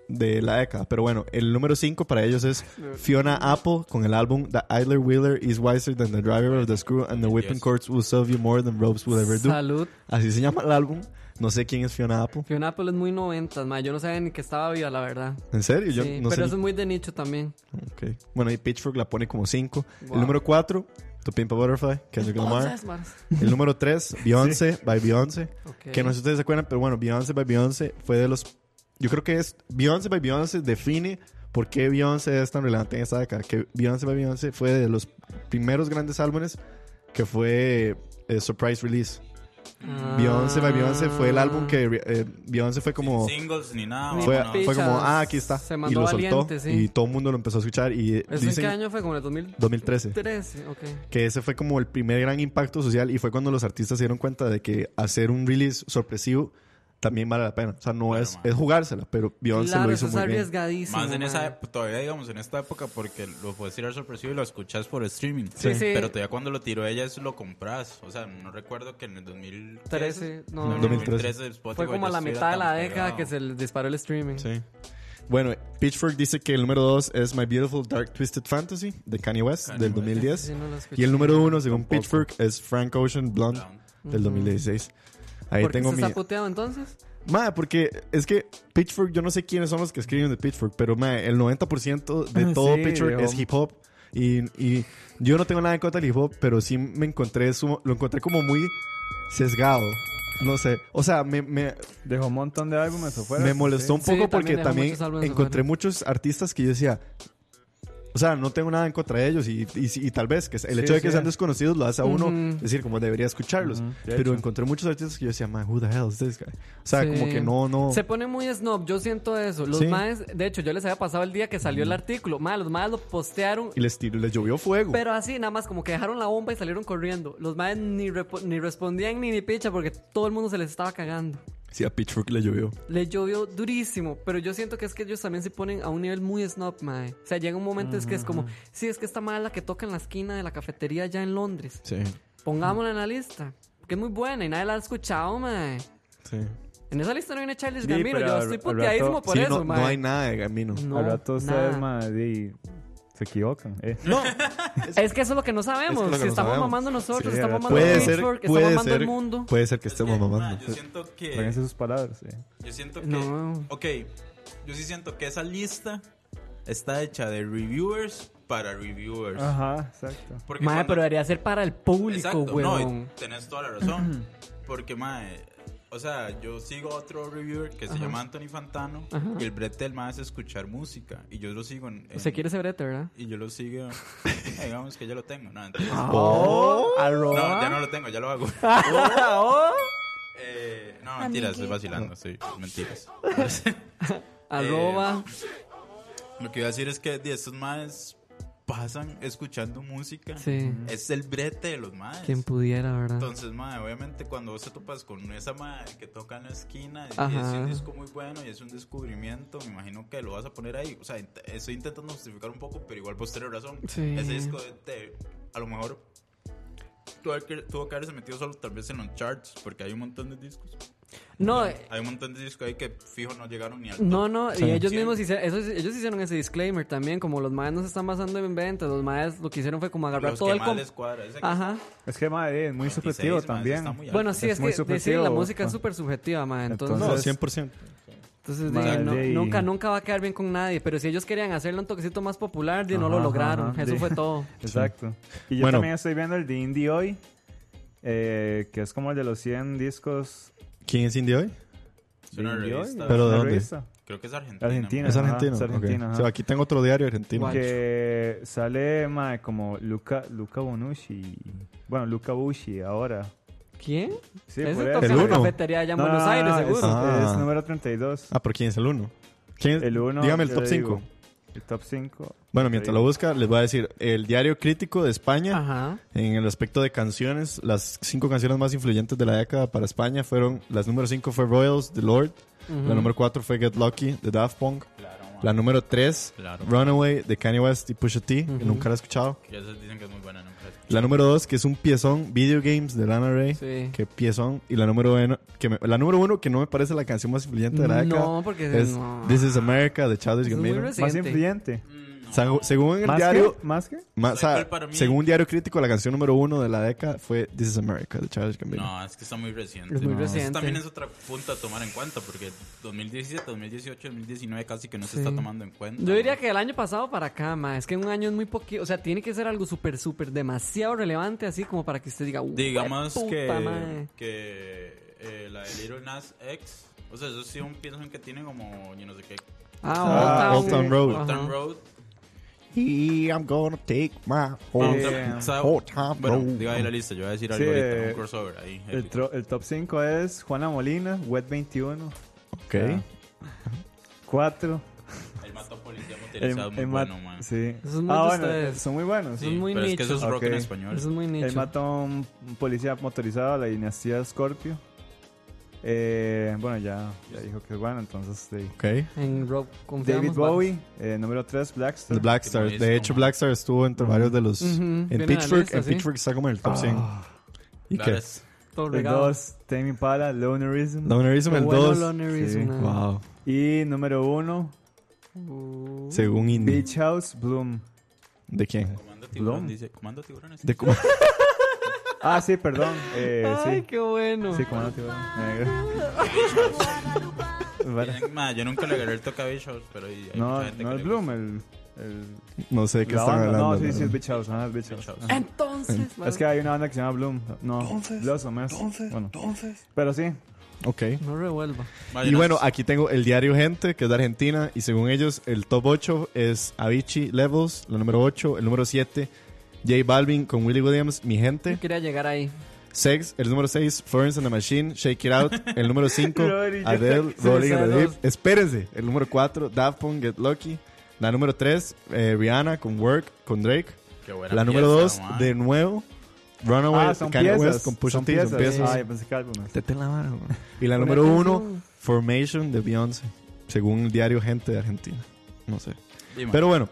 Speaker 5: de la década. Pero bueno, el número 5 para ellos es Fiona Apple con el álbum The Idler Wheeler is Wiser Than the Driver of the Screw and the Whipping Courts Will Serve You More Than Ropes Will Ever Do.
Speaker 8: Salud.
Speaker 5: Así se llama el álbum. No sé quién es Fiona Apple.
Speaker 8: Fiona Apple es muy 90, mae. Yo no sabía ni que estaba viva, la verdad.
Speaker 5: ¿En serio? Yo
Speaker 8: Sí,
Speaker 5: no sé
Speaker 8: pero
Speaker 5: ni-
Speaker 8: eso es muy de nicho también.
Speaker 5: Ok. Bueno, y Pitchfork la pone como 5.
Speaker 8: Wow.
Speaker 5: El número 4, To Pimp a Butterfly, Kendrick Lamar.
Speaker 8: Entonces, varas.
Speaker 5: El número 3, Beyoncé by Beyoncé.
Speaker 8: Ok.
Speaker 5: Que no sé si ustedes se acuerdan, pero bueno, Beyoncé by Beyoncé fue de los. Yo creo que es. Beyoncé by Beyoncé define por qué Beyoncé es tan relevante en esta década. Que Beyoncé by Beyoncé fue de los primeros grandes álbumes que fue eh, Surprise Release.
Speaker 8: Ah.
Speaker 5: Beyoncé by Beyoncé fue el álbum que eh, Beyoncé fue como.
Speaker 6: Sin singles ni nada,
Speaker 5: Fue,
Speaker 6: vámonos.
Speaker 5: fue como, ah, aquí está.
Speaker 8: Se
Speaker 5: y
Speaker 8: mandó
Speaker 5: lo soltó.
Speaker 8: valiente, sí.
Speaker 5: Y todo el mundo lo empezó a escuchar. Y eh,
Speaker 8: ¿Eso en
Speaker 5: dicen
Speaker 8: qué año fue? ¿Como en el 2000?
Speaker 5: 2013.
Speaker 8: 13, ok.
Speaker 5: que ese fue como el primer gran impacto social y fue cuando los artistas se dieron cuenta de que hacer un release sorpresivo también vale la pena. O sea, no es, es jugársela, pero Beyoncé
Speaker 8: Claro,
Speaker 5: lo
Speaker 8: eso
Speaker 5: hizo
Speaker 8: es
Speaker 5: muy bien.
Speaker 8: arriesgadísimo,
Speaker 6: Más en
Speaker 8: mae.
Speaker 6: esa ep- todavía digamos en esta época porque lo puedes tirar sorpresivo y lo escuchas por streaming.
Speaker 8: Sí, sí.
Speaker 6: Pero todavía cuando lo tiró ella es lo compras. O sea, no recuerdo que en el 2013,
Speaker 8: 13, no.
Speaker 6: en el 2013 Spotify
Speaker 8: Fue como a
Speaker 6: ya
Speaker 8: la
Speaker 6: estuviera
Speaker 8: mitad de la
Speaker 6: tan
Speaker 8: década
Speaker 6: pegado.
Speaker 8: que se le disparó el streaming.
Speaker 5: Sí. Bueno, Pitchfork dice que el número 2 es My Beautiful Dark Twisted Fantasy de Kanye West
Speaker 8: Kanye
Speaker 5: del
Speaker 8: West.
Speaker 5: 2010.
Speaker 8: Ese sí no lo escuché.
Speaker 5: y el número 1, según Pitchfork, es Frank Ocean Blonde del 2016. Ahí
Speaker 8: ¿Por qué
Speaker 5: tengo
Speaker 8: se
Speaker 5: mi.
Speaker 8: está puteado entonces?
Speaker 5: Mae, porque es que Pitchfork, yo no sé quiénes son los que escriben de Pitchfork, pero mae, el 90% de
Speaker 7: Ah,
Speaker 5: todo
Speaker 7: sí,
Speaker 5: Pitchfork
Speaker 7: viejo.
Speaker 5: es hip hop. Y, y yo no tengo nada en contra del hip hop, pero sí me encontré, su- lo encontré como muy sesgado. No sé, o sea, me, me,
Speaker 7: Dejó un montón de álbumes afuera.
Speaker 5: me molestó un
Speaker 7: Sí,
Speaker 5: poco
Speaker 7: también
Speaker 5: porque
Speaker 7: dejó
Speaker 5: también
Speaker 7: muchos álbumes
Speaker 5: encontré
Speaker 7: afuera.
Speaker 5: muchos artistas que yo decía, o sea, no tengo nada en contra de ellos y, y- y tal vez que el
Speaker 7: Sí,
Speaker 5: hecho de que
Speaker 7: sí.
Speaker 5: sean desconocidos lo hace a uno
Speaker 7: Ujú.
Speaker 5: decir como debería escucharlos.
Speaker 7: Ujú, de
Speaker 5: pero
Speaker 7: hecho.
Speaker 5: encontré muchos artistas que yo decía, man, who the hell is this guy? O sea,
Speaker 8: Sí.
Speaker 5: como que no, no.
Speaker 8: Se pone muy snob, yo siento eso. Los
Speaker 5: Sí.
Speaker 8: maes, de hecho, yo les había pasado el día que salió el artículo. Mae, los maes lo postearon
Speaker 5: Y les, tiró- les llovió fuego.
Speaker 8: Pero así, nada más como que dejaron la bomba y salieron corriendo. Los madres ni, repo- ni respondían ni ni picha porque todo el mundo se les estaba cagando.
Speaker 5: Sí, a Pitchfork le llovió.
Speaker 8: Les llovió durísimo, pero yo siento que es que ellos también se ponen a un nivel muy snob, mae. O sea, llega un momento es que es como, sí, es que esta mala que toca en la esquina de la cafetería allá en Londres.
Speaker 5: Sí,
Speaker 8: Pongámosla en la lista, que es muy buena y nadie la ha escuchado, mae.
Speaker 5: sí.
Speaker 8: En esa lista no viene Charles
Speaker 7: Sí,
Speaker 8: Gambino,
Speaker 7: pero
Speaker 8: yo
Speaker 7: al-
Speaker 8: estoy
Speaker 7: al rato-
Speaker 8: puteadísimo por
Speaker 5: Sí,
Speaker 8: eso,
Speaker 5: no,
Speaker 8: mae.
Speaker 5: no hay nada de Gamino.
Speaker 8: No,
Speaker 7: Al rato
Speaker 8: nada.
Speaker 7: ustedes, mae, di- se equivocan. eh.
Speaker 8: Es que eso es lo que no sabemos.
Speaker 5: Es que lo que
Speaker 8: si
Speaker 5: no
Speaker 8: estamos
Speaker 5: sabemos.
Speaker 8: mamando nosotros,
Speaker 7: Sí, al
Speaker 8: estamos
Speaker 7: rato.
Speaker 8: mamando
Speaker 5: Puede ser,
Speaker 8: Pitchfork, estamos
Speaker 5: puede
Speaker 8: mamando
Speaker 5: ser,
Speaker 8: el mundo.
Speaker 5: puede ser que estemos mamando.
Speaker 6: Eh, Yo siento que...
Speaker 7: Tráiganse sus palabras. eh.
Speaker 6: Yo siento que.
Speaker 8: No.
Speaker 6: Ok, yo sí siento que esa lista está hecha de reviewers para reviewers.
Speaker 7: Ajá, exacto.
Speaker 6: Porque
Speaker 8: Mae,
Speaker 6: cuando-
Speaker 8: pero debería ser para el público,
Speaker 6: Exacto, no,
Speaker 8: weón.
Speaker 6: y tenés toda la razón. Porque, mae, o sea, yo sigo a otro reviewer que se
Speaker 8: Ajá.
Speaker 6: llama Anthony Fantano
Speaker 8: Ajá.
Speaker 6: y el brete del mae es escuchar música. Y yo lo sigo en. en-
Speaker 8: Se quiere ese brete, ¿verdad?
Speaker 6: Y yo lo sigo. eh, digamos que ya lo tengo. No, entonces-
Speaker 8: Oh,
Speaker 6: no, ya no lo tengo, ya lo hago.
Speaker 5: Oh.
Speaker 6: Eh, no, mentiras, estoy vacilando, sí, mentiras.
Speaker 8: Arroba.
Speaker 6: Eh, Lo que iba a decir es que de estos madres pasan escuchando música.
Speaker 8: Sí.
Speaker 6: Es el brete de los madres.
Speaker 8: Quien pudiera, ¿verdad?
Speaker 6: Entonces, madre, obviamente cuando vos te topas con esa madre que toca en la esquina y es
Speaker 8: Ajá.
Speaker 6: un disco muy bueno y es un descubrimiento, me imagino que lo vas a poner ahí. O sea, int- estoy intentando justificar un poco, pero igual vos tenés razón.
Speaker 8: Sí.
Speaker 6: Ese disco de- de- a lo mejor tuvo que, tuvo que haberse metido solo tal vez en los charts, porque hay un montón de discos.
Speaker 8: no, eh,
Speaker 6: Hay un montón de discos ahí que fijo no llegaron ni al top.
Speaker 8: no, no. Y ellos
Speaker 6: Sí.
Speaker 8: mismos hicieron, eso- ellos hicieron ese disclaimer también. Como los maes no se están basando en ventas, los maes lo que hicieron fue como agarrar
Speaker 6: Los
Speaker 8: todo
Speaker 6: que
Speaker 8: el.
Speaker 6: más
Speaker 8: com-
Speaker 6: les cuadra. Ese que-
Speaker 8: Ajá.
Speaker 7: Es que, mae, es muy
Speaker 6: 26,
Speaker 7: subjetivo
Speaker 6: mae, eso
Speaker 7: también.
Speaker 6: está muy alto.
Speaker 8: Bueno, sí, es,
Speaker 7: muy
Speaker 8: que decir, la
Speaker 7: subjetivo,
Speaker 8: música es
Speaker 7: ah.
Speaker 8: súper subjetiva, mae. Entonces,
Speaker 5: No,
Speaker 7: Entonces-
Speaker 5: 100%.
Speaker 8: entonces,
Speaker 7: Mae,
Speaker 8: di, no-
Speaker 7: di.
Speaker 8: nunca, nunca va a quedar bien con nadie. Pero si ellos querían hacerlo un toquecito más popular, di, no lo
Speaker 7: Ajá,
Speaker 8: lograron.
Speaker 7: ajá,
Speaker 8: Eso
Speaker 7: di.
Speaker 8: fue todo.
Speaker 7: Exacto. Y yo
Speaker 5: Bueno.
Speaker 7: también estoy viendo el de Indie hoy, eh, que es como el de los 100 discos
Speaker 5: ¿Quién es indie hoy?
Speaker 6: Es una
Speaker 7: de Indie hoy.
Speaker 6: revista.
Speaker 7: es
Speaker 5: Pero ¿de
Speaker 7: una
Speaker 5: dónde?
Speaker 7: revista.
Speaker 6: Creo que es Argentina.
Speaker 7: Argentina.
Speaker 5: Es
Speaker 7: ajá,
Speaker 5: argentino.
Speaker 7: es argentino,
Speaker 5: ok.
Speaker 7: ajá.
Speaker 5: O sea, aquí tengo otro diario argentino.
Speaker 7: Que sale mae, como Luca, Luca Bonucci. Bueno, Luca Bucci ahora.
Speaker 8: ¿Quién?
Speaker 7: Sí,
Speaker 8: Ese
Speaker 7: por
Speaker 8: toca
Speaker 7: eso.
Speaker 8: en la
Speaker 5: El uno.
Speaker 8: cafetería allá en
Speaker 7: No,
Speaker 8: Buenos
Speaker 7: no, no,
Speaker 8: Aires,
Speaker 7: no, es-
Speaker 8: seguro.
Speaker 5: Ah.
Speaker 7: Es, número 32.
Speaker 5: Ah, pero ¿quién es el 1? ¿Quién es?
Speaker 7: El 1.
Speaker 5: Dígame el top 5.
Speaker 7: El top 5.
Speaker 5: Bueno, mientras lo busca, les voy a decir el diario crítico de España.
Speaker 8: Ajá.
Speaker 5: En el aspecto de canciones, las cinco canciones más influyentes de la década para España fueron: las número 5 fue Royals, The Lord. La número 4 fue Get Lucky, de Daft Punk. La número 3,
Speaker 6: Claro.
Speaker 5: Runaway, de Kanye West y Pusha T, que nunca la he escuchado.
Speaker 6: Que esos dicen que es muy buena, ¿no?
Speaker 5: La número 2, que es un piezón, Video Games, de Lana Ray.
Speaker 8: Sí.
Speaker 5: Que piezón. Y la número 1, que, me- la número uno, que no me parece la canción más influyente de la década.
Speaker 8: No, porque
Speaker 5: es
Speaker 8: no.
Speaker 5: This is America, de Childish
Speaker 8: Es muy
Speaker 5: Gambino.
Speaker 8: reciente.
Speaker 7: Más influyente.
Speaker 6: Mm,
Speaker 5: Segu- Según el
Speaker 7: ¿Más
Speaker 5: diario,
Speaker 7: que? ¿Más que?
Speaker 5: ma- o sea,
Speaker 6: Michael para mí-
Speaker 5: según diario crítico, la canción número uno de la década fue This is America de Charles Gambino.
Speaker 6: No, es que está muy reciente.
Speaker 8: Es muy
Speaker 6: No.
Speaker 8: reciente.
Speaker 6: Eso también es otra punta a tomar en cuenta, porque 2017, 2018, 2019 casi que no se está tomando en cuenta.
Speaker 8: Yo
Speaker 6: ¿no?
Speaker 8: diría que el año pasado para acá, ma, es que un año es muy poquito, o sea, tiene que ser algo súper, súper, demasiado relevante, así como para que usted diga, "Ue,
Speaker 6: Digamos
Speaker 8: puta,
Speaker 6: que,
Speaker 8: mae".
Speaker 6: que eh, la de Little Nas X, o sea, eso sí un pienso que tiene como, yo no sé qué,
Speaker 8: Ah,
Speaker 5: Ah,
Speaker 8: Old
Speaker 5: Old
Speaker 8: Town.
Speaker 5: Town Road.
Speaker 8: Ajá.
Speaker 6: Old Town Road.
Speaker 5: Here I'm gonna take my whole,
Speaker 7: Em,
Speaker 6: Otra- sa-
Speaker 5: whole time
Speaker 6: bueno,
Speaker 5: road.
Speaker 6: diga ahí la lista, yo voy a decir algo ahorita, un crossover ahí.
Speaker 7: eh, El, tro- el top 5 es Juana Molina, Wet 21.
Speaker 5: Ok.
Speaker 7: 4.
Speaker 6: El mató policía motorizado muy bueno, man.
Speaker 7: Sí.
Speaker 8: Esos son muy
Speaker 7: ah,
Speaker 8: de
Speaker 7: bueno,
Speaker 8: ustedes.
Speaker 7: son muy buenos.
Speaker 8: Eso es Sí, muy pero es que nicho. eso es rock en
Speaker 7: Ok.
Speaker 6: español.
Speaker 8: Eso es muy nicho.
Speaker 7: Él mató a un un policía motorizado, la dinastía Scorpio. Eh, bueno, ya, ya dijo que es bueno, entonces. sí.
Speaker 5: Ok.
Speaker 8: En rock confiamos,
Speaker 7: David
Speaker 8: va.
Speaker 7: Bowie, eh, número 3, Blackstar.
Speaker 5: The Black Stars. De hecho, Black Stars estuvo entre varios de los.
Speaker 7: Ujú, viene
Speaker 5: En
Speaker 7: a la
Speaker 5: Pittsburgh,
Speaker 7: lista,
Speaker 5: en
Speaker 7: sí.
Speaker 5: Pittsburgh está como en el top
Speaker 7: Ah.
Speaker 5: 100. ¿Y qué?
Speaker 8: Todo
Speaker 7: el
Speaker 8: regado.
Speaker 7: 2, Tame Impala, Lonerism.
Speaker 5: Lonerism, el
Speaker 7: Qué bueno
Speaker 5: 2.
Speaker 7: Lonerism,
Speaker 5: Sí.
Speaker 7: ah.
Speaker 5: Wow.
Speaker 7: Y número 1,
Speaker 5: Según Indie.
Speaker 7: Beach House, Bloom.
Speaker 5: ¿De quién?
Speaker 6: Comando tiburón, dice, comando tiburones.
Speaker 5: De cómo.
Speaker 7: Ah, sí, perdón. Eh,
Speaker 6: Ay,
Speaker 7: sí.
Speaker 6: qué bueno.
Speaker 7: Sí, comando tiburón.
Speaker 6: Tienen- ma, yo nunca le agarré el tocabichos, pero ahí hay
Speaker 7: No,
Speaker 6: mucha gente
Speaker 7: no
Speaker 6: que
Speaker 7: es
Speaker 6: le
Speaker 7: Bloom, el, el-
Speaker 5: No sé de qué
Speaker 7: la
Speaker 5: están
Speaker 7: banda.
Speaker 5: hablando,
Speaker 7: No, sí,
Speaker 5: la
Speaker 7: sí,
Speaker 5: verdad.
Speaker 7: es Beach House. Ajá, es Beach House. Ajá.
Speaker 8: Entonces,
Speaker 7: Es
Speaker 8: bueno.
Speaker 7: que hay una banda que se llama Bloom. No,
Speaker 8: Entonces,
Speaker 7: Blossom es.
Speaker 8: entonces,
Speaker 7: bueno.
Speaker 8: entonces.
Speaker 7: Pero sí.
Speaker 5: Ok.
Speaker 8: No revuelva.
Speaker 5: Y bueno, aquí tengo el diario Gente, que es de Argentina, y según ellos, el top 8 es Avicii Levels, la número 8, el número 7, J Balvin con Willie Williams, Mi Gente.
Speaker 8: Yo quería llegar ahí.
Speaker 5: Sex, el número 6, Florence and the Machine, Shake It Out. El número 5,
Speaker 8: Rodri, ya
Speaker 5: Adele,
Speaker 8: se
Speaker 5: Rolling in the
Speaker 8: sabe
Speaker 5: Deep.
Speaker 8: los-
Speaker 5: Espérense. El número 4, Daft Punk, Get Lucky. La número 3, Rihanna con Work, con Drake.
Speaker 6: Qué buena
Speaker 5: La número
Speaker 6: pieza,
Speaker 5: 2,
Speaker 6: man.
Speaker 5: de nuevo, Runaway,
Speaker 7: Ah, son
Speaker 5: Kanye
Speaker 7: piezas,
Speaker 5: West con Pusha
Speaker 7: son
Speaker 5: T. Son
Speaker 7: piezas.
Speaker 5: piezas.
Speaker 7: Ay, pues pensé que álbumes.
Speaker 5: Tete en la mano, man. Y la
Speaker 7: Una
Speaker 5: número 1,
Speaker 7: canción.
Speaker 5: Formation de Beyoncé. Según el diario Gente de Argentina. No sé.
Speaker 6: Dime.
Speaker 5: Pero bueno.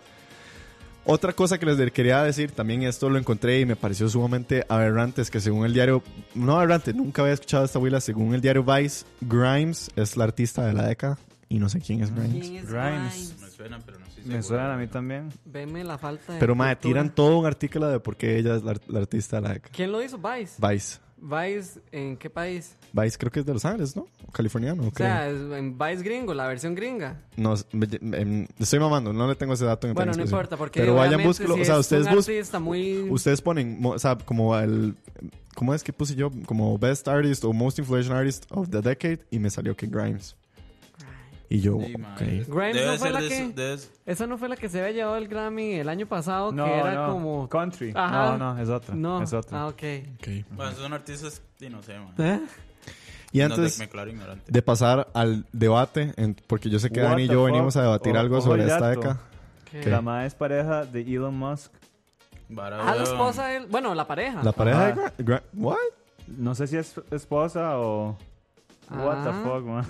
Speaker 5: Otra cosa que les de- quería decir, también esto lo encontré y me pareció sumamente aberrante, es que según el diario, no aberrante, nunca había escuchado esta huila, según el diario Vice, Grimes es la artista de la década y no sé quién es Grimes.
Speaker 7: Grimes.
Speaker 6: Me suena, pero no sé.
Speaker 7: Me suenan a mí también.
Speaker 8: Veme la falta de.
Speaker 5: Pero madre,
Speaker 8: cultura.
Speaker 5: tiran todo un artículo de por qué ella es la, ar- la artista de la década.
Speaker 8: ¿Quién lo hizo? Vice.
Speaker 5: Vice.
Speaker 8: Vice, ¿en qué país?
Speaker 5: Vice creo que es de Los Ángeles, ¿no? O californiano,
Speaker 8: O
Speaker 5: creo.
Speaker 8: sea, es- en Vice gringo, la versión gringa.
Speaker 5: No, es- me- me- me- estoy mamando, no le tengo ese dato en
Speaker 8: Bueno, no
Speaker 5: específico.
Speaker 8: importa, porque
Speaker 5: Pero vayan,
Speaker 8: obviamente
Speaker 5: búsquelo.
Speaker 8: si
Speaker 5: o sea,
Speaker 8: es
Speaker 5: ustedes
Speaker 8: un
Speaker 5: bus-
Speaker 8: artista muy-
Speaker 5: Ustedes ponen, mo- o sea, como el. ¿Cómo es que puse yo? Como Best Artist o Most Influential Artist of the Decade y me salió que Grimes. Y yo, ok.
Speaker 8: Grimes
Speaker 6: Debe
Speaker 8: no fue
Speaker 6: ser
Speaker 8: la
Speaker 6: de
Speaker 8: que.
Speaker 6: esos- de esos-
Speaker 8: Esa no fue la que se había llevado el Grammy el año pasado,
Speaker 7: No,
Speaker 8: que era
Speaker 7: no.
Speaker 8: como.
Speaker 7: Country.
Speaker 8: Ajá.
Speaker 7: No, no, es otra.
Speaker 8: No.
Speaker 7: Es otra.
Speaker 8: Ah, ok.
Speaker 6: Bueno, son artistas y no sé, man.
Speaker 8: ¿Eh?
Speaker 5: Y
Speaker 6: No,
Speaker 5: antes
Speaker 6: me declaro ignorante.
Speaker 5: de pasar al debate, en- porque yo sé que
Speaker 7: What
Speaker 5: Dani y
Speaker 7: the
Speaker 5: yo
Speaker 7: fuck? Oh,
Speaker 5: venimos a debatir
Speaker 7: O-
Speaker 5: algo
Speaker 7: ojo
Speaker 5: sobre
Speaker 7: el
Speaker 5: esta
Speaker 7: dato.
Speaker 5: década.
Speaker 7: Que La madre es pareja de Elon Musk.
Speaker 8: Ah, la esposa de él. Bueno, la pareja.
Speaker 5: La pareja de
Speaker 7: Ajá.
Speaker 5: Gra- Gra- ¿What?
Speaker 7: No sé si es esposa o. What the
Speaker 8: Ah.
Speaker 7: fuck, man.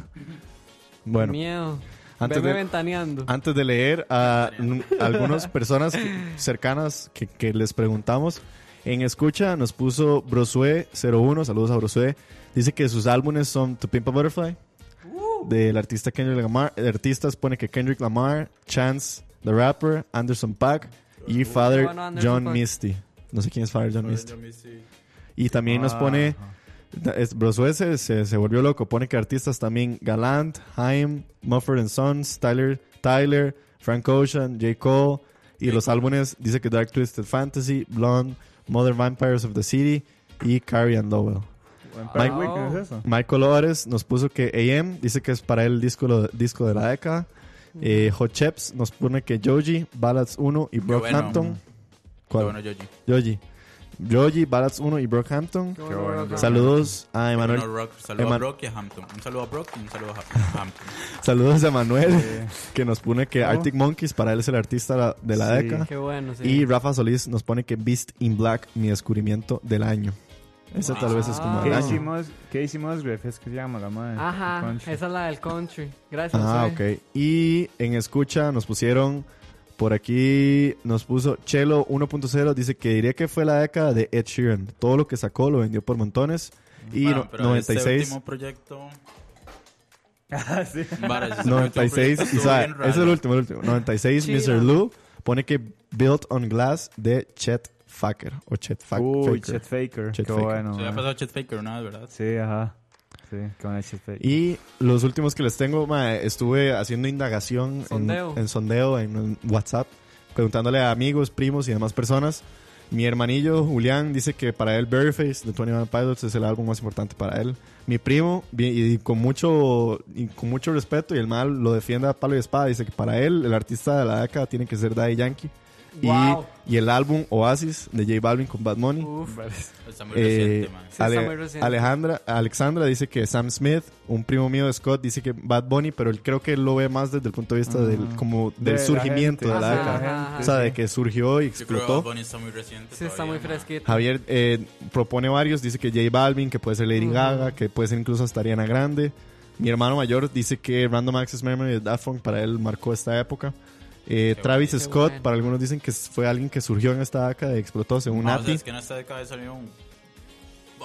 Speaker 5: Bueno.
Speaker 8: Miedo.
Speaker 5: Antes
Speaker 8: Veme
Speaker 5: de-
Speaker 8: ventaneando.
Speaker 5: Antes de leer a n- algunas personas que- cercanas que, que les preguntamos, en escucha nos puso Brosue01, saludos a Brosue, dice que sus álbumes son To Pimp a Butterfly,
Speaker 6: Uh.
Speaker 5: del artista Kendrick Lamar, el artista pone que Kendrick Lamar, Chance the Rapper, Anderson Paak y Father
Speaker 6: Uh, Bueno, Anderson
Speaker 5: John
Speaker 6: Paak.
Speaker 5: Misty. No sé quién es Father John
Speaker 6: Father
Speaker 5: Misty.
Speaker 6: John Misty.
Speaker 5: Y también nos
Speaker 6: Ah,
Speaker 5: pone... es- Brosue se, se- se volvió loco. Pone que artistas también Galant, Haim, Mumford and Sons, Tyler, Tyler, Frank Ocean, J. Cole. Y los álbumes dice que Dark Twisted Fantasy, Blonde, Mother Vampires of the City y Carrie and Lowell.
Speaker 7: Vampire
Speaker 5: Mike-
Speaker 7: Weekend, Ah. ¿es eso?
Speaker 5: Michael Ores nos puso que AM dice que es para él disco, lo- disco de la década. Eh, Hot Cheps nos pone que Joji, Ballads 1 y Brockhampton.
Speaker 6: bueno.
Speaker 5: ¿Cuál?
Speaker 6: Qué bueno, Joji.
Speaker 5: Joji. Joji, Ballads 1 y Brockhampton.
Speaker 6: Qué bueno, Brockhampton.
Speaker 5: Saludos a Emanuel.
Speaker 6: Bueno, Rock, saludo a
Speaker 5: Eman-
Speaker 6: Brock y a Hampton. Un saludo a Brock y un saludo a Hampton.
Speaker 5: Saludos a Manuel,
Speaker 6: Eh.
Speaker 5: que nos pone que
Speaker 6: ¿Cómo?
Speaker 5: Arctic Monkeys para él es el artista la- de la
Speaker 8: Sí.
Speaker 5: década.
Speaker 8: Qué bueno, sí.
Speaker 5: Y Rafa Solís nos pone que Beast in Black, mi descubrimiento del año. Esa tal vez es como
Speaker 8: Ah,
Speaker 7: ¿Qué
Speaker 5: del año.
Speaker 7: hicimos? ¿Qué hicimos, Gref? Es que se llama la madre.
Speaker 8: Ajá.
Speaker 7: Country.
Speaker 8: Esa es la del country. Gracias.
Speaker 5: Ah,
Speaker 8: Zoe.
Speaker 5: ok. Y en escucha nos pusieron, por aquí nos puso Chelo 1.0, dice que diría que fue la década de Ed Sheeran. Todo lo que sacó lo vendió por montones. Y
Speaker 6: Bueno,
Speaker 5: no-
Speaker 6: pero
Speaker 5: 96.
Speaker 6: Este último proyecto.
Speaker 7: Ah, sí.
Speaker 6: Vara, ese último
Speaker 5: 96,
Speaker 6: proyecto
Speaker 5: y
Speaker 6: estuvo
Speaker 5: sabe,
Speaker 6: bien
Speaker 5: ese es el
Speaker 6: raro.
Speaker 5: último, el último. 96,
Speaker 6: Chida.
Speaker 5: Mr. Lou pone que Built on Glass de Chet Faker. O Chet Fa-
Speaker 7: Uy,
Speaker 5: Faker.
Speaker 7: Chet Faker.
Speaker 5: Chet
Speaker 7: Qué
Speaker 5: Faker.
Speaker 7: bueno.
Speaker 6: Se había
Speaker 7: man.
Speaker 6: pasado Chet Faker una vez,
Speaker 8: Eh.
Speaker 6: ¿verdad?
Speaker 7: Sí, ajá. Sí, con el Chet Faker.
Speaker 5: Y los últimos que les tengo, ma, estuve haciendo indagación en,
Speaker 7: Sondeo.
Speaker 5: en sondeo, en WhatsApp, preguntándole a amigos, primos y demás personas. Mi hermanillo Julián dice que para él Bareface de Tony One Pilots es el álbum más importante para él. Mi primo, vi- y con mucho, y con mucho respeto, y el mal lo defiende a palo y espada, dice que para él el artista de la década tiene que ser Daddy Yankee. Y,
Speaker 8: Wow.
Speaker 5: y el álbum Oasis de J Balvin con Bad Money.
Speaker 6: Está muy reciente, man. Sí, está
Speaker 5: Eh, Ale-
Speaker 6: muy reciente.
Speaker 5: Alejandra, Alexandra dice que Sam Smith, un primo mío de Scott, dice que Bad Bunny, pero él creo que él lo ve más desde el punto de vista del, como
Speaker 7: De
Speaker 5: del
Speaker 7: la
Speaker 5: surgimiento
Speaker 7: gente.
Speaker 5: de la
Speaker 7: Ajá,
Speaker 5: década.
Speaker 7: ajá, ajá.
Speaker 5: o sea, de que surgió y
Speaker 6: Yo creo que Bad
Speaker 5: explotó.
Speaker 6: Bunny está muy reciente.
Speaker 8: Sí, está muy fresquito.
Speaker 5: Javier eh, propone varios, dice que J Balvin, que puede ser Lady Gaga, que puede ser incluso hasta Ariana Grande. Mi hermano mayor dice que Random Access Memory de Daft Punk para él marcó esta época. Eh, Travis
Speaker 6: bueno.
Speaker 5: Scott,
Speaker 6: Qué bueno.
Speaker 5: para algunos dicen que fue alguien que surgió en esta década y explotó según
Speaker 6: Ah, o
Speaker 5: Nati.
Speaker 6: sea, es que en esta década salió un.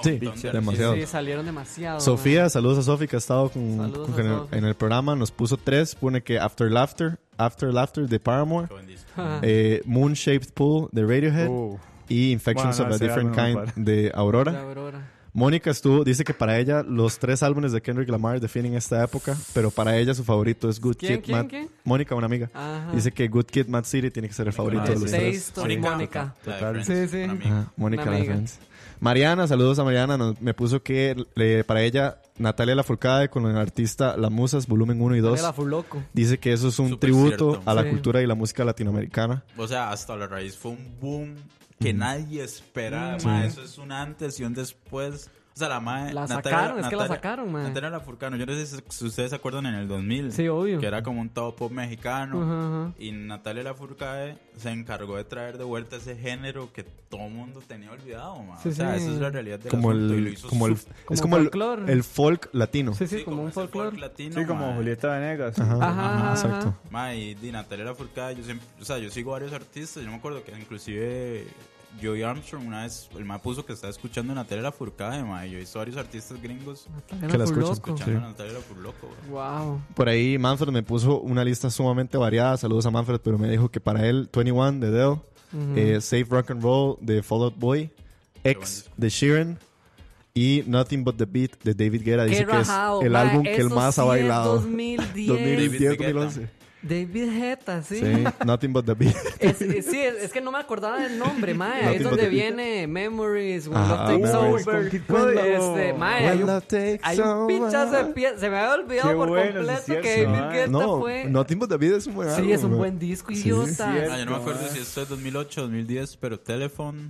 Speaker 5: Sí,
Speaker 6: montón de
Speaker 5: demasiado.
Speaker 8: Sí, salieron demasiado.
Speaker 5: Sofía, saludos a Sofía que ha estado con,
Speaker 8: Saludos a
Speaker 5: con- en, el,
Speaker 8: Sofi.
Speaker 5: en el programa. Nos puso tres. Pone que After Laughter, After Laughter de Paramore,
Speaker 8: Ajá.
Speaker 5: eh, Moon Shaped Pool de Radiohead
Speaker 8: Oh.
Speaker 5: y Infections
Speaker 7: Uh. Bueno,
Speaker 5: of
Speaker 7: ese
Speaker 5: a Different
Speaker 7: álbum no
Speaker 5: Kind
Speaker 7: para.
Speaker 5: de Aurora.
Speaker 8: De Aurora.
Speaker 5: Mónica estuvo, dice que para ella los tres álbumes de Kendrick Lamar definen esta época, pero para ella su favorito es Good
Speaker 8: ¿Quién,
Speaker 5: Kid,
Speaker 8: quién,
Speaker 5: Mad-
Speaker 8: quién?
Speaker 5: Mónica, una amiga,
Speaker 8: Ajá.
Speaker 5: dice que Good Kid, Mad City tiene que ser el favorito de los tres.
Speaker 8: Taste of Mónica.
Speaker 5: Total.
Speaker 8: Sí, sí.
Speaker 5: Ajá, Mónica
Speaker 8: Una
Speaker 5: la
Speaker 8: amiga.
Speaker 5: Friends. Mariana, saludos a Mariana. nos- me puso que le- para ella, Natalia Lafourcade con el artista La Musas, volumen 1 y 2.
Speaker 8: Natalia Lafourloco.
Speaker 5: Dice que eso es un tributo
Speaker 6: cierto.
Speaker 5: a la
Speaker 6: Sí.
Speaker 5: cultura y la música latinoamericana.
Speaker 6: O sea, hasta la raíz fue un boom que
Speaker 5: Mm.
Speaker 6: nadie esperaba.
Speaker 5: Sí.
Speaker 6: ma. Eso es un antes y un después. O sea, la madre.
Speaker 8: La sacaron, es que la sacaron, ma.
Speaker 6: Natalia Lafourcade, yo no sé si- si ustedes se acuerdan en el 2000.
Speaker 8: Sí, obvio.
Speaker 6: Que era como un top pop mexicano.
Speaker 8: Ajá, ajá.
Speaker 6: Y Natalia Lafourcade se encargó de traer de vuelta ese género que todo el mundo tenía olvidado, ma.
Speaker 8: Sí,
Speaker 6: o sea,
Speaker 8: sí.
Speaker 6: esa es la realidad de
Speaker 5: Como
Speaker 6: asunto. y lo
Speaker 5: el,
Speaker 6: hizo
Speaker 5: como el,
Speaker 6: súper-
Speaker 5: es
Speaker 8: como
Speaker 5: como el,
Speaker 8: folclore.
Speaker 5: el folk latino.
Speaker 8: Sí, sí, como un folclore.
Speaker 6: latino,
Speaker 7: Sí, como
Speaker 6: ma.
Speaker 7: Julieta Venegas.
Speaker 5: Ajá. Ajá, exacto.
Speaker 6: Ma, y de Natalia Lafourcade, yo siempre, o sea, yo sigo varios artistas, yo me acuerdo que inclusive Joey Armstrong una vez, el ma puso que estaba escuchando a Natalia Lafourcade, ma, y yo he visto varios artistas gringos
Speaker 8: Natalia Que la escuchan. Lafourloco.
Speaker 6: escuchando
Speaker 5: Sí.
Speaker 6: a Natalia Lafourloco, güey.
Speaker 8: Wow.
Speaker 5: Por ahí Manfred me puso una lista sumamente variada. Saludos a Manfred, pero me dijo que para él 21 de Dell,
Speaker 8: Ujú.
Speaker 5: eh, Save Rock and Roll de Fall Out Boy, X de Sheeran y Nothing But the Beat de David Guerra.
Speaker 8: Qué
Speaker 5: Dice que es
Speaker 8: rajado,
Speaker 5: el
Speaker 8: mae,
Speaker 5: álbum que él
Speaker 8: eso
Speaker 5: más
Speaker 8: sí
Speaker 5: ha
Speaker 8: es
Speaker 5: bailado.
Speaker 8: 2010.
Speaker 5: 2010,
Speaker 6: David Guetta.
Speaker 5: 2011.
Speaker 8: David Jeta, sí.
Speaker 5: Sí, Nothing But the Beat.
Speaker 8: Es- es- sí, es, es que no me acordaba del nombre, mae.
Speaker 5: No
Speaker 8: Ahí es
Speaker 5: te
Speaker 8: donde
Speaker 5: importa.
Speaker 8: viene Memories, When
Speaker 5: Ajá,
Speaker 8: Love Takes
Speaker 5: Memories
Speaker 7: con Kid
Speaker 8: Over.
Speaker 7: Cudi.
Speaker 8: Este, mae, hay
Speaker 5: When
Speaker 8: un,
Speaker 5: Love Takes
Speaker 8: hay un pinchazo de
Speaker 5: Over.
Speaker 8: pie. Se me había olvidado
Speaker 7: Qué
Speaker 8: por
Speaker 7: bueno, sí,
Speaker 8: completo
Speaker 7: cierto,
Speaker 8: que David
Speaker 7: mae.
Speaker 8: Guetta
Speaker 5: No,
Speaker 8: fue.
Speaker 5: Nothing But the Beat es un buen álbum.
Speaker 8: sí, es un
Speaker 5: güey.
Speaker 8: buen disco,
Speaker 5: Sí.
Speaker 8: idiota.
Speaker 6: Ah, yo no me acuerdo si esto es 2008, 2010, pero Telephone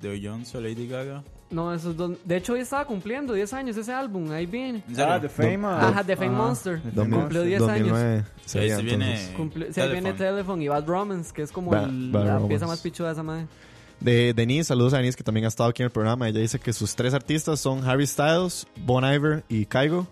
Speaker 6: de Beyoncé o Lady Gaga.
Speaker 8: No, eso es don- De hecho, hoy estaba cumpliendo 10 años ese álbum. Ahí viene.
Speaker 6: ¿En serio?
Speaker 7: Ah, The Fame. Ah.
Speaker 8: Ajá, The Fame Monster.
Speaker 7: The Fame
Speaker 8: Cumplió 10 años.
Speaker 5: 2009 sería,
Speaker 6: Ahí se viene-
Speaker 5: entonces.
Speaker 8: Cumplió- sí, ahí viene
Speaker 6: Telephone.
Speaker 8: Telephone y Bad Romance, que es como
Speaker 5: Ba-
Speaker 8: el-
Speaker 5: Bad
Speaker 8: la
Speaker 5: Romance.
Speaker 8: pieza más pichuda de esa madre.
Speaker 5: De Denise, saludos a Denise que también ha estado aquí en el programa. Ella dice que sus tres artistas son Harry Styles, Bon Iver y Kygo.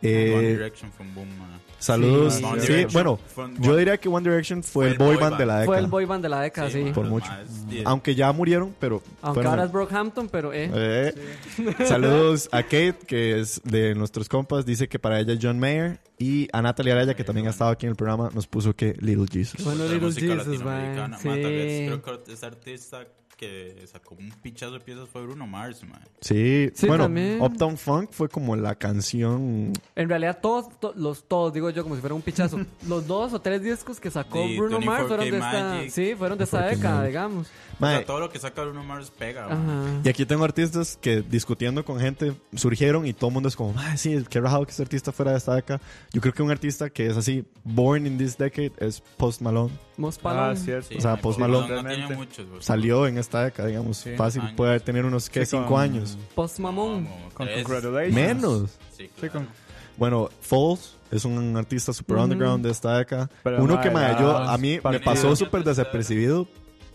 Speaker 5: Eh,
Speaker 6: Ah, One Direction fue un boom, ma.
Speaker 5: saludos.
Speaker 6: Sí,
Speaker 5: Sí,
Speaker 6: One Direction.
Speaker 5: bueno,
Speaker 6: Fue un-
Speaker 5: yo diría que One Direction fue, el boy band de la década.
Speaker 8: Fue el boy band de la década, sí.
Speaker 6: Sí,
Speaker 5: Por
Speaker 6: Los
Speaker 5: mucho.
Speaker 6: más, diez.
Speaker 5: Aunque ya murieron, pero.
Speaker 8: Aunque
Speaker 5: fueron-
Speaker 8: ahora es Brockhampton, pero eh.
Speaker 5: Eh, Saludos a Kate, que es de nuestros compas. Dice que para ella es John Mayer. Y a Natalia Araya, que también ha estado aquí en el programa, nos puso que Little Jesus.
Speaker 8: Bueno,
Speaker 6: la
Speaker 8: Little
Speaker 6: música
Speaker 8: Jesus, man.
Speaker 6: latinoamericana.
Speaker 8: Sí.
Speaker 6: Ma, tal vez creo que ese artista que sacó un pichazo de piezas fue Bruno Mars, man.
Speaker 5: Sí,
Speaker 8: Sí,
Speaker 5: bueno,
Speaker 8: también.
Speaker 5: Uptown Funk fue como la canción.
Speaker 8: En realidad, todos, to- los todos, digo yo, como si fuera un pichazo. los dos o tres discos que sacó
Speaker 6: Sí,
Speaker 8: Bruno Mars
Speaker 6: 24K
Speaker 8: fueron de esta.
Speaker 6: Magic.
Speaker 8: Sí, fueron de esta década, digamos.
Speaker 6: O
Speaker 5: Mae,
Speaker 6: sea, todo lo que saca Bruno Mars pega, man.
Speaker 8: Ajá.
Speaker 5: Y aquí tengo artistas que discutiendo con gente surgieron y todo el mundo es como, ah, sí, qué rajado que este artista fuera de esta década. Yo creo que un artista que es así, born in this decade, es Post Malone.
Speaker 8: Mos
Speaker 7: Ah,
Speaker 8: Palón.
Speaker 7: cierto.
Speaker 5: O sea,
Speaker 6: mae,
Speaker 5: Post
Speaker 6: Post Malone
Speaker 5: Malone
Speaker 6: no tiene
Speaker 7: realmente.
Speaker 6: muchos, güey.
Speaker 5: Salió en esta década, digamos,
Speaker 7: Sí.
Speaker 5: fácil.
Speaker 6: Años.
Speaker 5: Puede tener unos, ¿qué?
Speaker 7: Sí, con-
Speaker 5: cinco años.
Speaker 8: Post Mamón.
Speaker 7: Con
Speaker 6: Tres.
Speaker 7: Congratulations.
Speaker 5: Menos.
Speaker 6: Sí,
Speaker 7: Sí,
Speaker 6: claro.
Speaker 7: con-
Speaker 5: Bueno, Falls es un artista super underground de esta década.
Speaker 7: Pero,
Speaker 5: Uno
Speaker 7: mae,
Speaker 5: que, mae, yo,
Speaker 7: las
Speaker 5: a mí me
Speaker 7: partidas.
Speaker 5: pasó súper desapercibido.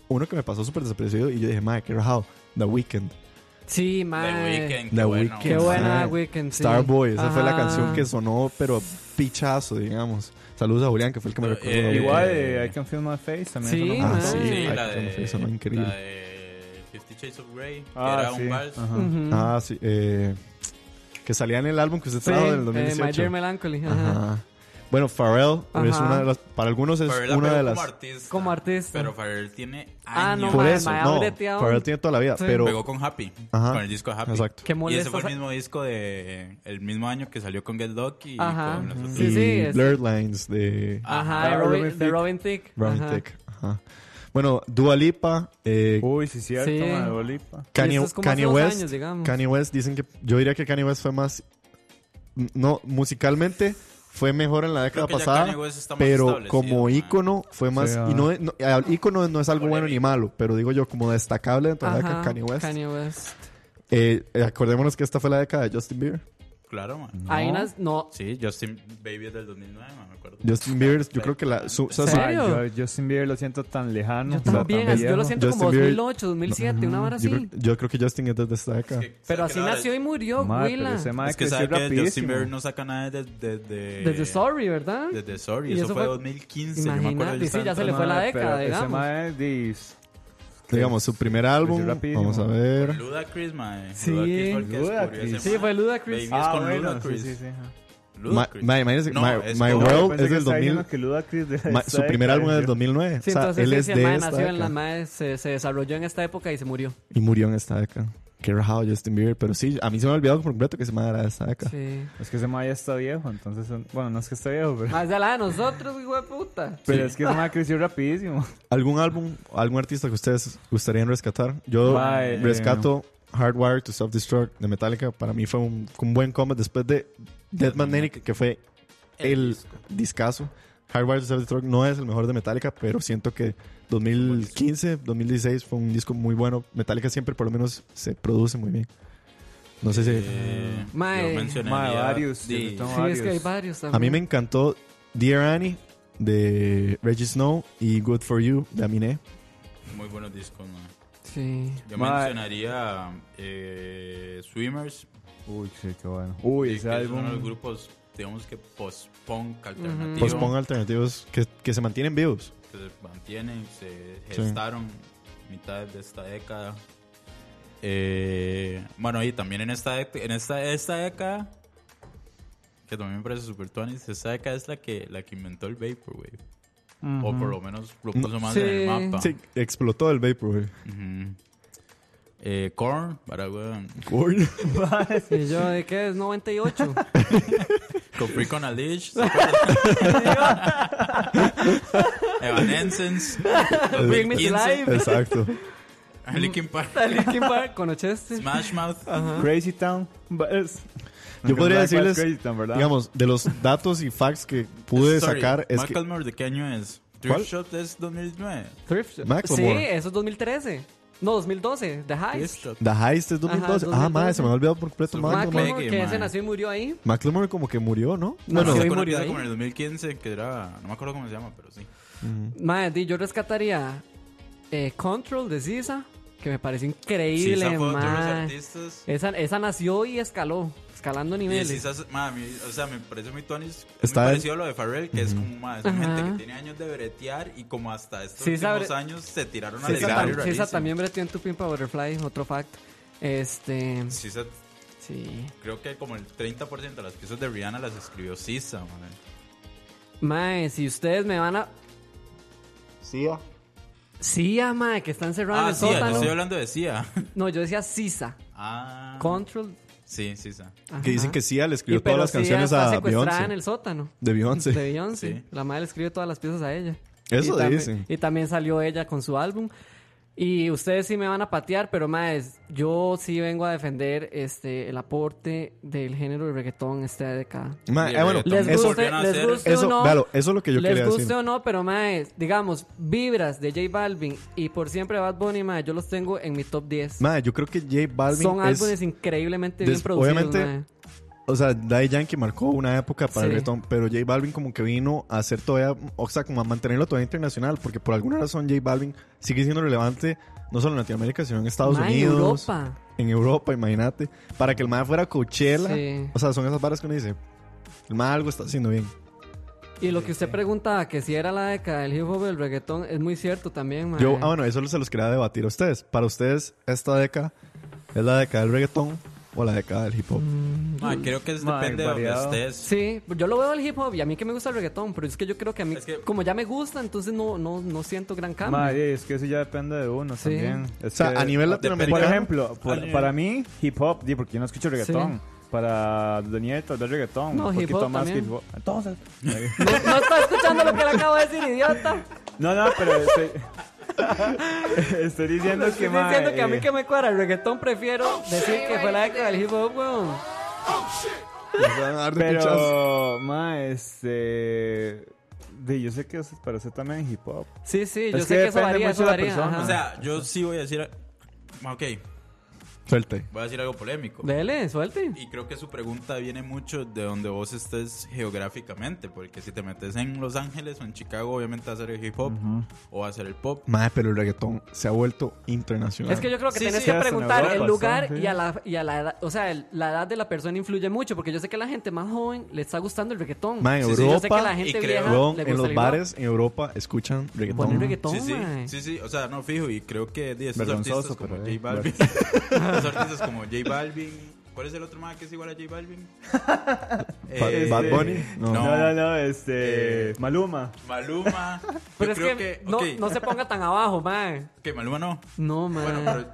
Speaker 5: Uno que me pasó súper desapercibido y yo dije, madre, qué rajado. The Weeknd.
Speaker 8: Sí,
Speaker 6: The
Speaker 8: mae.
Speaker 6: Weeknd,
Speaker 5: The
Speaker 6: qué bueno.
Speaker 5: Weeknd.
Speaker 8: Qué buena
Speaker 5: Mae.
Speaker 8: Weekend. Sí. Ah.
Speaker 5: Starboy, esa fue la
Speaker 8: Ajá.
Speaker 5: canción que sonó, pero pichazo, digamos. Saludos a Julián, que fue el que me
Speaker 6: Pero,
Speaker 5: recordó.
Speaker 6: eh,
Speaker 7: Igual,
Speaker 6: Eh,
Speaker 7: eh, I Can Feel My Face también.
Speaker 8: Sí,
Speaker 7: sonó
Speaker 5: ah,
Speaker 7: mucho.
Speaker 8: mae.
Speaker 5: sí,
Speaker 6: Sí,
Speaker 5: Ay,
Speaker 6: la
Speaker 5: cómo
Speaker 6: de,
Speaker 5: se sonó increíble.
Speaker 6: la de Fifty Shades of Grey, que
Speaker 7: Ah,
Speaker 6: era
Speaker 7: sí.
Speaker 6: un vals.
Speaker 7: ajá.
Speaker 8: Ujú.
Speaker 5: Ah, sí, eh, que salía en el álbum que usted
Speaker 8: Sí,
Speaker 5: trajo del
Speaker 8: eh, My
Speaker 5: 2018.
Speaker 8: Dear Melancholy. ajá.
Speaker 5: Ajá. Bueno, Pharrell es
Speaker 8: Ajá.
Speaker 5: una de las, para algunos es
Speaker 6: Pharrell la
Speaker 5: una
Speaker 6: pegó
Speaker 5: de las.
Speaker 6: Como artista.
Speaker 8: Como artista.
Speaker 6: Pero Pharrell tiene años.
Speaker 8: Ah, no,
Speaker 5: Por
Speaker 8: mae,
Speaker 5: eso,
Speaker 8: mae,
Speaker 5: no,
Speaker 8: breteado.
Speaker 5: Pharrell tiene toda la vida,
Speaker 8: Sí.
Speaker 5: pero
Speaker 6: Pegó con Happy,
Speaker 5: Ajá.
Speaker 6: con el disco de Happy.
Speaker 5: Exacto.
Speaker 8: Qué
Speaker 6: Y ese
Speaker 8: molesto.
Speaker 6: fue el mismo disco de el mismo año que salió con Get Lucky
Speaker 8: Ajá.
Speaker 6: y con las otras.
Speaker 8: Sí, sí,
Speaker 5: y
Speaker 8: es-
Speaker 5: Blurred Lines de
Speaker 8: Ajá, de
Speaker 7: Ah,
Speaker 8: Robin,
Speaker 7: Robin
Speaker 8: de
Speaker 7: Thicke.
Speaker 8: Robin Thicke.
Speaker 5: Ronnie
Speaker 8: Ajá.
Speaker 5: Tech. Ajá. Bueno, Dua Lipa, eh,
Speaker 7: Uy, sí, cierto,
Speaker 8: Sí.
Speaker 7: mae, Dolipa.
Speaker 8: Y
Speaker 5: Kanye,
Speaker 8: esto es como
Speaker 5: Kanye
Speaker 8: hace dos
Speaker 5: West,
Speaker 8: años, digamos.
Speaker 5: Kanye West, dicen que yo diría que Kanye West fue más no musicalmente fue mejor en la década
Speaker 6: que ya
Speaker 5: pasada,
Speaker 6: Kanye West está más
Speaker 5: pero
Speaker 6: establecido,
Speaker 5: como ícono fue más...
Speaker 7: Sí, ah.
Speaker 5: y no, no, al ícono no es algo bueno ni malo, pero digo yo como destacable dentro de la década
Speaker 8: Ajá,
Speaker 5: de Kanye West.
Speaker 8: Kanye West.
Speaker 5: Eh, eh, acordémonos que esta fue la década de Justin Bieber.
Speaker 6: Claro, man.
Speaker 8: Hay unas- no.
Speaker 6: Sí, Justin Baby es del 2009, man, me acuerdo.
Speaker 5: Justin Bieber, yo creo que la... su- o sea,
Speaker 7: ¿En
Speaker 5: su-
Speaker 7: serio? Yo, Justin Bieber lo siento tan
Speaker 8: Yo
Speaker 7: lejano.
Speaker 8: también,
Speaker 7: tan
Speaker 8: yo lo
Speaker 7: viejo.
Speaker 8: siento como
Speaker 5: Bieber-
Speaker 8: 2008, 2007, una vara
Speaker 5: yo
Speaker 8: así.
Speaker 5: creo- yo creo que Justin es desde esta década.
Speaker 8: Pero así nació y murió,
Speaker 7: Madre,
Speaker 8: Willa.
Speaker 7: pero ese mae
Speaker 6: Es que
Speaker 7: creció
Speaker 6: sabe que Justin
Speaker 7: rapidísimo.
Speaker 6: Bieber no saca nada desde... Desde,
Speaker 8: Desde Sorry, ¿verdad?
Speaker 6: Desde Sorry,
Speaker 8: Y
Speaker 6: eso,
Speaker 8: eso
Speaker 6: fue
Speaker 8: fue-
Speaker 6: 2015. yo me
Speaker 8: Imagínate,
Speaker 6: acuerdo, yo
Speaker 8: sí,
Speaker 6: estaba
Speaker 8: ya se le
Speaker 6: entrando-
Speaker 8: fue la
Speaker 7: Madre, pero
Speaker 8: década,
Speaker 7: ese
Speaker 8: digamos.
Speaker 7: mae, dis-
Speaker 5: Digamos, su primer álbum,
Speaker 7: Pues, rapidísimo.
Speaker 5: vamos a ver.
Speaker 6: Ludacris, mae.
Speaker 7: Sí,
Speaker 6: Ludacris fue el que descubrió
Speaker 7: Ludacris.
Speaker 6: ese
Speaker 8: Sí,
Speaker 6: mae.
Speaker 8: fue Ludacris.
Speaker 6: Baby es
Speaker 7: Ah,
Speaker 6: con
Speaker 7: bueno,
Speaker 6: Ludacris.
Speaker 7: sí, sí, sí, ajá.
Speaker 5: Ma-
Speaker 6: Ludacris.
Speaker 5: ma- imagínese que
Speaker 6: No,
Speaker 5: My,
Speaker 6: es
Speaker 5: My
Speaker 6: con-
Speaker 7: Yo
Speaker 5: World
Speaker 7: pensé
Speaker 5: es
Speaker 7: que
Speaker 5: del
Speaker 7: estaba
Speaker 5: 2000.
Speaker 7: diciendo que Ludacris de
Speaker 5: ma-
Speaker 7: esta
Speaker 5: su primer álbum es
Speaker 7: década,
Speaker 5: del 2009.
Speaker 8: Sí,
Speaker 5: o sea,
Speaker 8: entonces
Speaker 5: él
Speaker 8: sí,
Speaker 5: es
Speaker 8: sí,
Speaker 5: de
Speaker 8: el mae
Speaker 5: esta
Speaker 8: nació en la
Speaker 5: década.
Speaker 8: mae, se, se desarrolló en esta época y se murió.
Speaker 5: Y murió en esta década. Qué rajado Justin Bieber. Pero sí, a mí se me ha olvidado por completo que se me era de esta década.
Speaker 8: Sí.
Speaker 7: Es que ese mae ya está viejo, entonces... Bueno, no es que esté viejo, pero...
Speaker 8: Más de la de nosotros, hijo de puta.
Speaker 7: Pero es que ese mae creció rapidísimo.
Speaker 5: ¿Algún álbum, algún artista que ustedes gustarían rescatar? Yo
Speaker 7: Mae,
Speaker 5: rescato Hardwired to Self-Destruct de Metallica. Para mí fue un, un buen comeback después de Dead Magnetic, que fue el discazo. Hardwired to Self-Destruct no es el mejor de Metallica, pero siento que 2015, 2016 fue un disco muy bueno. Metallica siempre, por lo menos, se produce muy bien. No sé si.
Speaker 6: Eh,
Speaker 8: Mae.
Speaker 6: yo mencionaría
Speaker 7: Mae, varios,
Speaker 6: de-
Speaker 7: yo tomo
Speaker 8: Sí, es que hay
Speaker 7: varios.
Speaker 8: varios también.
Speaker 5: A mí me encantó Dear Annie de Reggie Snow y Good for You de Aminé.
Speaker 6: muy buenos discos, mae.
Speaker 8: Sí.
Speaker 6: Yo
Speaker 7: Mae.
Speaker 6: mencionaría eh, Swimmers.
Speaker 7: Uy, sí, qué bueno. Uy,
Speaker 6: que
Speaker 7: ese
Speaker 6: Es uno de los
Speaker 7: álbum...
Speaker 6: grupos, digamos que post-punk alternativo.
Speaker 5: Pospongo Pues alternativos que, que se mantienen vivos.
Speaker 6: que se mantienen, se
Speaker 5: Sí.
Speaker 6: gestaron mitad de esta década. Eh, bueno, y también en esta, dec- en esta, esta década, que también me parece super tuanis, esta década es la que, la que inventó el Vaporwave. O por lo menos lo puso más
Speaker 8: Sí.
Speaker 6: en el mapa.
Speaker 5: Sí, explotó el Vaporwave.
Speaker 6: Ujú. Eh, Korn, para weón,
Speaker 5: Corn.
Speaker 8: ¿Y yo de qué es? 98.
Speaker 6: con Free Con a Leash, ¿se acuerdan? Evanescence,
Speaker 8: Bring Me to
Speaker 6: 2015,
Speaker 8: Life.
Speaker 5: Exacto.
Speaker 6: Linkin Park,
Speaker 8: Linkin Park con este. Ochester.
Speaker 6: Smash Mouth,
Speaker 7: Crazy Town. ba- es-
Speaker 5: Yo podría
Speaker 7: Black Bad
Speaker 5: decirles,
Speaker 7: Crazy Town, ¿verdad?
Speaker 5: digamos, de los datos y facts que pude
Speaker 6: Sorry,
Speaker 5: sacar es que
Speaker 6: Macklemore, ¿de qué año es? Thrift
Speaker 5: ¿Cuál?
Speaker 6: Shop es 2009.
Speaker 8: Thrift Shop.
Speaker 5: Macklemore.
Speaker 8: Sí, eso es 2013. No, 2012. The
Speaker 6: Thrift
Speaker 8: Heist.
Speaker 6: Shop.
Speaker 5: The Heist es 2012.
Speaker 8: Ajá,
Speaker 5: Ah, madre, se me ha olvidado por completo.
Speaker 6: Su
Speaker 5: Macklemore.
Speaker 6: Macklemore.
Speaker 8: Macklemore,
Speaker 6: Reggae,
Speaker 8: que ese
Speaker 6: man.
Speaker 8: nació y murió ahí.
Speaker 5: Macklemore como que murió, ¿no?
Speaker 8: No,
Speaker 6: Bueno, se
Speaker 8: no. Sí,
Speaker 6: acuerdan
Speaker 8: murió
Speaker 6: de
Speaker 8: ahí.
Speaker 6: como en el 2015, que era... No me acuerdo cómo se llama, pero sí.
Speaker 8: Mae, di, yo rescataría eh, Control de Sisa, que me
Speaker 6: Sí,
Speaker 8: parece increíble,
Speaker 6: esa fue otro de los
Speaker 8: mae.
Speaker 6: artistas.
Speaker 8: Esa, esa nació y escaló, escalando
Speaker 6: Y
Speaker 8: niveles.
Speaker 6: sí, esas- ma, a mí- o sea, me parece muy Tonis. Es
Speaker 5: Está
Speaker 6: muy
Speaker 5: el-
Speaker 6: parecido a lo de Farrell, que es como ma, es
Speaker 8: Ajá.
Speaker 6: gente que tiene años de bretear y como hasta estos
Speaker 8: Sí, esa
Speaker 6: últimos
Speaker 8: bre-
Speaker 6: años se tiraron al
Speaker 8: Sí, esa,
Speaker 6: escenario.
Speaker 8: tam- sí, esa
Speaker 6: rarísimo.
Speaker 8: también breteó en tu Pimpa Butterfly, otro fact. Este,
Speaker 6: Sí, esa-
Speaker 8: sí.
Speaker 6: creo que como el 30% de las piezas de Rihanna las escribió Sisa, man.
Speaker 8: Mae, si ustedes me van a... Sí, ah, mae, que está encerrado en
Speaker 6: Ah,
Speaker 8: el
Speaker 6: Sia, yo
Speaker 8: sótano.
Speaker 6: estoy hablando de Sia.
Speaker 8: No, yo decía Sisa.
Speaker 6: Ah,
Speaker 8: Control.
Speaker 6: sí, Sisa.
Speaker 5: Que dicen que Sia le escribió
Speaker 8: Y pero
Speaker 5: todas las
Speaker 8: Sia
Speaker 5: canciones
Speaker 8: está
Speaker 5: a
Speaker 8: secuestrada en
Speaker 5: Beyoncé.
Speaker 8: el sótano.
Speaker 5: De Beyoncé.
Speaker 8: De Beyoncé.
Speaker 6: Sí.
Speaker 8: La madre le escribe todas las piezas a ella.
Speaker 5: Eso
Speaker 8: y también,
Speaker 5: dicen.
Speaker 8: Y también salió ella con su álbum. Y ustedes sí me van a patear, pero más, yo sí vengo a defender este el aporte del género de reggaetón esta década.
Speaker 5: Ma-
Speaker 6: Y el
Speaker 5: ah, bueno,
Speaker 6: reggaetón.
Speaker 8: Les
Speaker 6: Eso-
Speaker 8: guste,
Speaker 5: eso,
Speaker 6: volvieron a
Speaker 8: les
Speaker 6: hacer-
Speaker 8: guste o
Speaker 5: eso,
Speaker 8: no,
Speaker 5: claro, eso es lo que yo
Speaker 8: les
Speaker 5: quería
Speaker 8: guste
Speaker 5: decir.
Speaker 8: o no, pero mae, digamos, vibras de J Balvin y por siempre Bad Bunny, mae, yo los tengo en mi top 10.
Speaker 5: Madre, yo creo que J Balvin
Speaker 8: Son
Speaker 5: es...
Speaker 8: álbumes increíblemente bien
Speaker 5: des-
Speaker 8: producidos.
Speaker 5: obviamente,
Speaker 8: mae.
Speaker 5: O sea, Daddy Yankee marcó una época para el
Speaker 8: Sí.
Speaker 5: reggaetón, pero J Balvin como que vino a hacer todavía, o sea, como a mantenerlo todavía internacional, porque por alguna razón J Balvin sigue siendo relevante no solo en Latinoamérica, sino en Estados
Speaker 8: Mae, en
Speaker 5: Unidos,
Speaker 8: Europa.
Speaker 5: en Europa, imagínate, para que el MAE fuera a Coachella,
Speaker 8: Sí.
Speaker 5: o sea, son esas varas que uno dice, el MAE algo está haciendo bien.
Speaker 8: Y lo que usted preguntaba, que si era la década del hip hop y del reggaetón, es muy cierto también, mae.
Speaker 5: Yo, ah, bueno, eso se los quería debatir a ustedes. Para ustedes, esta década es la década del reggaetón o la década del hip hop.
Speaker 8: Mm.
Speaker 6: Ma, creo que es
Speaker 7: Ma,
Speaker 6: depende de donde
Speaker 7: variado.
Speaker 6: estés.
Speaker 8: Sí, yo lo veo al hip hop y a mí que me gusta el reggaetón, pero es que yo creo que a mí,
Speaker 6: Es que-
Speaker 8: como ya me gusta, entonces no, no, no siento gran cambio.
Speaker 7: Mae, es que eso ya depende de uno
Speaker 8: Sí.
Speaker 7: también. Es
Speaker 5: O sea,
Speaker 7: que-
Speaker 5: a nivel
Speaker 7: Por
Speaker 5: latinoamericano,
Speaker 7: ejemplo, por-
Speaker 6: A nivel-
Speaker 7: para mí, hip hop, di, porque yo no escucho reggaetón. Para Daniel, tal vez reggaetón.
Speaker 8: No,
Speaker 7: un
Speaker 8: hip
Speaker 7: poquito
Speaker 8: hop
Speaker 7: más que
Speaker 8: también.
Speaker 7: hip hop. Entonces.
Speaker 8: No, no está escuchando lo que le acabo de decir, idiota.
Speaker 7: no, no, pero estoy, estoy diciendo que
Speaker 8: Estoy
Speaker 7: mae,
Speaker 8: diciendo que a mí
Speaker 7: eh,
Speaker 8: que me cuadra el reggaetón prefiero decir que fue la década del hip hop, weón.
Speaker 5: van a dar de
Speaker 7: Pero,
Speaker 5: pichazo.
Speaker 7: ma, este. de- yo sé que es- para usted también es hip hop.
Speaker 8: Sí, sí, yo
Speaker 7: Es
Speaker 8: sé que eso
Speaker 7: depende
Speaker 8: varía,
Speaker 7: mucho
Speaker 8: eso
Speaker 7: de la
Speaker 8: varía,
Speaker 7: persona.
Speaker 8: ajá.
Speaker 6: O sea, yo sí voy a decir. a- Ok,
Speaker 5: Suelte.
Speaker 6: voy a decir algo polémico.
Speaker 8: Dele, suelte.
Speaker 6: Y creo que su pregunta viene mucho de donde vos estés geográficamente. Porque si te metes en Los Ángeles o en Chicago, obviamente va a ser el hip hop
Speaker 5: Ujú.
Speaker 6: o va a ser el pop.
Speaker 5: Madre, pero el reggaetón se ha vuelto internacional.
Speaker 8: Es que yo creo que
Speaker 6: Sí,
Speaker 8: tenés
Speaker 6: sí,
Speaker 8: que
Speaker 6: hasta en
Speaker 8: preguntar
Speaker 6: Europa,
Speaker 8: el lugar
Speaker 6: sí.
Speaker 8: y, a la, y a la edad. O sea, el- la edad de la persona influye mucho. Porque yo sé que a la gente más joven le está gustando el reggaetón.
Speaker 5: Ma, en
Speaker 8: Sí, sí,
Speaker 5: Europa,
Speaker 8: yo sé que a la gente vieja
Speaker 5: weón,
Speaker 8: le gusta
Speaker 5: en
Speaker 8: el
Speaker 5: los
Speaker 8: hip hop.
Speaker 5: bares en Europa escuchan reggaetón.
Speaker 8: Ponen reggaetón,
Speaker 6: Sí, sí,
Speaker 8: mae.
Speaker 6: sí, sí, o sea, no fijo y creo que de estos
Speaker 5: Vergonzoso,
Speaker 6: artistas como
Speaker 5: pero,
Speaker 6: J
Speaker 5: eh,
Speaker 6: Balvin, estos artistas como J Balvin, ¿cuál es el otro más que es igual a J Balvin? Eh,
Speaker 7: Bad Bunny?
Speaker 6: No,
Speaker 7: No, no, no, este.
Speaker 8: Eh,
Speaker 7: Maluma.
Speaker 6: Maluma. yo
Speaker 8: Pero es
Speaker 6: creo
Speaker 8: que,
Speaker 6: que,
Speaker 8: no,
Speaker 6: ok.
Speaker 8: no se ponga tan abajo, man.
Speaker 6: Ok, Maluma no.
Speaker 8: No, man.
Speaker 6: Bueno, pero,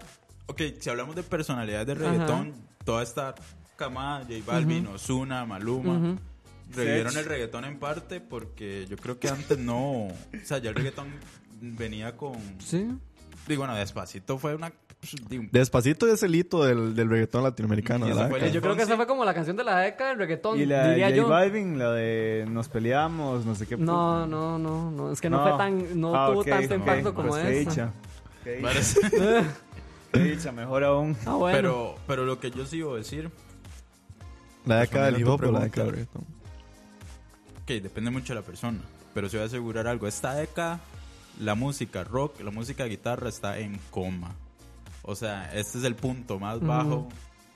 Speaker 6: ok, si hablamos de personalidades de reggaetón, toda esta camada, J Balvin,
Speaker 8: Ujú.
Speaker 6: Ozuna, Maluma,
Speaker 8: Ujú.
Speaker 6: revivieron
Speaker 7: Sech.
Speaker 6: el reggaetón en parte porque yo creo que antes no, o sea, ya el reggaetón venía con...
Speaker 8: Sí.
Speaker 6: Digo, bueno, despacito fue una... pues, digo,
Speaker 5: Despacito es el hito del, del reggaetón latinoamericano,
Speaker 6: Y esa
Speaker 5: ¿verdad?
Speaker 6: fue
Speaker 8: Yo creo que esa fue como la canción de la década del reggaetón,
Speaker 7: Y la
Speaker 8: diría
Speaker 7: de
Speaker 8: yo.
Speaker 7: J Balvin, la de Nos peleamos, no sé qué.
Speaker 8: No, no, no, no. Es que no, fue tan.
Speaker 7: Ah,
Speaker 8: No tuvo tanto impacto como
Speaker 7: esa.
Speaker 8: esa.
Speaker 6: Parece-
Speaker 7: Qué dicha, mejor aún.
Speaker 8: Ah, bueno.
Speaker 6: Pero, pero lo que yo sí iba a decir,
Speaker 5: La década del hip
Speaker 6: Respondiendo a
Speaker 5: hop
Speaker 6: tu
Speaker 5: o la
Speaker 6: pregunta.
Speaker 5: década del reggaetón.
Speaker 6: que depende mucho de la persona, pero se voy a asegurar algo, esta década, la música rock, la música guitarra está en coma. O sea, este es el punto más
Speaker 8: Ujú.
Speaker 6: bajo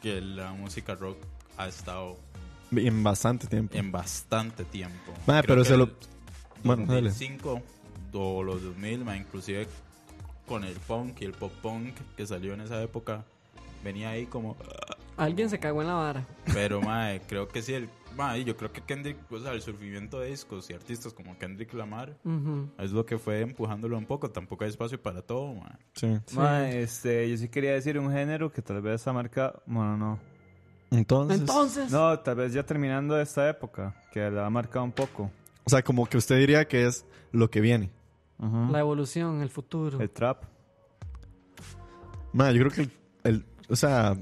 Speaker 6: que la música rock ha estado
Speaker 5: En bastante tiempo.
Speaker 6: en bastante tiempo. Creo
Speaker 5: Madre, pero
Speaker 6: que
Speaker 5: se lo.
Speaker 6: el
Speaker 5: Bueno, dale.
Speaker 6: 2005 o los 2000, ma, inclusive con el punk y el pop punk que salió en esa época, venía ahí como...
Speaker 8: Alguien se cagó en la vara.
Speaker 6: Pero, mae, creo que sí. El, mae, yo creo que Kendrick, o sea, el surgimiento de discos y artistas como Kendrick Lamar
Speaker 8: Ujú.
Speaker 6: es lo que fue empujándolo un poco. Tampoco hay espacio para todo, mae.
Speaker 5: Sí.
Speaker 7: Ma, este, yo sí quería decir un género que tal vez ha marcado. Bueno, no.
Speaker 5: Entonces,
Speaker 8: Entonces.
Speaker 7: No, tal vez ya terminando esta época, que la ha marcado un poco.
Speaker 5: O sea, como que usted diría que es lo que viene.
Speaker 7: Ujú.
Speaker 8: La evolución, el futuro.
Speaker 7: El trap.
Speaker 5: Madre, yo creo que el. el- o sea.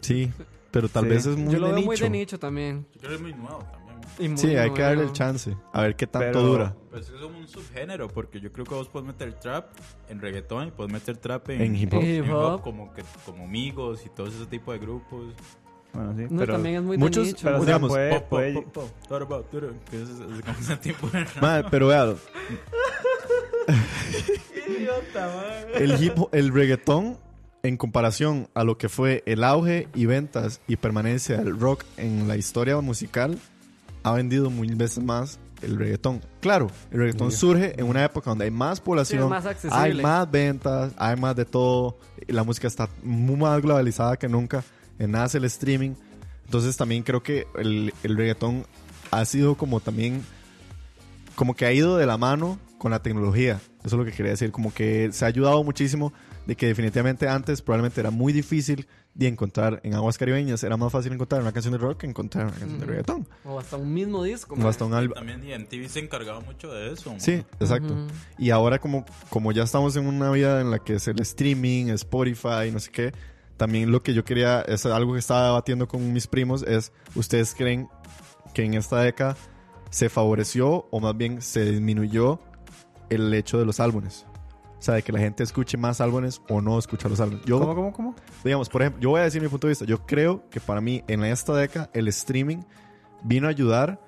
Speaker 5: Sí. Pero tal
Speaker 7: Sí.
Speaker 5: vez es muy
Speaker 8: Yo lo
Speaker 5: de
Speaker 8: veo muy
Speaker 5: nicho.
Speaker 8: de nicho también.
Speaker 6: Yo creo que es muy nuevo también. mae.
Speaker 8: Y muy
Speaker 5: Sí, hay que darle
Speaker 8: nuevo.
Speaker 5: el chance. A ver qué tanto
Speaker 7: Pero-
Speaker 5: dura.
Speaker 6: Pero pues, es que es como un subgénero, porque yo creo que vos podés meter trap en reggaetón y podés meter trap en,
Speaker 5: En hip hop.
Speaker 8: Hip hop.
Speaker 6: como, que, como amigos y todo ese tipo de grupos.
Speaker 7: Bueno, sí.
Speaker 8: No,
Speaker 7: pero,
Speaker 8: también es muy
Speaker 5: muchos-
Speaker 8: de nicho.
Speaker 7: pero, o sea,
Speaker 5: digamos,
Speaker 7: puede-
Speaker 6: Pop, pop,
Speaker 7: puede-
Speaker 6: pop, pop, taraba, tara, que es- es como ese tipo de rap.
Speaker 5: Madre, pero véalo. El hip el reggaetón en comparación a lo que fue el auge y ventas y permanencia del rock en la historia musical ha vendido mil veces más el reggaetón. Claro, el reggaetón surge en una época donde hay más población,
Speaker 8: Sí, es más accesible.
Speaker 5: hay más ventas, hay más de todo, la música está muy más globalizada que nunca, eh, nace el streaming. Entonces también creo que el, el reggaetón ha sido como también como que ha ido de la mano con la tecnología. Eso es lo que quería decir. Como que se ha ayudado muchísimo de que definitivamente antes probablemente era muy difícil de encontrar en aguas caribeñas. Era más fácil encontrar una canción de rock que encontrar una canción de
Speaker 8: Ujú.
Speaker 5: reggaetón.
Speaker 8: O hasta un mismo disco.
Speaker 5: Como
Speaker 8: man.
Speaker 5: hasta un álbum.
Speaker 6: También y MTV se encargaba mucho de eso. mae.
Speaker 5: Sí, exacto.
Speaker 8: Ujú.
Speaker 5: Y ahora como, como ya estamos en una vida en la que es el streaming, Spotify, no sé qué, también lo que yo quería, es algo que estaba debatiendo con mis primos, es, ¿ustedes creen que en esta década se favoreció o más bien se disminuyó el hecho de los álbumes? O sea, de que la gente escuche más álbumes o no escucha los álbumes. Yo,
Speaker 7: ¿Cómo, cómo, cómo?
Speaker 5: digamos, por ejemplo, yo voy a decir mi punto de vista. Yo creo que para mí, en esta década, el streaming vino a ayudar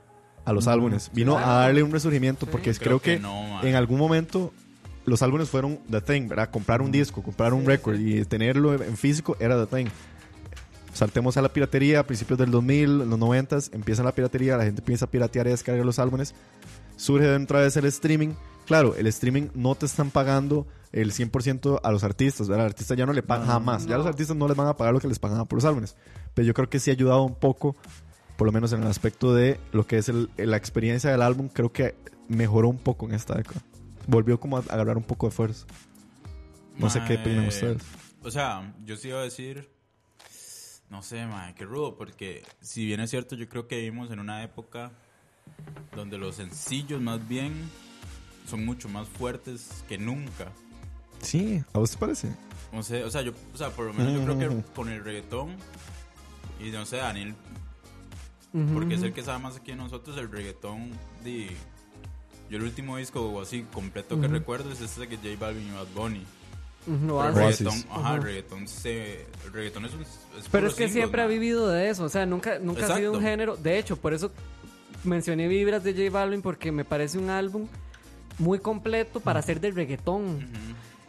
Speaker 5: a los álbumes. Vino
Speaker 8: claro.
Speaker 5: a darle un resurgimiento
Speaker 8: Sí.
Speaker 5: porque creo,
Speaker 6: Creo
Speaker 5: que,
Speaker 6: que no, man.
Speaker 5: en algún momento los álbumes fueron The Thing, ¿verdad? Comprar un disco, comprar un record y tenerlo en físico era The Thing. Saltemos a la piratería a principios del 2000, en los 90 empieza la piratería, la gente empieza a piratear y a descargar los álbumes. Surge de otra vez el streaming. Claro, el streaming no te están pagando el 100% a los artistas, ¿verdad? Al artista ya no le pagan jamás. Ya
Speaker 8: No.
Speaker 5: los artistas no les van a pagar lo que les pagaban por los álbumes. Pero yo creo que sí ha ayudado un poco por lo menos en el aspecto de lo que es el- la experiencia del álbum, creo que mejoró un poco en esta década. Volvió como a agarrar un poco de fuerza. No sé qué
Speaker 6: Mae,
Speaker 5: opinan ustedes.
Speaker 6: O sea, yo sí iba a decir, no sé, mae, qué rudo, porque si bien es cierto, yo creo que vivimos en una época donde los sencillos más bien son mucho más fuertes que nunca.
Speaker 5: Sí, ¿a vos te parece?
Speaker 6: No sé, o sea, yo, o sea, por lo menos yo creo que con el reggaetón, y no sé, Daniel
Speaker 8: Ujú,
Speaker 6: porque es
Speaker 8: ujú.
Speaker 6: el que sabe más aquí de nosotros, el reggaetón de... Yo el último disco así completo que
Speaker 8: Ujú.
Speaker 6: recuerdo es este de J Balvin y Bad Bunny.
Speaker 8: Ujú,
Speaker 6: Pero el
Speaker 8: Oasis.
Speaker 6: reggaetón, ajá, el
Speaker 8: Ajá.
Speaker 6: reggaetón, se, el reggaetón es un...
Speaker 8: Pero
Speaker 6: puro
Speaker 8: es que
Speaker 6: single,
Speaker 8: siempre
Speaker 6: ¿no?
Speaker 8: ha vivido de eso, o sea, nunca, nunca ha sido un
Speaker 6: Exacto.
Speaker 8: género. De hecho, por eso mencioné Vibras de J Balvin porque me parece un álbum muy completo para hacer del reggaetón.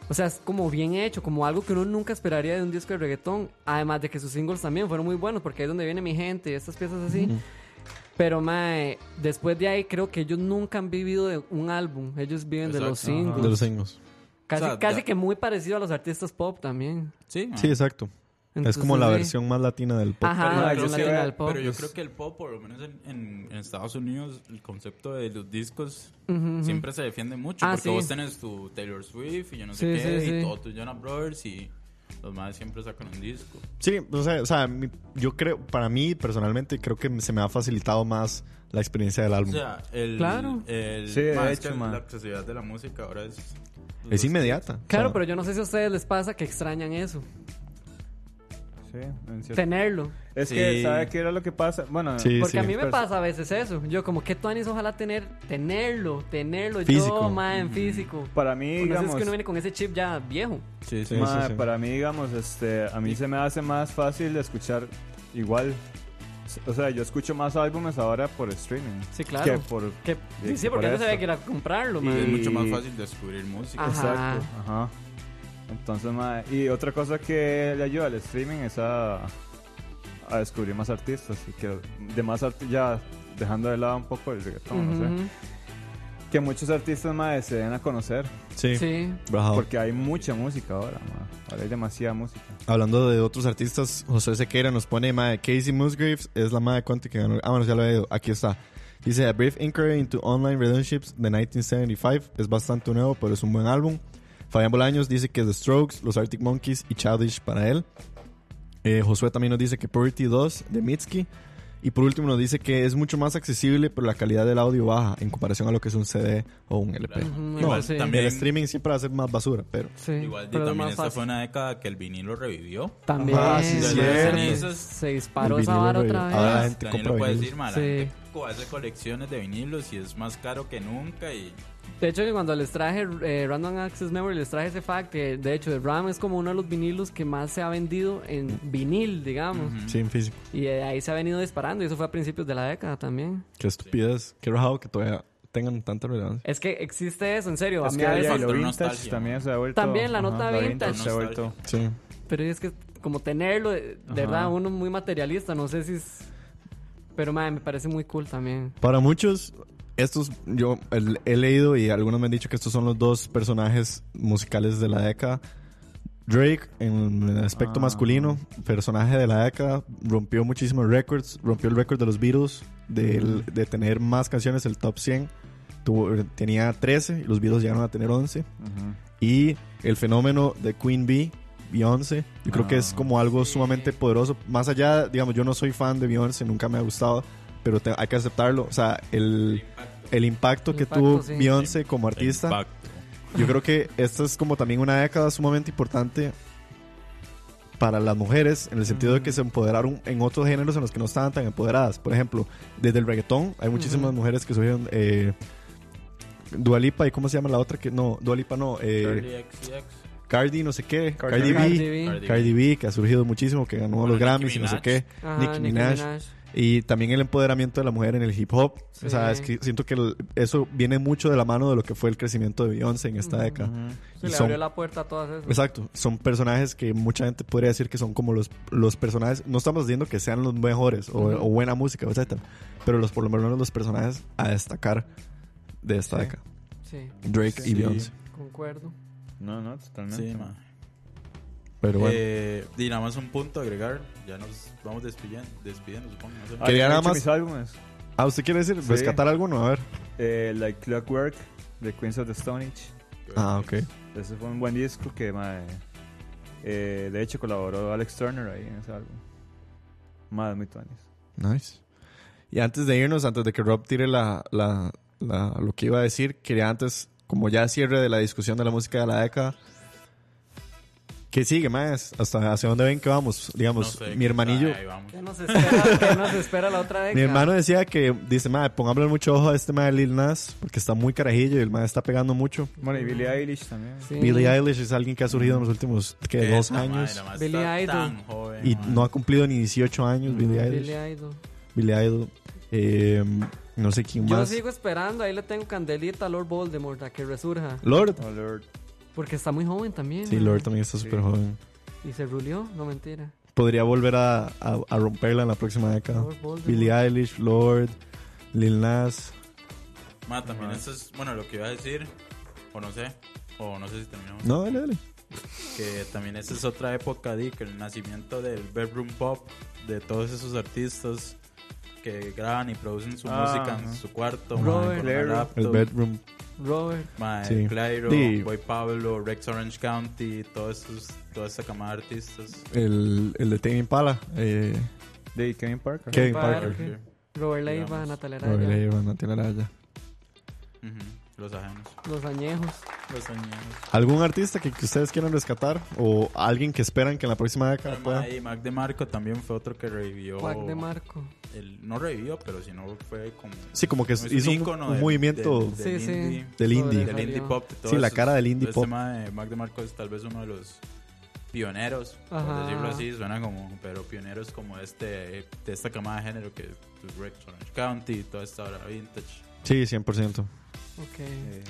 Speaker 8: O sea, es como bien hecho, como algo que uno nunca esperaría de un disco de reggaetón. Además de que sus singles también fueron muy buenos, porque ahí es donde viene mi gente y estas piezas así.
Speaker 14: Ujú.
Speaker 8: Pero, mae, después de ahí creo que ellos nunca han vivido de un álbum. Ellos viven de los
Speaker 14: Exacto. Ajá.
Speaker 8: singles.
Speaker 14: De los singles.
Speaker 8: Casi,
Speaker 14: O sea,
Speaker 8: casi
Speaker 14: ya-
Speaker 8: que muy parecido a los artistas pop también.
Speaker 5: Sí, exacto. es como la
Speaker 8: Entonces, sí.
Speaker 5: versión más latina del pop.
Speaker 8: Ajá, la
Speaker 6: Pero
Speaker 8: versión
Speaker 6: yo
Speaker 8: latina
Speaker 6: creo-
Speaker 8: del pop.
Speaker 6: Pero yo creo que el pop, por lo menos en, en- en Estados Unidos, el concepto de los discos
Speaker 8: Ujú, ujú.
Speaker 6: siempre se defiende mucho.
Speaker 8: Ah,
Speaker 6: porque
Speaker 8: sí.
Speaker 6: vos tenés tu Taylor Swift y yo no sé
Speaker 8: Sí,
Speaker 6: qué,
Speaker 8: sí,
Speaker 6: y
Speaker 8: sí.
Speaker 6: todo tu Jonas Brothers y los más siempre sacan un disco.
Speaker 5: Sí, pues, o sea, o sea, mi- yo creo, para mí personalmente, creo que se me ha facilitado más la experiencia del álbum.
Speaker 6: O sea, el,
Speaker 8: Claro.
Speaker 6: el-
Speaker 5: Sí, de
Speaker 6: ma, es
Speaker 5: hecho,
Speaker 6: que
Speaker 5: ma.
Speaker 6: la accesibilidad de la música ahora es...
Speaker 5: es inmediata.
Speaker 8: Claro,
Speaker 5: O sea,
Speaker 8: pero yo no sé si a ustedes les pasa que extrañan eso.
Speaker 7: Sí, en cierto-
Speaker 8: Tenerlo.
Speaker 7: Es que,
Speaker 8: Sí.
Speaker 7: ¿sabe qué era lo que pasa? Bueno,
Speaker 8: Porque a mí me
Speaker 6: Pues-
Speaker 7: Pers-
Speaker 8: pasa a veces eso. Yo como que tuanis ojalá tener, tenerlo, tenerlo yo,
Speaker 7: Físico.
Speaker 8: ma,
Speaker 6: Mm.
Speaker 8: en físico.
Speaker 7: Para mí,
Speaker 8: Por eso es que
Speaker 7: digamos-
Speaker 8: uno viene con ese chip ya viejo.
Speaker 6: sí,
Speaker 7: Mae,
Speaker 6: sí, sí.
Speaker 7: Para mí, digamos, este, a mí se me hace más fácil escuchar igual. O sea, yo escucho más álbumes ahora por streaming.
Speaker 8: Sí, claro.
Speaker 7: Que por,
Speaker 8: Que- sí, sí, porque
Speaker 7: no
Speaker 8: antes había que ir a comprarlo, mae.
Speaker 6: Es mucho más fácil descubrir música.
Speaker 8: Ajá.
Speaker 7: Exacto, ajá. Entonces, mae, y otra cosa que le ayuda al streaming es a, a descubrir más artistas y que de más art- ya dejando de lado un poco el reggaetón, no
Speaker 8: Ujú.
Speaker 7: sé. Que muchos artistas mae se den a conocer.
Speaker 5: Sí. Sí. Ajá.
Speaker 7: Porque hay mucha música ahora, mae. Ahora hay demasiada música.
Speaker 5: Hablando de otros artistas, José Sequeira nos pone madre, Casey Musgraves es la madre cuánto que ganó. Ah, bueno, ya lo he leído. Aquí está. Dice A Brief Inquiry into Online Relationships de 1975. Es bastante nuevo, pero es un buen álbum. Fabián Bolaños dice que The Strokes, Los Arctic Monkeys y Childish para él. Eh, Josué también nos dice que Purity 2 de Mitski. Y por último nos dice que es mucho más accesible, pero la calidad del audio baja en comparación a lo que es un CD o un LP.
Speaker 6: Ujú,
Speaker 5: No,
Speaker 6: igual también-
Speaker 5: el streaming siempre va a ser más basura, pero...
Speaker 6: Igual y
Speaker 8: pero es
Speaker 6: también
Speaker 8: más
Speaker 6: esta
Speaker 8: fácil.
Speaker 6: fue una década que el vinilo revivió.
Speaker 8: También.
Speaker 5: Ah, sí,
Speaker 6: De las
Speaker 5: cierto.
Speaker 6: cenizas.
Speaker 8: Se disparó esa vara otra vez.
Speaker 5: Ahora la gente
Speaker 6: Daniel
Speaker 5: compra
Speaker 6: Ah, lo puede
Speaker 5: vinilos.
Speaker 6: decir, ma, la
Speaker 8: Sí.
Speaker 6: gente co- hace colecciones de vinilos y es más caro que nunca y
Speaker 8: De hecho, que cuando les traje eh, Random Access Memory, les traje ese fact que, de hecho, el RAM es como uno de los vinilos que más se ha vendido en vinil, digamos.
Speaker 5: Sí, en físico.
Speaker 8: Y de ahí se ha venido disparando, y eso fue a principios de la década también.
Speaker 5: Qué estupidez. Qué rajado que todavía tengan tanta relevancia.
Speaker 8: Es que existe eso, en serio.
Speaker 7: Es
Speaker 8: a mí
Speaker 7: que
Speaker 8: a
Speaker 7: ya
Speaker 8: veces-
Speaker 7: lo vintage también se ha vuelto.
Speaker 8: También la nota
Speaker 7: ajá,
Speaker 8: vintage.
Speaker 7: se ha vuelto.
Speaker 5: Sí.
Speaker 8: Pero es que como tenerlo, de de
Speaker 7: Ajá.
Speaker 8: verdad, uno muy materialista, no sé si es... Pero, madre, me parece muy cool también.
Speaker 5: Para muchos, estos, yo el- he leído y algunos me han dicho que estos son los dos personajes musicales de la década. Drake, en el aspecto masculino, personaje de la década, rompió muchísimos récords, rompió el récord de los Beatles, del- de, tener más canciones, el top 100. Tuvo- tenía 13 y los Beatles llegaron a tener 11.
Speaker 7: Ujú.
Speaker 5: Y el fenómeno de Queen Bee, Beyoncé, yo creo que es como algo sumamente poderoso. Más allá, digamos, yo no soy fan de Beyoncé, nunca me ha gustado, pero te- hay que aceptarlo. O sea, el, el impacto que
Speaker 7: impacto,
Speaker 5: tuvo
Speaker 7: sí.
Speaker 5: Beyoncé como artista. Yo creo que esta es como también una década sumamente importante para las mujeres en el sentido
Speaker 7: Mm.
Speaker 5: de que se empoderaron en otros géneros en los que no estaban tan empoderadas. Por ejemplo, desde el reggaetón hay muchísimas mujeres que subieron eh, Dualipa y cómo se llama la otra que no, Dualipa no, eh,
Speaker 6: Charli XCX.
Speaker 5: Cardi no sé qué,
Speaker 6: Cardi
Speaker 5: Cardi,
Speaker 6: B.
Speaker 5: B,
Speaker 6: Cardi B.
Speaker 5: Cardi B que ha surgido muchísimo, que ganó los Grammys y no sé
Speaker 6: Minaj.
Speaker 5: qué,
Speaker 6: Ajá,
Speaker 5: Nicki
Speaker 6: Nicki
Speaker 5: Minaj.
Speaker 6: Minaj.
Speaker 5: Y también el empoderamiento de la mujer en el hip hop. O sea,
Speaker 8: Sí.
Speaker 5: es que siento que el- eso viene mucho de la mano de lo que fue el crecimiento de Beyoncé en esta
Speaker 8: Ujú.
Speaker 5: década.
Speaker 8: Se
Speaker 5: Y
Speaker 8: le
Speaker 5: son-
Speaker 8: abrió la puerta a todas esas.
Speaker 5: Exacto, son personajes que mucha gente podría decir que son como los, los personajes, no estamos diciendo que sean los mejores o,
Speaker 8: Ujú.
Speaker 5: o buena música, etcétera, pero los por lo menos los personajes a destacar de esta
Speaker 7: Sí.
Speaker 5: década.
Speaker 8: Sí.
Speaker 5: Drake y
Speaker 6: Sí.
Speaker 5: Beyoncé.
Speaker 8: Concuerdo.
Speaker 7: No, no, totalmente.
Speaker 6: Sí, ma.
Speaker 5: Pero bueno.
Speaker 6: Eh, y nada más un punto a agregar, ya nos vamos despidiendo, despidiendo supongo. no sé.
Speaker 5: Quería nada
Speaker 7: Ah, hecho
Speaker 5: más.
Speaker 7: mis álbumes.
Speaker 5: Ah, ¿usted quiere decir
Speaker 7: Sí.
Speaker 5: rescatar alguno? A ver.
Speaker 7: Eh, like Clockwork de Queens of the Stone Age.
Speaker 5: Ah, ok.
Speaker 7: Ese fue un buen disco que, mae, eh, de hecho, colaboró Alex Turner ahí en ese álbum. Madre, muy tuanis.
Speaker 5: Nice. Y antes de irnos, antes de que Rob tire la, la- la- lo que iba a decir, quería antes, como ya cierre de la discusión de la música de la década, ¿Qué sigue, más? ¿Hasta hacia dónde ven que vamos? Digamos,
Speaker 8: No sé,
Speaker 5: mi hermanillo.
Speaker 8: ahí vamos. ¿Qué nos espera- qué nos espera la otra década?
Speaker 5: Mi hermano decía que, dice, madre, pongámosle mucho ojo a este madre Lil Nas, porque está muy carajillo y el madre está pegando mucho.
Speaker 7: Bueno, y Billie Eilish también.
Speaker 5: Billie Eilish es alguien que ha surgido en los últimos ¿qué,
Speaker 7: Esa
Speaker 5: dos
Speaker 7: madre,
Speaker 5: años.
Speaker 7: la madre Billie está Idol. tan joven,
Speaker 5: y no ha cumplido ni 18 años, Billie
Speaker 8: Billie
Speaker 5: Eilish.
Speaker 8: Idol.
Speaker 5: Billie Idol. Eh, no sé quién
Speaker 8: Yo
Speaker 5: más.
Speaker 8: sigo esperando, ahí le tengo candelita a Lord Voldemort a que resurja.
Speaker 5: Lord.
Speaker 6: Oh,
Speaker 8: Porque está muy joven también.
Speaker 5: Sí,
Speaker 8: ¿no?
Speaker 5: Lord también está súper joven.
Speaker 8: Y se rulió, no mentira.
Speaker 5: Podría volver a, a- a romperla en la próxima década.
Speaker 8: Lord Voldemort.
Speaker 5: Billie Eilish, Lord, Lil Nas.
Speaker 6: Ma,
Speaker 5: Ah.
Speaker 6: también eso es, bueno, lo que iba a decir, o no sé, o no sé si terminamos.
Speaker 5: No, dale, dale.
Speaker 6: Que también esa es otra época, di, que el nacimiento del bedroom pop, de todos esos artistas que graban y producen su
Speaker 7: Ah,
Speaker 6: música
Speaker 7: ajá.
Speaker 6: en su cuarto,
Speaker 7: Robert.
Speaker 6: ma, con la
Speaker 7: Claro.
Speaker 6: laptop.
Speaker 5: El bedroom.
Speaker 8: Robert.
Speaker 6: Ma,
Speaker 5: Sí.
Speaker 6: Clairo,
Speaker 5: Di.
Speaker 6: Boy Pablo, Rex Orange County, todos esos, toda esa camada de artistas.
Speaker 5: El, el de Tame Impala. eh,
Speaker 7: De Kevin Parker.
Speaker 5: Kevin Parker.
Speaker 8: Robert Leiva, Natalia Araya.
Speaker 5: Robert Leiva, Natalia Araya.
Speaker 6: Los ajenos.
Speaker 8: Los añejos.
Speaker 6: Los añejos.
Speaker 5: ¿Algún artista que, que ustedes quieran rescatar? ¿O alguien que esperan que en la próxima década pueda?
Speaker 6: Ahí, Mac de Marco también fue otro que revivió.
Speaker 8: Mac DeMarco.
Speaker 6: El, no revivió, pero si no fue como.
Speaker 5: Sí, como que
Speaker 6: es
Speaker 5: hizo un-
Speaker 6: ícono
Speaker 5: un
Speaker 6: del-
Speaker 5: movimiento
Speaker 6: del- del
Speaker 5: Sí, sí.
Speaker 6: indie,
Speaker 5: del indie.
Speaker 6: Del indie pop. de todo
Speaker 5: Sí, la
Speaker 6: eso.
Speaker 5: cara del indie
Speaker 6: Entonces,
Speaker 5: pop.
Speaker 6: mae, Mac de Marco es tal vez uno de los pioneros,
Speaker 8: Ajá.
Speaker 6: por decirlo así, suena como. Pero pioneros como este, de esta camada de género que es Rex Orange County, toda esta hora vintage.
Speaker 5: Sí, 100%.
Speaker 8: Ok.
Speaker 7: Eh,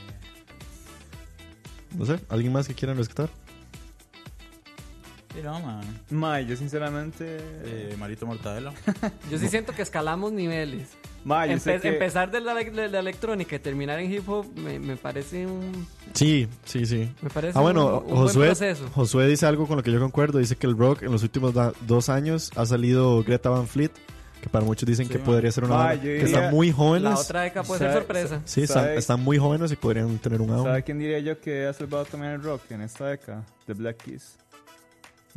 Speaker 5: No sé, ¿alguien más que quieran rescatar?
Speaker 6: Y no, man.
Speaker 7: Mae, yo sinceramente.
Speaker 6: Eh, Marito Mortadelo.
Speaker 8: Yo sí siento que escalamos niveles.
Speaker 7: Ma, yo sé
Speaker 8: Empe-
Speaker 7: que-
Speaker 8: Empezar de la, de la electrónica y terminar en hip hop me, me parece un...
Speaker 5: Sí, sí, sí.
Speaker 8: Me parece
Speaker 5: ah, bueno,
Speaker 8: un- un buen
Speaker 5: Josué,
Speaker 8: proceso.
Speaker 5: Josué dice algo con lo que yo concuerdo. Dice que el rock en los últimos da- dos años ha salido Greta Van Fleet, que para muchos dicen que
Speaker 7: man.
Speaker 5: podría ser una
Speaker 7: Ah,
Speaker 5: banda
Speaker 7: yo
Speaker 5: que
Speaker 7: diría-
Speaker 5: están muy jóvenes.
Speaker 8: La otra década puede ser
Speaker 7: Sabe-
Speaker 8: sorpresa.
Speaker 5: Sí, están,
Speaker 7: ¿Sabe-
Speaker 5: están muy jóvenes y podrían tener un álbum.
Speaker 7: ¿Sabe quién diría yo que ha salvado también el rock en esta década? The Black Keys.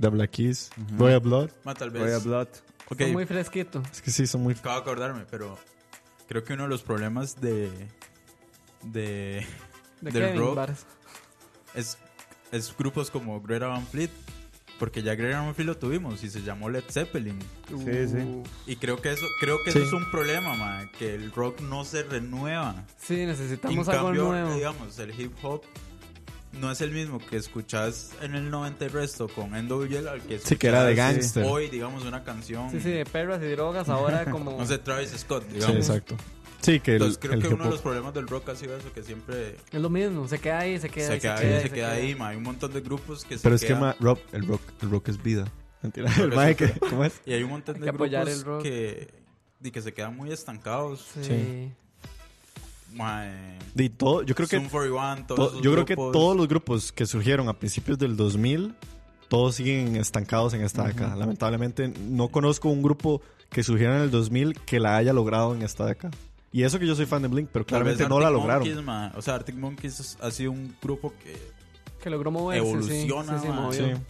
Speaker 5: The Black Keys, Royal Blood.
Speaker 6: Ma, Ah, tal vez.
Speaker 7: Royal Blood.
Speaker 6: Ok.
Speaker 8: Son muy fresquito.
Speaker 5: Es que sí, son muy...
Speaker 6: Acabo de acordarme, pero creo que uno de los problemas de. de.
Speaker 8: De
Speaker 6: del
Speaker 8: Kevin
Speaker 6: rock
Speaker 8: Varas.
Speaker 6: es, es grupos como Greta Van Fleet. Porque ya Greta Van Fleet lo tuvimos y se llamó Led Zeppelin.
Speaker 7: Sí, sí.
Speaker 6: Y creo que eso, creo que
Speaker 7: Sí.
Speaker 6: eso es un problema, ma, que el rock no se renueva.
Speaker 8: Sí, necesitamos
Speaker 6: En
Speaker 8: algo
Speaker 6: cambio,
Speaker 8: nuevo.
Speaker 6: Digamos, el hip hop no es el mismo que escuchás en el 90 y resto con NWL al que
Speaker 5: Sí, que era de
Speaker 6: escuchás
Speaker 5: gangster.
Speaker 6: Hoy, digamos, una canción.
Speaker 8: Sí, sí, de perras y drogas ahora como...
Speaker 6: No sé, Travis Scott,
Speaker 5: Sí,
Speaker 6: digamos.
Speaker 5: exacto. Sí, que el-
Speaker 6: Entonces, creo
Speaker 5: el
Speaker 6: que
Speaker 5: hip
Speaker 6: uno de
Speaker 5: hop.
Speaker 6: los problemas del rock ha sido eso, que siempre
Speaker 8: Es lo mismo, se queda ahí, se queda
Speaker 6: se
Speaker 8: ahí,
Speaker 6: queda ahí, se queda ahí, ma. Hay un montón de grupos que se
Speaker 5: Pero es que
Speaker 6: quedan-
Speaker 5: ma, rock, el, rock, el rock es vida. Mentira,
Speaker 6: Creo
Speaker 5: el
Speaker 6: que
Speaker 5: mae
Speaker 6: sí,
Speaker 5: que-
Speaker 6: pero-
Speaker 5: ¿Cómo es?
Speaker 6: Y hay un montón de
Speaker 8: Hay que apoyar
Speaker 6: grupos
Speaker 8: el rock.
Speaker 6: que, y que se quedan muy estancados.
Speaker 8: Sí.
Speaker 6: Mae,
Speaker 5: De todo, yo creo que
Speaker 6: Sum 41, todos
Speaker 5: to-
Speaker 6: esos
Speaker 5: yo creo que
Speaker 6: grupos.
Speaker 5: todos los grupos que surgieron a principios del 2000 todos siguen estancados en esta década. Lamentablemente no conozco un grupo que surgiera en el 2000 que la haya logrado en esta década. Y eso que yo soy fan de Blink, pero
Speaker 6: Tal vez
Speaker 5: claramente no la
Speaker 6: Arctic
Speaker 5: lograron.
Speaker 6: Monkeys, ma. O sea, Arctic Monkeys es- ha sido un grupo que
Speaker 8: Que logró moverse, sí,
Speaker 6: evoluciona.
Speaker 8: sí, sí,
Speaker 6: ma.
Speaker 8: movió. Sí.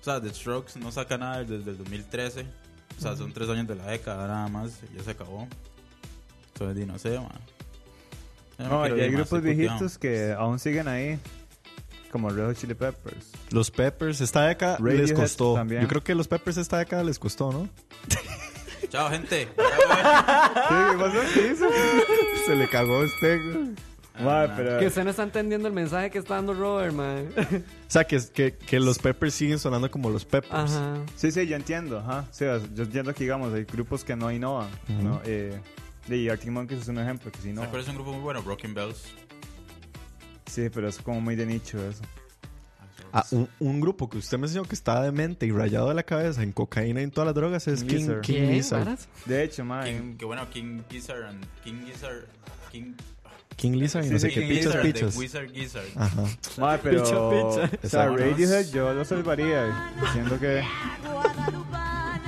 Speaker 6: O sea, The Strokes no saca nada desde el 2013. O sea, son tres años de la década nada más. Ya se acabó. Entonces, di, no sé, ma. Ya no
Speaker 7: No,
Speaker 6: quiero
Speaker 7: y hay
Speaker 6: ir más,
Speaker 7: grupos
Speaker 6: estoy puteado.
Speaker 7: viejitos que aún siguen ahí. Como Red Hot Chili Peppers.
Speaker 5: Los Peppers, esta década les
Speaker 7: Radiohead
Speaker 5: costó.
Speaker 7: también.
Speaker 5: Yo creo que los Peppers esta década les costó, ¿no?
Speaker 6: Chao, gente.
Speaker 7: ¿Qué pasó? ¿Qué hizo?
Speaker 5: Se le cagó a usted. güey.
Speaker 6: Ah,
Speaker 7: Mae, pero-
Speaker 8: Que usted no está entendiendo el mensaje que está dando Robert, man.
Speaker 5: O sea, que, que, que los Peppers siguen sonando como los Peppers.
Speaker 8: Ajá.
Speaker 7: Sí, sí, yo entiendo. Ajá. Sí, o sea, yo entiendo que, digamos, hay grupos que no innovan.
Speaker 5: Ujú.
Speaker 7: ¿no? Eh, y Arctic Monkeys es un ejemplo que sí
Speaker 6: ¿Te
Speaker 7: innova.
Speaker 6: acuerdas de un grupo muy bueno? Broken Bells.
Speaker 7: Sí, pero es como muy de nicho eso.
Speaker 5: Ah, un, un grupo que usted me enseñó que estaba demente y rayado de la cabeza en cocaína y en todas las drogas es King, King,
Speaker 7: Lizard.
Speaker 5: Lizard.
Speaker 7: De hecho, mae.
Speaker 6: King- que bueno, King Gizzard and King Gizzard. King,
Speaker 5: King Lizard y no
Speaker 7: Sí,
Speaker 5: sé
Speaker 7: sí,
Speaker 5: qué
Speaker 7: King
Speaker 5: pichas
Speaker 6: Gizzard, the
Speaker 5: pichas.
Speaker 6: Wizard Gizzard.
Speaker 5: Ajá.
Speaker 7: Mae, pero.
Speaker 5: Picha, picha.
Speaker 7: O sea,
Speaker 5: Exacto.
Speaker 7: Radiohead yo lo salvaría. Diciendo que.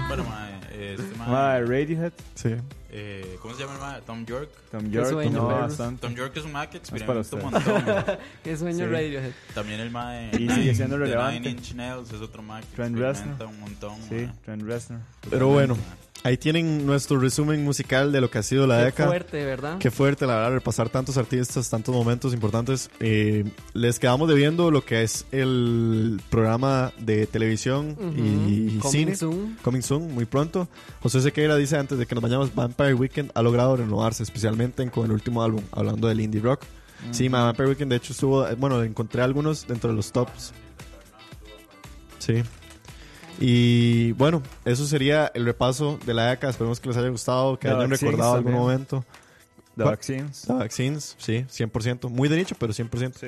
Speaker 6: Bueno, mae, eh, este mae,
Speaker 7: Mae, Radiohead.
Speaker 5: Sí.
Speaker 6: eh, ¿Cómo se llama el mae? Tom York.
Speaker 7: Tom York,
Speaker 8: sueño,
Speaker 7: no,
Speaker 8: perros.
Speaker 7: bastante.
Speaker 6: Tom York es un mae que
Speaker 7: Es para
Speaker 6: experimenta un
Speaker 7: usted.
Speaker 6: montón.
Speaker 8: Qué sueño
Speaker 7: Sí.
Speaker 8: Radiohead.
Speaker 6: También el mae.
Speaker 7: Y
Speaker 6: Nine-
Speaker 7: sigue siendo
Speaker 6: de
Speaker 7: relevante.
Speaker 6: Nine Inch Nails es otro mae que
Speaker 7: Trent
Speaker 6: experimenta
Speaker 7: Reznor.
Speaker 6: un montón.
Speaker 7: Sí,
Speaker 6: mae.
Speaker 7: Trent Reznor.
Speaker 5: Pero bueno, Ahí tienen nuestro resumen musical de lo que ha sido la
Speaker 8: Qué
Speaker 5: década.
Speaker 8: fuerte, ¿verdad?
Speaker 5: Qué fuerte, la verdad, repasar tantos artistas, tantos momentos importantes. Eh, les quedamos debiendo lo que es el programa de televisión
Speaker 8: Ujú.
Speaker 5: y
Speaker 8: Coming
Speaker 5: cine.
Speaker 8: soon.
Speaker 5: Coming soon, muy pronto. José Sequeira dice antes de que nos vayamos, Vampire Weekend ha logrado renovarse, especialmente con el último álbum, hablando del indie rock. Sí, ma, Vampire Weekend de hecho estuvo, eh, bueno, encontré algunos dentro de los tops. Sí. Y bueno, eso sería el repaso de la década. Esperemos que les haya gustado, que
Speaker 7: The
Speaker 5: hayan
Speaker 7: Vaccines
Speaker 5: recordado algún
Speaker 7: también.
Speaker 5: momento.
Speaker 7: The
Speaker 5: ¿Cuál?
Speaker 7: Vaccines.
Speaker 5: The Vaccines, sí, 100%. Muy de nicho, pero 100%.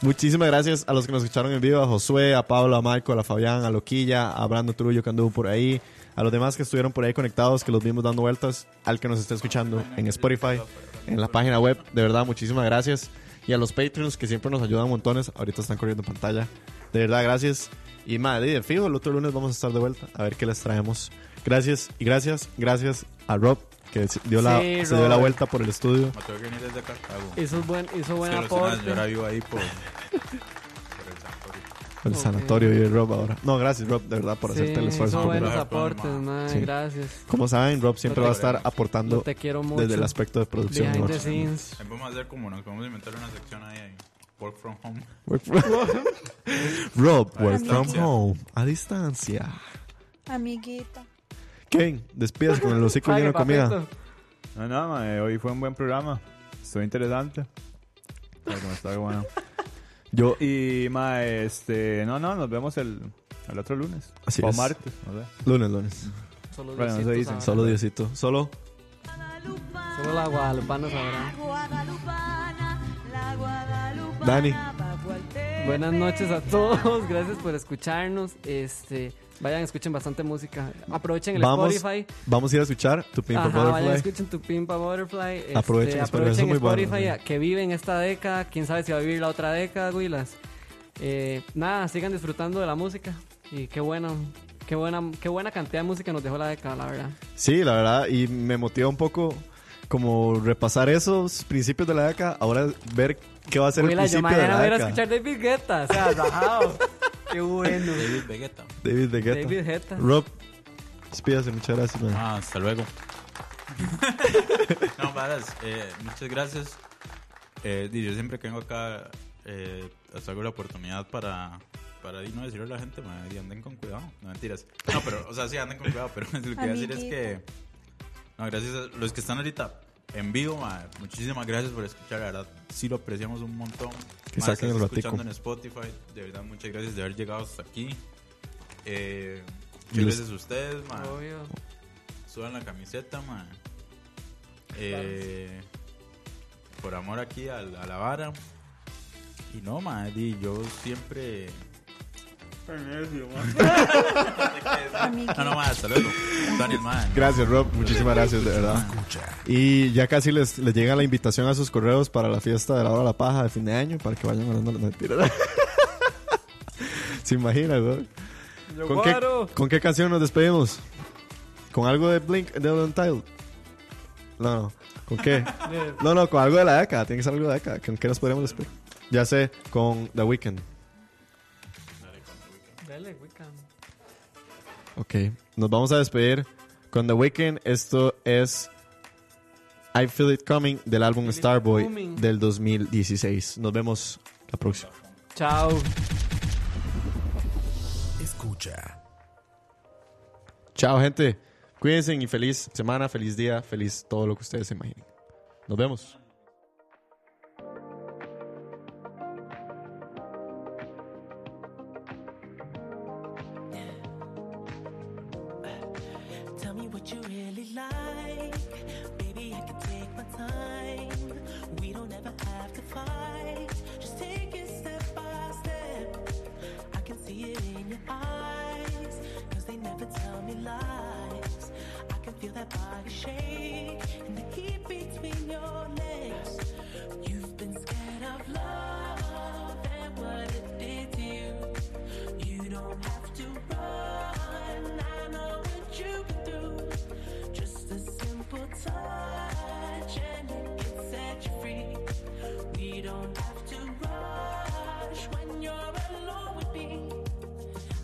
Speaker 5: Muchísimas gracias a los que nos escucharon en vivo, a Josué, a Pablo, a Michael, a Fabián, a Loquilla, a Brando Trullo que anduvo por ahí, a los demás que estuvieron por ahí conectados, que los vimos dando vueltas, al que nos está escuchando en Spotify, en la página web, de verdad, muchísimas gracias. Y a los Patreons que siempre nos ayudan montones, ahorita están corriendo en pantalla. De verdad, gracias. Y madre, de fijo, el otro lunes vamos a estar de vuelta a ver qué les traemos. Gracias y gracias, gracias a Rob que se dio, la,
Speaker 8: Sí,
Speaker 5: se dio la
Speaker 8: Rob.
Speaker 5: vuelta por el estudio.
Speaker 6: Me tengo que venir desde Cartago.
Speaker 8: Hizo buen- hizo buen
Speaker 6: es que Luciana
Speaker 8: aporte.
Speaker 6: Llora vivo ahí por,
Speaker 5: El sanatorio y Rob ahora. No, gracias Rob, de verdad, por
Speaker 8: Sí,
Speaker 5: hacerte el esfuerzo.
Speaker 8: hizo
Speaker 5: por-
Speaker 8: buenos aportes, mae,
Speaker 5: Sí.
Speaker 8: gracias.
Speaker 5: Como saben, Rob siempre
Speaker 8: Lo
Speaker 5: va a
Speaker 8: te-
Speaker 5: estar
Speaker 8: lo
Speaker 5: aportando
Speaker 8: te quiero mucho.
Speaker 5: desde el aspecto de producción.
Speaker 8: Behind
Speaker 5: de
Speaker 8: the
Speaker 5: Rob.
Speaker 8: scenes.
Speaker 6: Ahí Vamos a hacer como nos vamos a inventar una sección ahí, ahí. Work from home.
Speaker 5: Work from- Rob,
Speaker 6: A
Speaker 5: work from
Speaker 6: distancia.
Speaker 5: home, a distancia.
Speaker 13: Amiguito.
Speaker 5: Kevin, despidas con el hocico lleno de comida.
Speaker 7: No, no, mae, hoy fue un buen programa. Estuvo interesante. Claro que me está bueno.
Speaker 5: Yo.
Speaker 7: Y, mae, este. No, no, nos vemos el, el otro lunes.
Speaker 5: Así
Speaker 7: o
Speaker 5: es.
Speaker 7: martes, no sé.
Speaker 5: Lunes, lunes.
Speaker 8: Solo
Speaker 7: Bueno, no se
Speaker 8: Diosito
Speaker 7: dicen.
Speaker 8: sabrá.
Speaker 5: Solo Diosito. Solo.
Speaker 8: Solo la guadalupana sabrá.
Speaker 5: Dani.
Speaker 8: Buenas noches a todos, gracias por escucharnos. Este, vayan, escuchen bastante música. Aprovechen el
Speaker 5: Vamos,
Speaker 8: Spotify.
Speaker 5: vamos a ir a escuchar tu Pimp a
Speaker 8: Ajá, vayan,
Speaker 5: Butterfly.
Speaker 8: escuchen tu Pimpa Butterfly. Este, aprovechen
Speaker 5: Aprovechen Spotify, eso es muy bueno,
Speaker 8: Spotify
Speaker 5: sí.
Speaker 8: a- que viven esta década. Quién sabe si va a vivir la otra década, Willas. Eh, nada, sigan disfrutando de la música. Y qué bueno, qué buena, qué buena cantidad de música nos dejó la década, la verdad.
Speaker 5: Sí, la verdad, y me motiva un poco como repasar esos principios de la década, ahora ver qué va a ser el
Speaker 8: Willa, yo
Speaker 5: principio de
Speaker 8: mañana
Speaker 5: la
Speaker 8: voy a ir a
Speaker 5: década.
Speaker 8: escuchar David Guetta, o sea, rajado. qué bueno.
Speaker 6: David Vegeta.
Speaker 5: David de Guetta.
Speaker 8: David Guetta.
Speaker 5: Rob, despídase, muchas gracias. man.
Speaker 6: Ah, hasta luego. no, varas, eh, muchas gracias. Eh, di, yo siempre que vengo acá, eh, hago la oportunidad para, para di, no decirle a la gente, ma, di, anden con cuidado. No mentiras. No, pero, o sea, sí, anden con cuidado, pero lo que voy a decir es que. No, gracias a los que están ahorita en vivo, ma, muchísimas gracias por escuchar, la verdad, sí lo apreciamos un montón.
Speaker 5: Que
Speaker 6: Ma,
Speaker 5: saquen
Speaker 6: estás
Speaker 5: el ratico.
Speaker 6: escuchando en Spotify, de verdad, muchas gracias de haber llegado hasta aquí. Eh,
Speaker 5: Y
Speaker 6: muchas
Speaker 5: los-
Speaker 6: gracias a ustedes, ma.
Speaker 8: Obvio.
Speaker 6: Suban la camiseta, man. Eh, por amor aquí a, la- a la vara. Y no, man, di, yo siempre... no, no, man, hasta luego. Daniel, man.
Speaker 5: Gracias, Rob. Muchísimas gracias, de verdad. Y ya casi les, les llega la invitación a sus correos para la fiesta de la hora de la paja de fin de año, para que vayan mandando las mentiras. ¿Se imaginan, no?
Speaker 7: Yo
Speaker 5: ¿Con qué,
Speaker 7: guaro.
Speaker 5: ¿Con qué canción nos despedimos? ¿Con algo de Blink, de Untitled? No, no. ¿Con qué? No, no, con algo de la década. Tiene que ser algo de la década. ¿Con qué nos podríamos despedir? Ya sé, con The Weeknd.
Speaker 8: Dale, Wiccan.
Speaker 5: Ok. Nos vamos a despedir con The Weeknd. Esto es I Feel It Coming del álbum Starboy
Speaker 8: Coming.
Speaker 5: del 2016. Nos vemos la próxima.
Speaker 8: Chao.
Speaker 10: Escucha.
Speaker 5: Chao, gente. Cuídense y feliz semana, feliz día, feliz todo lo que ustedes se imaginen. Nos vemos.
Speaker 4: Tell me what you really like. Baby, I can take my time. We don't ever have to fight. Just take it step by step. I can see it in your eyes. Cause they never tell me lies. I can feel that body shake. And the heat between your legs. You've been scared of love and what it did to you. You don't have to run. I know what you've been through. Just a simple touch and it can set you free. We don't have to rush when you're alone with me.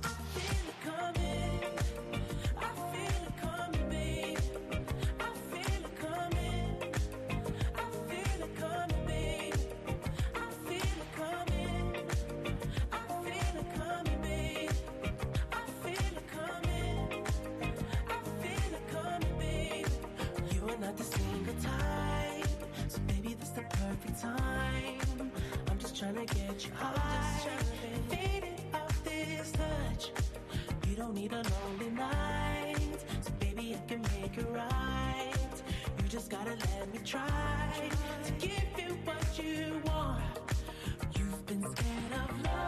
Speaker 4: I feel it coming. I feel it
Speaker 14: don't need a lonely night. So baby, I can make it right. You just gotta let me try to give you what you want. You've been scared of love.